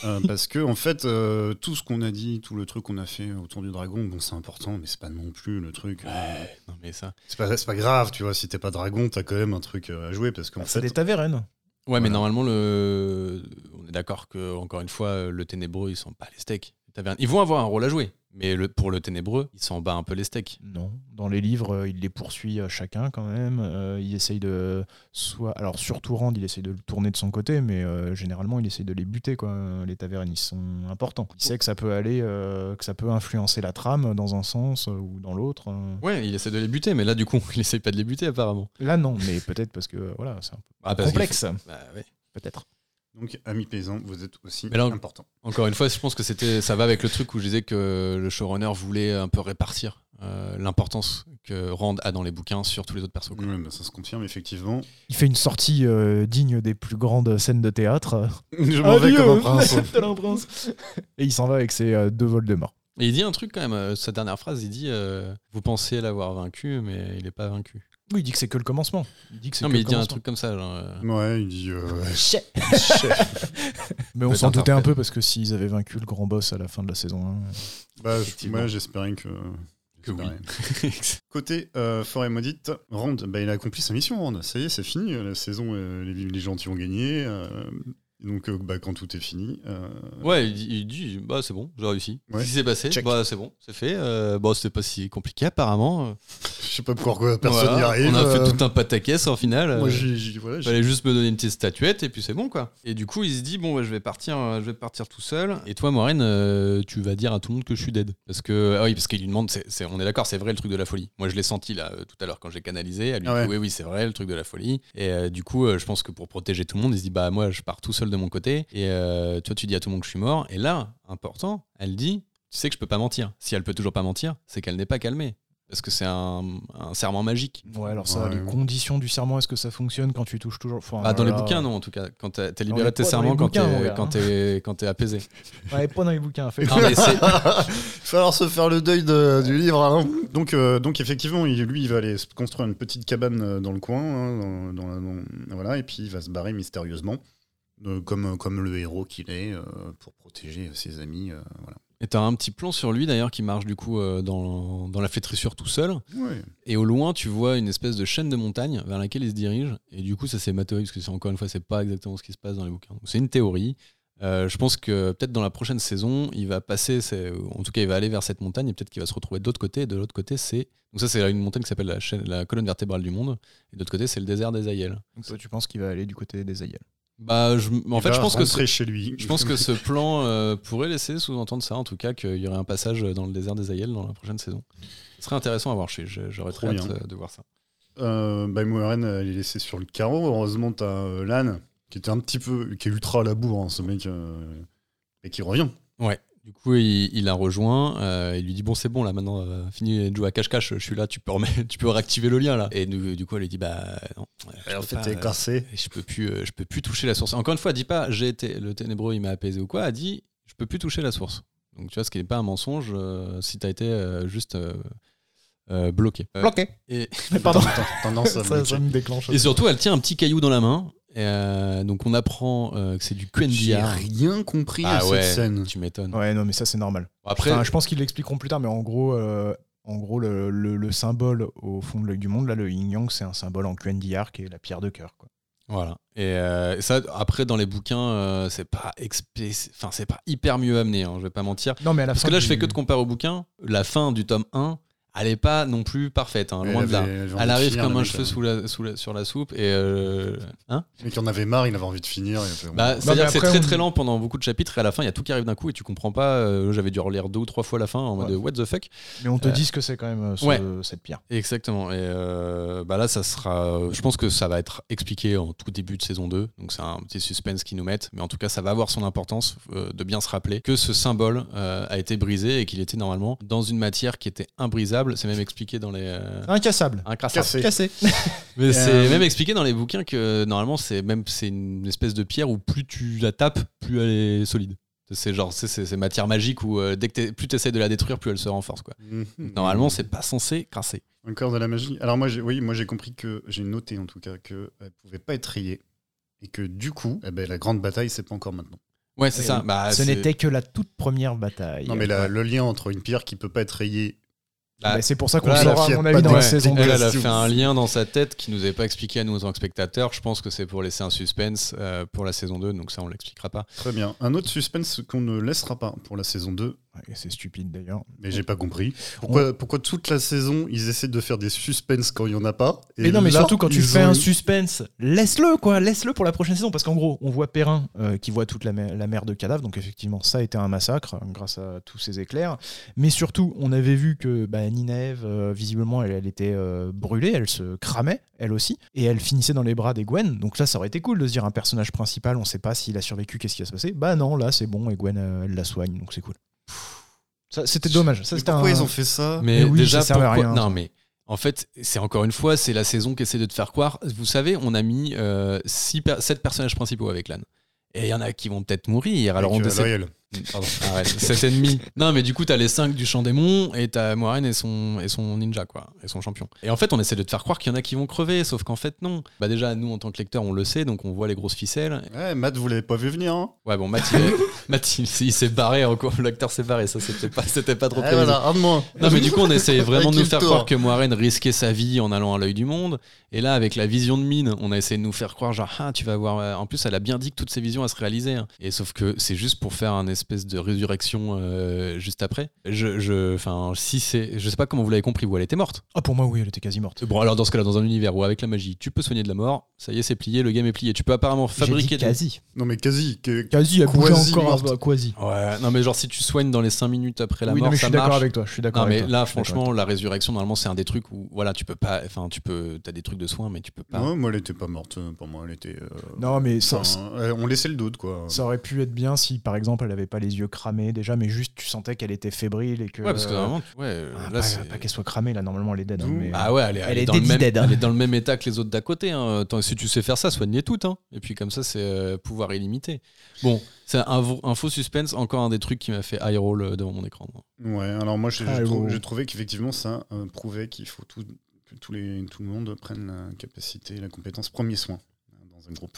Euh, parce que, en fait, euh, tout ce qu'on a dit, tout le truc qu'on a fait autour du dragon, bon, c'est important, mais c'est pas non plus le truc. euh,
Non, mais ça.
c'est, pas, c'est pas grave, tu vois, si t'es pas dragon, t'as quand même un truc euh, à jouer. Parce
Ah,
qu'en
C'est
fait,
des Tavernes.
Ouais, mais
Voilà.
normalement, euh, le... on est d'accord que, encore une fois, le ténébreux, ils sont pas les steaks. les tavernes. Ils vont avoir un rôle à jouer. Mais le, pour le ténébreux, il s'en bat un peu les steaks.
Non, dans les livres, euh, il les poursuit euh, chacun quand même. Euh, il essaye de soit, alors surtout Rand, il essaye de le tourner de son côté, mais euh, généralement, il essaye de les buter quoi. Euh, Les tavernes, ils sont importants. Il sait que ça peut aller, euh, que ça peut influencer la trame dans un sens euh, ou dans l'autre. euh.
Ouais, il essaie de les buter, mais là, du coup, il essaie pas de les buter, apparemment.
Là, non, mais peut-être parce que euh, voilà, c'est un peu
Ah, parce qu'il
complexe,
faut- bah, ouais.
peut-être.
Donc, amis plaisants, vous êtes aussi
Mais là, on-
important.
Encore une fois, je pense que c'était, ça va avec le truc où je disais que le showrunner voulait un peu répartir euh, l'importance que Rand a dans les bouquins sur tous les autres persos. quoi.
Ouais, bah, ça se confirme, effectivement.
Il fait une sortie euh, digne des plus grandes scènes de théâtre.
Je m'en vais
Adieu,
comme un prince.
tel un prince. Et il s'en va avec ses euh, deux vols de mort.
Et il dit un truc quand même, euh, sa dernière phrase, il dit euh, Vous pensez l'avoir vaincu, mais il n'est pas vaincu.
Oui, il dit que c'est que le commencement. Il dit que c'est
Non,
que
mais
le
il dit un
commencement.
truc comme ça. genre, euh,
Ouais, il dit. euh,
Mais on
Peut-être
s'en doutait un
interprète.
peu parce que s'ils avaient vaincu le grand boss à la fin de la saison 1.
bah, je-
Effectivement.
moi, j'espérais que.
Que oui.
j'espérais. Côté euh, Forêt Maudite, Rand, bah, il a accompli sa mission, Rand. Ça y est, c'est fini. La saison, euh, les, les gentils ont gagné. euh, donc, euh, bah, quand tout est fini. euh,
Ouais, il dit, il dit, Bah, c'est bon, j'ai réussi.
Ouais.
Si c'est passé,
Check.
bah, c'est bon, c'est fait. Euh, bah, c'était pas si compliqué, apparemment.
Je sais pas pourquoi personne n'y
Voilà,
arrive.
On a fait
euh,
tout un pataquès, au final.
Moi,
Euh,
j'y- j'y- voilà,
Il
j'y-
fallait juste me donner une petite statuette et puis c'est bon quoi. Et du coup il se dit bon ouais, je vais partir, euh, je vais partir tout seul. Et toi Maureen, euh, tu vas dire à tout le monde que je suis dead parce que ah oui parce qu'il lui demande, c'est- c'est- on est d'accord c'est vrai le truc de la folie. Moi je l'ai senti là euh, tout à l'heure quand j'ai canalisé, elle lui
Ah ouais.
dit oui oui c'est vrai le truc de la folie. Et euh, du coup euh, je pense que pour protéger tout le monde il se dit bah moi je pars tout seul de mon côté et euh, toi tu dis à tout le monde que je suis mort. Et là important elle dit tu sais que je peux pas mentir. Si elle peut toujours pas mentir c'est qu'elle n'est pas calmée parce que c'est un, un serment magique.
Ouais, alors ça,
Ouais.
les conditions du serment, est-ce que ça fonctionne quand tu touches toujours Enfin,
Ah, dans les
voilà.
bouquins, non, en tout cas. Quand t'as- t'es
On Ah, est
libéré de tes
pas Bah, dans les
serments, quand
bouquins, mon
t'es
gars,
quand
hein.
t'es- quand t'es apaisé.
euh, Ouais, pas dans les bouquins, fait.
Non, mais c'est-
Il va falloir se faire le deuil de- du livre. hein. Donc, euh, donc effectivement, il- lui, il va aller se construire une petite cabane euh, dans le coin, hein, dans- dans la- dans- voilà, et puis il va se barrer mystérieusement, euh, comme, comme le héros qu'il est, euh, pour protéger ses amis. euh,
Et t'as un petit plan sur lui, d'ailleurs, qui marche du coup euh, dans, dans la flétrissure tout seul.
voilà. Ouais.
Et au loin, tu vois une espèce de chaîne de montagne vers laquelle il se dirige. Et du coup, ça c'est ma théorie, parce que c'est- encore une fois, c'est pas exactement ce qui se passe dans les bouquins. Donc, C'est une théorie. Euh, je pense que peut-être dans la prochaine saison, il va passer, c'est- en tout cas, il va aller vers cette montagne et peut-être qu'il va se retrouver de l'autre côté. Et de l'autre côté, c'est. Donc, ça, c'est une montagne qui s'appelle la, chaîne- la colonne vertébrale du monde. Et de l'autre côté, c'est le désert des Aiels.
Donc toi, tu penses qu'il va aller du côté des aïeux
Bah, je- en
Il
fait,
va
je pense que c'est.
rentrer chez lui.
Je pense que ce plan euh, pourrait laisser sous-entendre ça, en tout cas, qu'il y aurait un passage dans le désert des Aiels dans la prochaine saison. Ce serait intéressant à voir, je- je- j'aurais
Trop
très hâte
bien.
euh, de voir ça.
Euh, bah, Moeren, euh, il est laissé sur le carreau. Heureusement, t'as euh, Lan, qui était un petit peu, qui est ultra à la bourre, hein, ce mec, euh, et qui revient.
Du coup, il, il la rejoint, euh, il lui dit Bon, c'est bon, là, maintenant, euh, fini de jouer à cache-cache, je suis là, tu peux, remettre- tu peux réactiver le lien, là. Et du, du coup, elle lui dit Bah, non. euh, je peux pas, euh,
cassé.
je peux plus, euh, je peux plus toucher la source. Encore une fois, elle dit pas j'ai été le ténébreux, il m'a apaisé ou quoi. Elle dit je peux plus toucher la source. Donc tu vois, ce qui n'est pas un mensonge euh, si t'as été euh, juste euh, euh, bloqué. Euh,
Bloqué
et,
Pardon.
Tendance à
ça, ça,
bloquer.
me déclenche.
et surtout, elle tient un petit caillou dans la main. Et, euh, donc on apprend euh, que c'est du
J'ai
QNDR.
rien compris
Ah
à
ouais,
cette scène.
Tu m'étonnes.
Ouais, non, mais ça, c'est normal.
Après,
Enfin, je pense qu'ils l'expliqueront plus tard, mais en gros, euh, en gros le, le- le symbole au fond de l'œil du monde, là, le yin-yang, c'est un symbole en QNDR qui est la pierre de cœur. quoi.
Voilà. Et euh, ça, après, dans les bouquins, euh, c'est pas expé- enfin, c'est pas hyper mieux amené. hein, je vais pas mentir.
Non, mais à la
Parce
fin
que là,
du-
je fais que de comparer au bouquin. La fin du tome 1, elle est pas non plus parfaite. hein, loin
Elle
de là.
avait- avait envie
Elle
de
arrive
finir,
hein,
comme
la
un
mec,
cheveu
là.
sous la, sous la- sur la soupe et euh, hein
Le mec en avait marre, il avait envie de finir. il a fait, bon.
Bah, c'est-à-dire que c'est
après,
très
on-
très lent pendant beaucoup de chapitres et à la fin il y a tout qui arrive d'un coup et tu comprends pas. euh, J'avais dû relire deux ou trois fois la fin en mode
Ouais.
what the fuck.
Mais on te
Euh,
dit ce que c'est quand même, euh, ce-
ouais.
cette pierre.
Exactement. Et euh, bah là ça sera, je pense que ça va être expliqué en tout début de saison 2 donc c'est un petit suspense qu'ils nous mettent. Mais en tout cas ça va avoir son importance euh, de bien se rappeler que ce symbole euh, a été brisé et qu'il était normalement dans une matière qui était imbrisable. C'est même expliqué dans les euh,
Incassable.
incrassables.
Cassé.
Cassé.
Mais
Euh,
c'est même expliqué dans les bouquins que euh, normalement c'est même c'est une espèce de pierre où plus tu la tapes, plus elle est solide. C'est genre c'est c'est- c'est matière magique où euh, dès que t'es- plus tu essaies de la détruire, plus elle se renforce quoi.
Mhm.
Normalement c'est pas censé crasser.
Encore de la magie. Alors moi, j'ai, oui, moi j'ai compris que j'ai noté en tout cas que elle pouvait pas être rayée et que du coup, eh ben, la grande bataille, c'est pas encore maintenant.
Ouais c'est
Oui,
ça.
oui.
Bah,
ce
c'est-
n'était que la toute première bataille.
non, mais la-
Ouais.
le lien entre une pierre qui peut pas être rayée.
Ah.
Bah, c'est pour ça qu'on
Voilà,
le
la
saura, à
fille a
mon
pas
avis,
de-
dans la
Ouais.
saison
elle,
2.
elle a fait un lien dans sa tête qui nous est pas expliqué à nous en tant que spectateurs. Je pense que c'est pour laisser un suspense euh, pour la saison 2, donc ça on l'expliquera pas.
Très bien. Un autre suspense qu'on ne laissera pas pour la saison 2,
Et euh, c'est stupide d'ailleurs.
Mais j'ai pas compris. Pourquoi, pourquoi toute la saison, ils essaient de faire des suspense quand il y en a pas et
mais non, mais
là,
surtout quand tu
ils
fais
ont
un
eu-
suspense, laisse-le quoi, laisse-le pour la prochaine saison. Parce qu'en gros, on voit Perrin euh, qui voit toute la, mer- la mer de cadavres, donc effectivement, ça a été un massacre euh, grâce à tous ces éclairs. Mais surtout, on avait vu que bah, Ninève, euh, visiblement, elle, elle était euh, brûlée, elle se cramait, elle aussi, et elle finissait dans les bras des Gwen. Donc là, ça aurait été cool de se dire un personnage principal, on sait pas s'il a survécu, qu'est-ce qui va se passer. Bah non, là, c'est bon, et Gwen, euh, elle la soigne, donc c'est cool. Ça, C'était dommage. Ça,
Mais
c'était
pourquoi
un-
ils ont fait ça
Ah. Mais
Mais
oui,
déjà,
ça sert à
pourquoi-
rien.
Non, mais en fait, c'est encore une fois, c'est la saison qui essaie de te faire croire. Vous savez, on a mis euh, 7 personnages principaux avec l'âne. Et il y en a qui vont peut-être mourir. Alors
Avec,
on
euh,
essaie-
L'Oréal.
Pardon,
Ah
arrête, cet ennemi. Non, mais du coup, t'as les 5 du champ démon et t'as Moiraine et son, et son ninja, quoi, et son champion. Et en fait, on essaie de te faire croire qu'il y en a qui vont crever, sauf qu'en fait, non. Bah, déjà, nous, en tant que lecteur, on le sait, donc on voit les grosses ficelles.
Ouais, Matt, vous l'avez pas vu venir. Hein
Ouais, bon, Matt, il, est- Matt, il, il s'est barré, encore, l'acteur s'est barré, ça, c'était pas, c'était pas trop
Ah,
prévisible.
voilà, un de moins.
Non, mais du coup, on essayait vraiment de
Avec
nous
le
faire
tour.
croire que Moiraine risquait sa vie en allant à l'œil du monde. Et là, avec la vision de mine, on a essayé de nous faire croire, genre, ah, tu vas voir. En plus, elle a bien dit que toutes ses visions, elles se réalisaient. hein. Et sauf que c'est juste pour faire un espèce de résurrection euh, juste après. Je, je, enfin, si c'est, je sais pas comment vous l'avez compris, vous, elle était morte.
Ah, pour moi, oui, elle était quasi morte.
Bon, alors dans ce cas-là, dans un univers où avec la magie, tu peux soigner de la mort, ça y est, c'est plié, le game est plié. Tu peux apparemment
J'ai dit
fabriquer. des-
quasi.
Non, mais quasi. que-
Quasi, elle bougeait
Quasi
encore
morte.
à- quasi.
Ouais, non, mais genre, si tu soignes dans les 5 minutes après la
oui, non,
mort,
mais je
ça
suis d'accord
marche.
avec toi. Je suis d'accord.
Non mais
avec toi,
là
je suis d'accord
franchement la résurrection normalement c'est un des trucs où voilà tu peux pas enfin tu peux t'as des trucs de soins mais tu peux pas.
Ouais, moi, elle était pas morte. euh, Pour moi, elle était. euh,
avec toi. Non, mais Ah. ça,
enfin, euh, on laissait le doute, quoi.
ça aurait pu être bien si, par exemple, elle avait pas les yeux cramés déjà, mais juste tu sentais qu'elle était fébrile et que.
Ouais parce que normalement tu- ouais euh,
Ah,
là
pas-
c'est-
pas, qu'elle soit cramée, là, normalement, elle est dead. hein,
D'où-
mais-
ah ouais elle est, elle
Elle
est
est
dans le
dead
même
dead, hein.
elle est dans le même état que les autres d'à côté hein. Tant- si tu sais faire ça soignez toutes hein. et puis comme ça c'est euh, pouvoir illimité. Bon c'est un, vo- un faux suspense encore un des trucs qui m'a fait high roll euh, devant mon écran. moi.
Ouais, alors moi j'ai
Ah,
j'ai trou-
bon.
j'ai trouvé qu'effectivement ça euh, prouvait qu'il faut tout, que tous les, tout le monde prenne la capacité, la compétence premier soin hein, dans un groupe.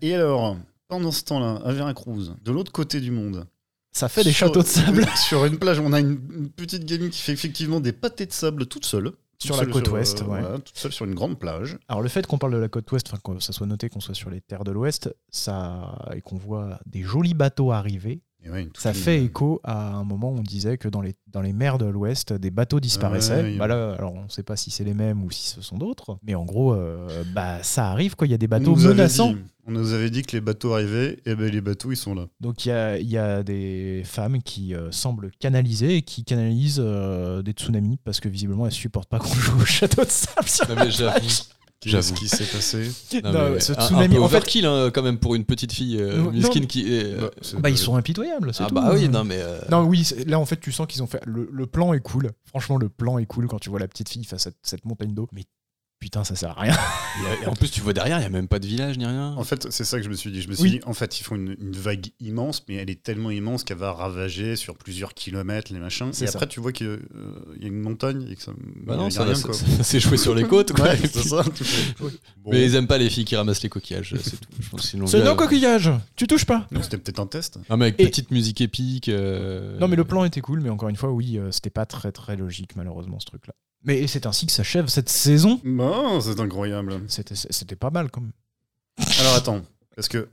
Et alors, pendant ce temps-là, à Veracruz, de l'autre côté du monde,
Ça fait des
sur-
châteaux de sable
sur une plage, on a une, une petite gamine qui fait effectivement des pâtés de sable toute seule. Toute
Sur la
seule euh,
côte ouest, ouais.
voilà, toute seule sur une grande plage.
Alors, le fait qu'on parle de la côte ouest, enfin, que ça soit noté qu'on soit sur les terres de l'ouest, ça... et qu'on voit des jolis bateaux arriver,
Et ouais, toute
ça
une-
euh,
fait écho à un moment où on disait que dans les, dans les mers de l'Ouest, des bateaux disparaissaient.
Ouais, il y a-
Bah là, alors on ne sait pas si c'est les mêmes ou si ce sont d'autres, mais en gros, euh, bah, ça arrive quoi. Il y a des
on
bateaux
nous avait
menaçants.
dit- on nous avait dit que les bateaux arrivaient, et ben les bateaux ils sont là.
Donc il y a, il y a des femmes qui euh, semblent canaliser et qui canalisent euh, des tsunamis parce que visiblement elles supportent pas qu'on joue au château de sable. sur
Non,
la
mais j'avoue.
plage.
Qu'est-ce
J'avoue.
qui s'est passé
Non,
Non,
mais
ce
un- un
tsunami,
peu
en fait-
overkill hein, quand même pour une petite fille euh,
Non,
miskine
mais-
qui est, euh,
Bah, c'est-
Bah ils sont impitoyables, c'est
ah
tout. hein.
bah oui non mais euh,
Non, oui, c'est- là en fait, tu sens qu'ils ont fait. Le, le plan est cool. Franchement, le plan est cool quand tu vois la petite fille face à cette montagne d'eau. Mais putain, ça sert à rien.
il y a- et en plus tu vois derrière il y a même pas de village ni rien.
En fait, c'est ça que je me suis dit. Je me suis
Oui.
dit, en fait, ils font une, une vague immense, mais elle est tellement immense qu'elle va ravager sur plusieurs kilomètres les machins.
C'est
Et
ça.
après, tu vois qu'il euh, il y a une montagne et que ça.
Bah
il y
non,
a
ça,
rien,
ça-
quoi.
ça- c'est joué sur les côtes, quoi.
Ouais,
Et
c'est
puis-
ça, tout fait. Bon.
Mais ils aiment pas les filles qui ramassent les coquillages, c'est tout. Je pense qu'ils l'ont
C'est
vu,
non
euh,
coquillage Tu touches pas
Donc, C'était peut-être un test.
Non, mais avec
Et-
petite musique épique. euh,
Non, mais le plan était cool, mais encore une fois, oui, euh, c'était pas très très logique, malheureusement, ce truc-là. Mais c'est ainsi que s'achève cette saison.
Bon, c'est incroyable.
C'était c'était pas mal, quand même.
Alors attends, parce que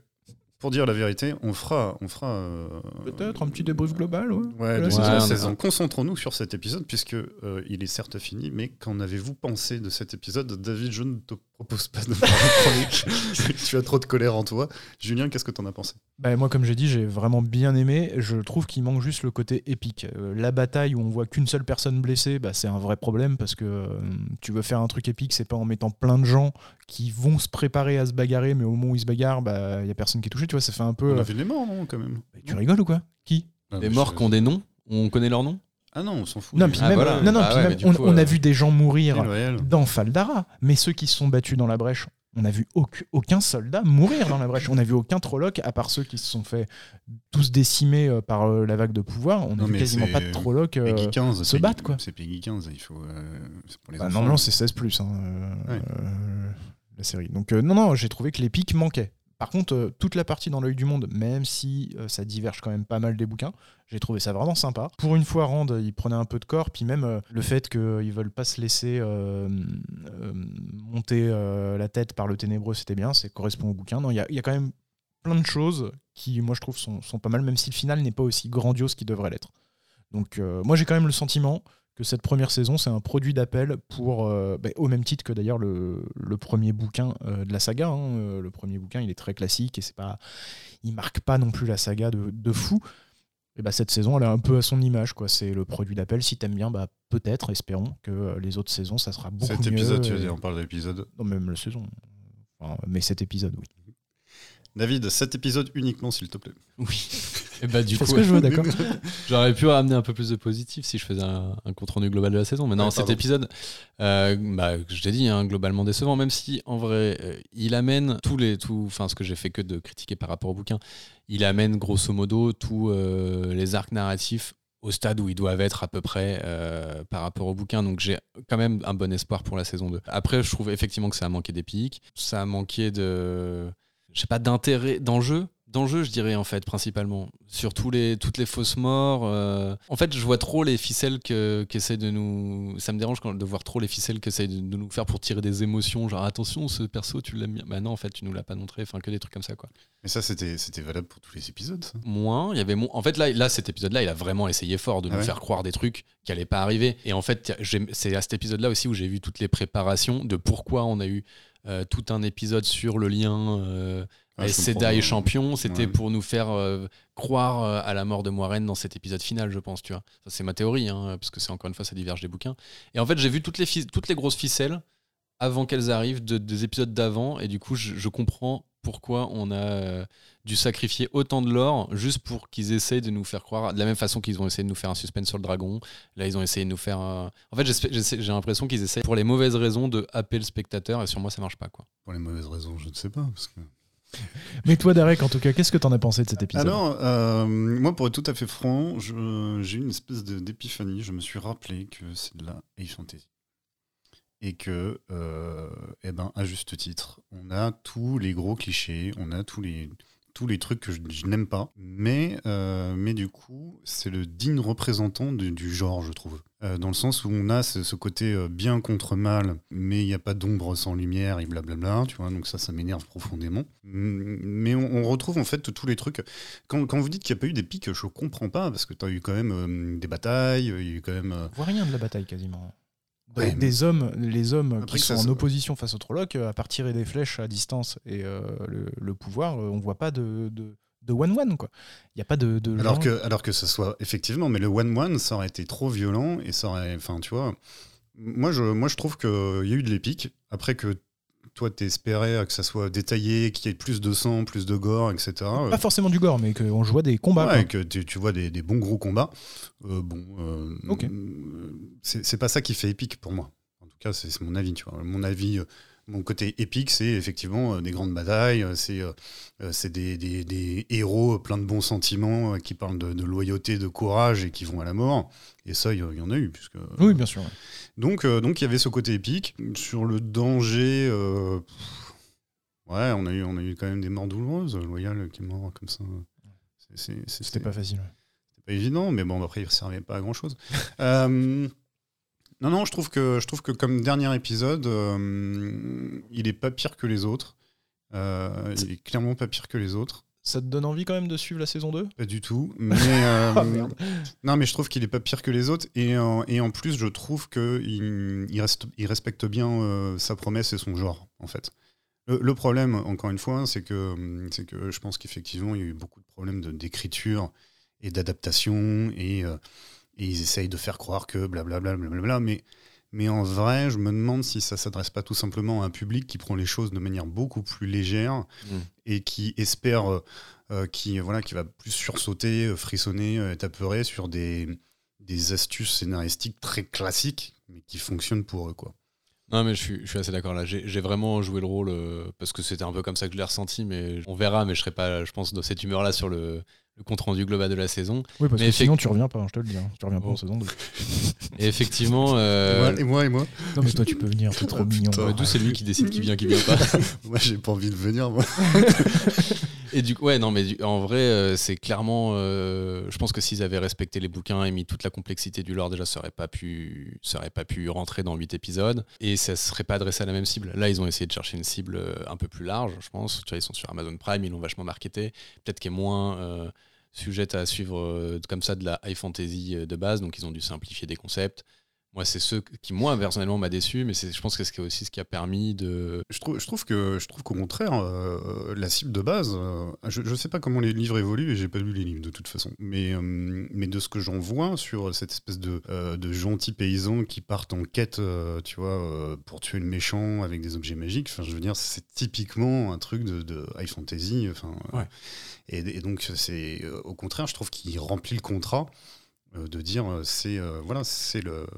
pour dire la vérité, on fera, on fera. euh,
Peut-être un petit débrief global, ouais.
Ouais, de
Ouais,
cette
on a-
saison. Concentrons-nous sur cet épisode, puisque euh, il est certes fini, mais qu'en avez-vous pensé de cet épisode David, je ne te propose pas de faire une chronique. tu as trop de colère en toi. Julien, qu'est-ce que t'en as pensé
Bah, moi, comme j'ai dit, j'ai vraiment bien aimé. Je trouve qu'il manque juste le côté épique. Euh, la bataille où on voit qu'une seule personne blessée, bah, c'est un vrai problème parce que euh, tu veux faire un truc épique, c'est pas en mettant plein de gens qui vont se préparer à se bagarrer, mais au moment où ils se bagarrent, bah, y a personne qui est touché. Tu vois, ça fait un peu.
On
euh,
a vu les morts, non, quand même
bah, tu rigoles ou quoi Qui
Les morts qui ont des noms, on connaît leurs noms.
Ah non, on s'en fout.
Non, puis
Ah,
même,
voilà.
non, non,
Ah
puis
ouais,
même,
mais du
on,
coup,
on a
euh,
vu des gens mourir.
C'est loyal.
dans Faldara, mais ceux qui se sont battus dans la brèche, on n'a vu auc- aucun soldat mourir dans la brèche. On n'a vu aucun Trolloc, à part ceux qui se sont fait tous décimer euh, par euh, la vague de pouvoir. On n'a
Non,
vu
mais
quasiment
c'est-
pas de Trolloc. euh,
Peggy 15,
se
Peggy-
battent, quoi.
C'est Peggy 15, il faut. euh, c'est pour les
bah,
enfants.
normalement, c'est 16 plus. hein, euh,
Ouais.
euh, la série. Donc, euh, non, non, j'ai trouvé que les pics manquaient. Par contre, euh, toute la partie dans l'œil du monde, même si euh, ça diverge quand même pas mal des bouquins, j'ai trouvé ça vraiment sympa. Pour une fois, Rand, il prenait un peu de corps, puis même euh, le fait qu'ils veulent pas se laisser euh, euh, monter euh, la tête par le ténébreux, c'était bien, ça correspond au bouquin. Non, il y a, il y a quand même plein de choses qui, moi, je trouve, sont, sont pas mal, même si le final n'est pas aussi grandiose qu'il devrait l'être. Donc, euh, moi, j'ai quand même le sentiment que cette première saison, c'est un produit d'appel pour, euh, bah, au même titre que d'ailleurs le, le premier bouquin euh, de la saga. hein. Euh, Le premier bouquin, il est très classique et c'est pas, il marque pas non plus la saga de, de fou. Et bah, cette saison, elle est un peu à son image. quoi. C'est le produit d'appel. Si t'aimes bien, bah, peut-être, espérons que euh, les autres saisons, ça sera beaucoup
Cet
mieux.
épisode, tu
et-
veux dire, on parle de l'épisode.
Non, même la saison. Enfin, mais cet épisode, oui.
David, cet épisode uniquement, s'il te plaît.
Oui. Et bah, du
Je fais
coup,
ce que je veux, d'accord
j'aurais pu ramener un peu plus de positif si je faisais un, un compte rendu global de la saison. Mais non,
Ouais,
cet
pardon.
épisode, euh, bah, je t'ai dit, hein, globalement décevant, même si en vrai, euh, il amène tous les, tout, enfin, ce que j'ai fait que de critiquer par rapport au bouquin, il amène grosso modo tous euh, les arcs narratifs au stade où ils doivent être à peu près euh, par rapport au bouquin. Donc j'ai quand même un bon espoir pour la saison 2. Après, je trouve effectivement que ça a manqué d'épique, ça a manqué de je sais pas, d'intérêt, d'enjeu. D'enjeu, je dirais, en fait, principalement. Sur tous les, toutes les fausses morts. euh, En fait, je vois trop les ficelles que, qu'essaient de nous. Ça me dérange quand, de voir trop les ficelles qu'essaient de, de nous faire pour tirer des émotions. Genre, attention, ce perso, tu l'aimes bien. Bah non, en fait, tu nous l'as pas montré. Enfin, que des trucs comme ça, quoi.
Mais ça, c'était c'était valable pour tous les épisodes. ça.
Moins. Il y avait moins. En fait, là, là cet épisode-là, il a vraiment essayé fort de
Ah
nous
ouais
faire croire des trucs qui allaient pas arriver. Et en fait, j'ai- c'est à cet épisode-là aussi où j'ai vu toutes les préparations de pourquoi on a eu euh, tout un épisode sur le lien. euh,
Ah, je comprends.
Seda est champion, c'était
Ouais.
pour nous faire euh, croire euh, à la mort de Moiraine dans cet épisode final, je pense, tu vois. Ça, c'est ma théorie, hein, parce que c'est encore une fois, ça diverge des bouquins. Et en fait, j'ai vu toutes les, fi- toutes les grosses ficelles avant qu'elles arrivent de- des épisodes d'avant, et du coup, je, je comprends pourquoi on a euh, dû sacrifier autant de l'or juste pour qu'ils essayent de nous faire croire, de la même façon qu'ils ont essayé de nous faire un suspense sur le dragon, là, ils ont essayé de nous faire... un- En fait, j'espère- j'essaie- j'ai l'impression qu'ils essayent, pour les mauvaises raisons, de happer le spectateur, et sur moi, ça marche pas, quoi.
Pour les mauvaises raisons, je ne sais pas. Parce que...
Mais toi, Derek, en tout cas, qu'est-ce que t'en as pensé de cet épisode
Alors, euh, moi, pour être tout à fait franc, je- j'ai eu une espèce de- d'épiphanie. Je me suis rappelé que c'est de la high fantasy. Et que, euh, eh ben, à juste titre, on a tous les gros clichés, on a tous les, tous les trucs que je, je n'aime pas. Mais, euh, mais du coup, c'est le digne représentant du, du genre, je trouve. Euh, dans le sens où on a ce, ce côté euh, bien contre mal, mais il n'y a pas d'ombre sans lumière et blablabla, tu vois, donc ça, ça m'énerve profondément. Mm, Mais on, on retrouve en fait tous les trucs. Quand, quand vous dites qu'il n'y a pas eu des pics, je comprends pas, parce que tu as eu quand même euh, des batailles, il y a eu quand même. euh,
On voit rien de la bataille quasiment.
Ouais,
Des- des hommes, les hommes
Après
qui
que
sont
ça
en
se-
opposition face au Trolloc, euh, à partir des flèches à distance et euh, le, le pouvoir, euh, on voit pas de de- de one-one. quoi. Il n'y a pas de. de
Alors
gens-
que, alors que ce soit effectivement, mais le one-one, ça aurait été trop violent et ça aurait. Enfin, tu vois. Moi, je, moi, je trouve qu'il y a eu de l'épique. Après que toi, t'espérais que ça soit détaillé, qu'il y ait plus de sang, plus de gore, etc.
Pas forcément du gore, mais qu'on voit des combats.
euh, Ouais,
quoi.
que tu, tu vois des, des bons gros combats. Euh, bon, euh,
Ok.
euh, c'est c'est pas ça qui fait épique pour moi. En tout cas, c'est c'est mon avis. Tu vois. Mon avis, euh, mon côté épique, c'est effectivement euh, des grandes batailles, euh, c'est euh, euh, c'est des, des- des héros pleins de bons sentiments euh, qui parlent de, de loyauté, de courage et qui vont à la mort. Et ça, il y en a eu. Puisque,
Oui, bien sûr. ouais.
donc, euh, donc il y avait ce côté épique. Sur le danger, euh, pff, ouais, on a, eu, on a eu quand même des morts douloureuses. Loyal qui est mort comme ça. C'est- c'est- c'est-
C'était pas facile. ouais.
c'est pas évident, mais bon, après, il ne servait pas à grand chose. Euh, non, non, je trouve que, je trouve que comme dernier épisode, euh, il est pas pire que les autres. Euh, il est clairement pas pire que les autres.
Ça te donne envie quand même de suivre la saison 2
Pas du tout. Mais, euh,
Ah, merde.
non, mais je trouve qu'il est pas pire que les autres. Et en, et en plus, je trouve qu'il il reste- il respecte bien euh, sa promesse et son genre, en fait. Le, le problème, encore une fois, c'est que, hum, c'est que je pense qu'effectivement, il y a eu beaucoup de problèmes de- d'écriture et d'adaptation. Et, euh, et ils essayent de faire croire que blablabla. blablabla, mais, mais en vrai, je me demande si ça s'adresse pas tout simplement à un public qui prend les choses de manière beaucoup plus légère
Mm.
et qui espère. euh, euh, qui euh, voilà qui va plus sursauter, euh, frissonner, euh, être apeuré sur des, des astuces scénaristiques très classiques, mais qui fonctionnent pour eux quoi.
Non, mais je suis, je suis assez d'accord là. J'ai j'ai vraiment joué le rôle euh, parce que c'était un peu comme ça que je l'ai ressenti, mais on verra. Mais je serai pas, je pense, dans cette humeur-là sur le, le compte rendu global de la saison.
Oui, parce
Mais
que
effect-
sinon tu reviens pas, hein, je te le dis. hein. Tu reviens pas
Oh.
en saison 2.
Et effectivement, euh,
et moi et moi,
Non, mais toi tu peux venir, t'es trop
Oh,
mignon.
putain.
euh, d'où c'est lui qui décide qui vient, qui vient pas.
moi j'ai pas envie de venir. Moi.
Et du coup, ouais, non, mais du- en vrai, euh, c'est clairement. euh, je pense que s'ils avaient respecté les bouquins et mis toute la complexité du lore, déjà, ça aurait pas pu, ça aurait pas pu rentrer dans 8 épisodes et ça serait pas adressé à la même cible. Là, ils ont essayé de chercher une cible euh, un peu plus large, je pense. Tu vois, ils sont sur Amazon Prime, ils l'ont vachement marketé. Peut-être qu'elle est moins. euh, sujette à suivre euh, comme ça de la high fantasy euh, de base, donc ils ont dû simplifier des concepts. Moi, c'est ce qui, moi, personnellement, m'a déçu, mais c'est- je pense que c'est aussi ce qui a permis de.
Je trouve, je trouve que je trouve qu'au contraire, euh, la cible de base, euh, je ne sais pas comment les livres évoluent et j'ai pas lu les livres de toute façon. Mais euh, mais de ce que j'en vois sur cette espèce de euh, de gentils paysans qui partent en quête, euh, tu vois, euh, pour tuer le méchant avec des objets magiques. Enfin, je veux dire, c'est typiquement un truc de, de high fantasy. Enfin, euh,
Ouais.
et, et donc c'est euh, au contraire, je trouve qu'il remplit le contrat euh, de dire euh, c'est euh, voilà c'est le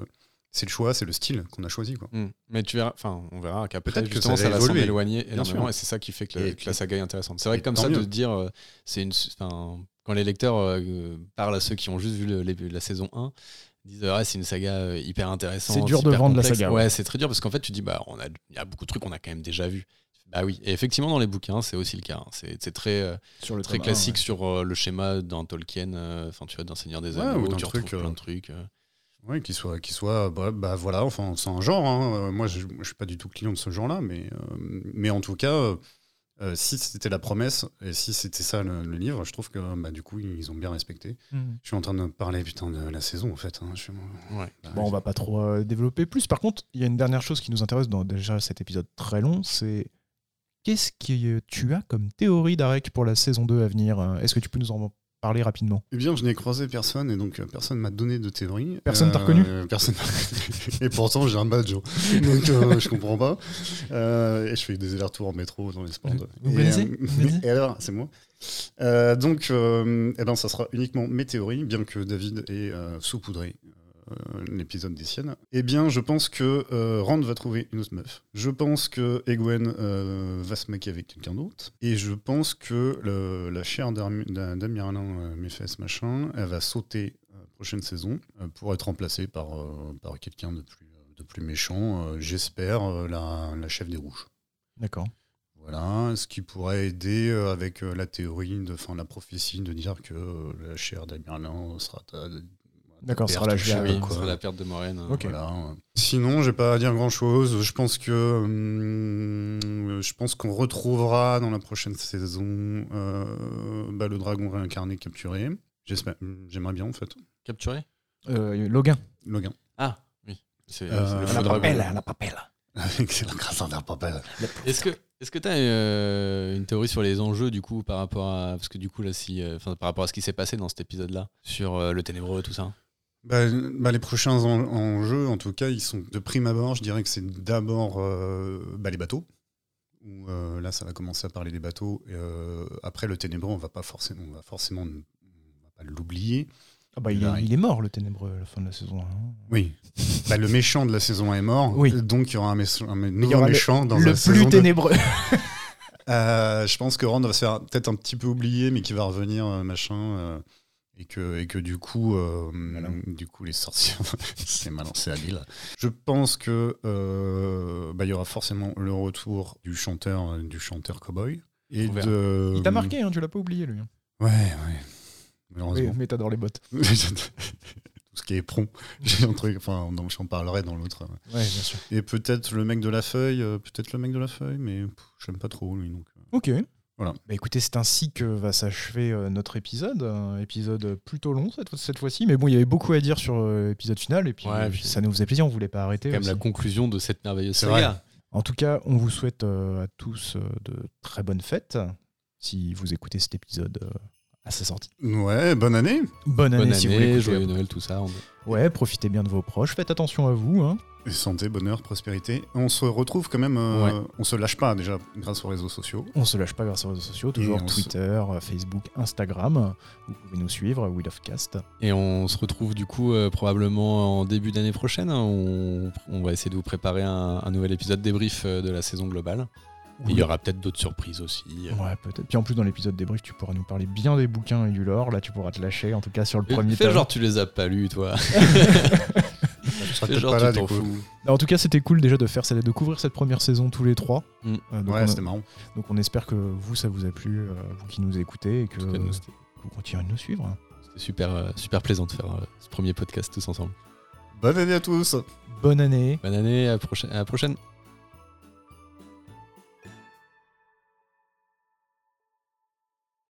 c'est le choix, c'est le style qu'on a choisi quoi.
Mm. Mais tu verras, enfin, on verra qu'après,
Peut-être que
justement,
ça
ça
va
va s'en
évoluer.
éloigner énormément,
sûr.
et c'est ça qui fait que, le-
Et-
que la
et-
saga est intéressante. C'est vrai
et
que comme
tant
ça, de
mieux.
dire, euh, c'est une. su- enfin, Quand les lecteurs euh, parlent à ceux qui ont juste vu le- les- la saison 1, ils disent ah, c'est une saga euh, hyper intéressante.
C'est dur de
hyper
vendre la
complexe.
saga, ouais.
Ouais, c'est très dur parce qu'en fait, tu dis bah, on a, il y a beaucoup de trucs qu'on a quand même déjà vu. Bah oui, et effectivement, dans les bouquins, c'est aussi le cas. hein. C'est c'est très. euh,
Sur le
très
tome un,
classique
ouais.
sur euh, le schéma d'un Tolkien, euh, enfin tu vois, d'un Seigneur des
Ouais,
Anneaux,
ou d'un
tu retrouves
truc, euh,
plein de trucs. euh.
Oui, qu'il soit, qu'il soit bah, bah, voilà, enfin, c'est un genre. hein. Euh, Moi, je ne suis pas du tout client de ce genre-là, mais, euh, mais en tout cas, euh, euh, si c'était la promesse et si c'était ça le, le livre, je trouve que bah, du coup, ils ont bien respecté.
Mhm.
Je suis en train de parler putain, de la saison, en fait. hein. Je suis-
Ouais.
bah,
Bon, on va pas trop euh, développer plus. Par contre, il y a une dernière chose qui nous intéresse dans déjà cet épisode très long, c'est qu'est-ce que euh, tu as comme théorie d'Arek pour la saison 2 à venir euh, Est-ce que tu peux nous en parler rapidement
Eh bien, je n'ai croisé personne et donc euh, personne m'a donné de théorie. Euh,
Personne t'a reconnu
Personne. et pourtant, j'ai un badge. hein. Donc, euh, je comprends pas. Euh, et je fais des allers-retours en métro dans les sports.
Vous
et,
connaissez
euh,
Vous connaissez
et alors, c'est moi. Euh, donc, euh, eh ben, ça sera uniquement mes théories, bien que David ait euh, saupoudré euh, l'épisode des siennes. Eh bien, je pense que euh, Rand va trouver une autre meuf. Je pense que Egwen euh, va se maquer avec quelqu'un d'autre. Et je pense que le- la chair d'Armi- d'A- d'Amiralin euh, Méfès, machin, elle va sauter euh, prochaine saison euh, pour être remplacée par, euh, par quelqu'un de plus, de plus méchant. euh, J'espère euh, la, la chef des rouges.
D'accord.
Voilà, ce qui pourrait aider euh, avec euh, la théorie, de, enfin la prophétie, de dire que euh, la chair d'Amiralin sera... ta-
D'accord,
ta
ce sera la
perte,
Ah
chair,
je
oui,
sais
ce
pas Ah quoi.
Sur la perte de Moraine. euh,
Ok.
Voilà. Sinon, j'ai pas à dire grand chose. Je pense que hum, je pense qu'on retrouvera dans la prochaine saison euh, bah, le dragon réincarné capturé. J'espère, j'aimerais bien en fait.
Capturé
Euh, Logan.
Logan.
Ah, oui. C'est
Euh,
c'est le
la
faux dragon.
papelle,
la papelle.
C'est la grâce d'un papa.
Est-ce que est-ce que tu as une théorie sur les enjeux du coup par rapport à parce que du coup là si euh, enfin, par rapport à ce qui s'est passé dans cet épisode là sur euh, le ténébreux tout ça
Bah, bah, les prochains en- enjeux, en tout cas, ils sont de prime abord. Je dirais que c'est d'abord euh, bah, les bateaux. Où, euh, là, ça va commencer à parler des bateaux. Et, euh, après, le ténébreux, on va pas forcément, on va forcément, ne- on va pas l'oublier.
Ah bah, il, est,
Darek.
il est mort le ténébreux à la fin de la saison. hein.
Oui. Bah, le méchant de la saison 1 est mort.
Oui.
Donc, il y aura un, mé- un mé-
Il y aura
nouveau
le-
méchant dans
le
la
plus
saison 2.
ténébreux.
Euh, je pense que Rand va se faire peut-être un petit peu oublier, mais qu'il va revenir, euh, machin. euh, et, que, et que du coup, euh, du coup les sorciers, c'est malin, c'est habile. Je pense que euh, bah, il y aura forcément le retour du chanteur, euh, du chanteur cowboy. Et
On verra.
de...
Il t'a marqué, hein, tu l'as pas oublié lui. hein.
Ouais, ouais. Malheureusement.
Oui, mais t'adores les bottes.
Tout ce qui est prompt, j'ai un truc, enfin, donc j'en parlerai dans l'autre.
Ouais, bien sûr.
Et peut-être le mec de la feuille, euh, peut-être le mec de la feuille, mais pff, je l'aime pas trop lui. Donc.
Ok.
Voilà.
Bah écoutez, c'est ainsi que va s'achever euh, notre épisode. Un épisode plutôt long cette, cette fois-ci. Mais bon, il y avait beaucoup à dire sur euh, l'épisode final. Et puis,
Ouais,
euh,
puis-
ça nous faisait plaisir, on voulait pas arrêter.
Quand même la
aussi.
conclusion de cette merveilleuse
C'est
saga.
En tout cas, on vous souhaite euh, à tous euh, de très bonnes fêtes. Si vous écoutez cet épisode euh, à sa sortie.
euh. Ouais, bonne année!
Bonne année,
Bonne
si vous
année,
l'écoutez.
joyeux Noël tout ça. on-
Ouais, profitez bien de vos proches. Faites attention à vous. hein.
Et Santé, bonheur, prospérité. On se retrouve quand même, euh, on se lâche pas déjà grâce aux réseaux sociaux.
On se lâche pas grâce aux réseaux sociaux. Toujours
on se-
Twitter, euh, Facebook, Instagram. Vous pouvez nous suivre. Will of Cast.
Et on se retrouve du coup euh, probablement en début d'année prochaine. hein. On, on va essayer de vous préparer un, un nouvel épisode débrief euh, de la saison globale. Et Il y aura peut-être d'autres surprises aussi. euh.
Ouais, peut-être. Puis en plus, dans l'épisode débrief, tu pourras nous parler bien des bouquins et du lore. Là, tu pourras te lâcher, en tout cas sur le premier
Fais
tome.
genre tu les as pas lus toi.
Je serais
C'est
peut-être
genre,
pas
tu
là,
t'en
du coup.
fous.
Non, En tout cas, c'était cool déjà de faire, cette- de couvrir cette première saison tous les trois.
Mm.
Euh, donc, on
Ouais,
a-
c'était marrant.
donc on espère que vous, ça vous a plu, euh, vous qui nous écoutez, et que
En tout cas,
Euh,
nous,
que
C'était
vous continuez de nous suivre.
c'était super, euh, super plaisant de faire euh, ce premier podcast tous ensemble.
Bonne année à tous
Bonne année
Bonne année, à, prochaine- à la prochaine.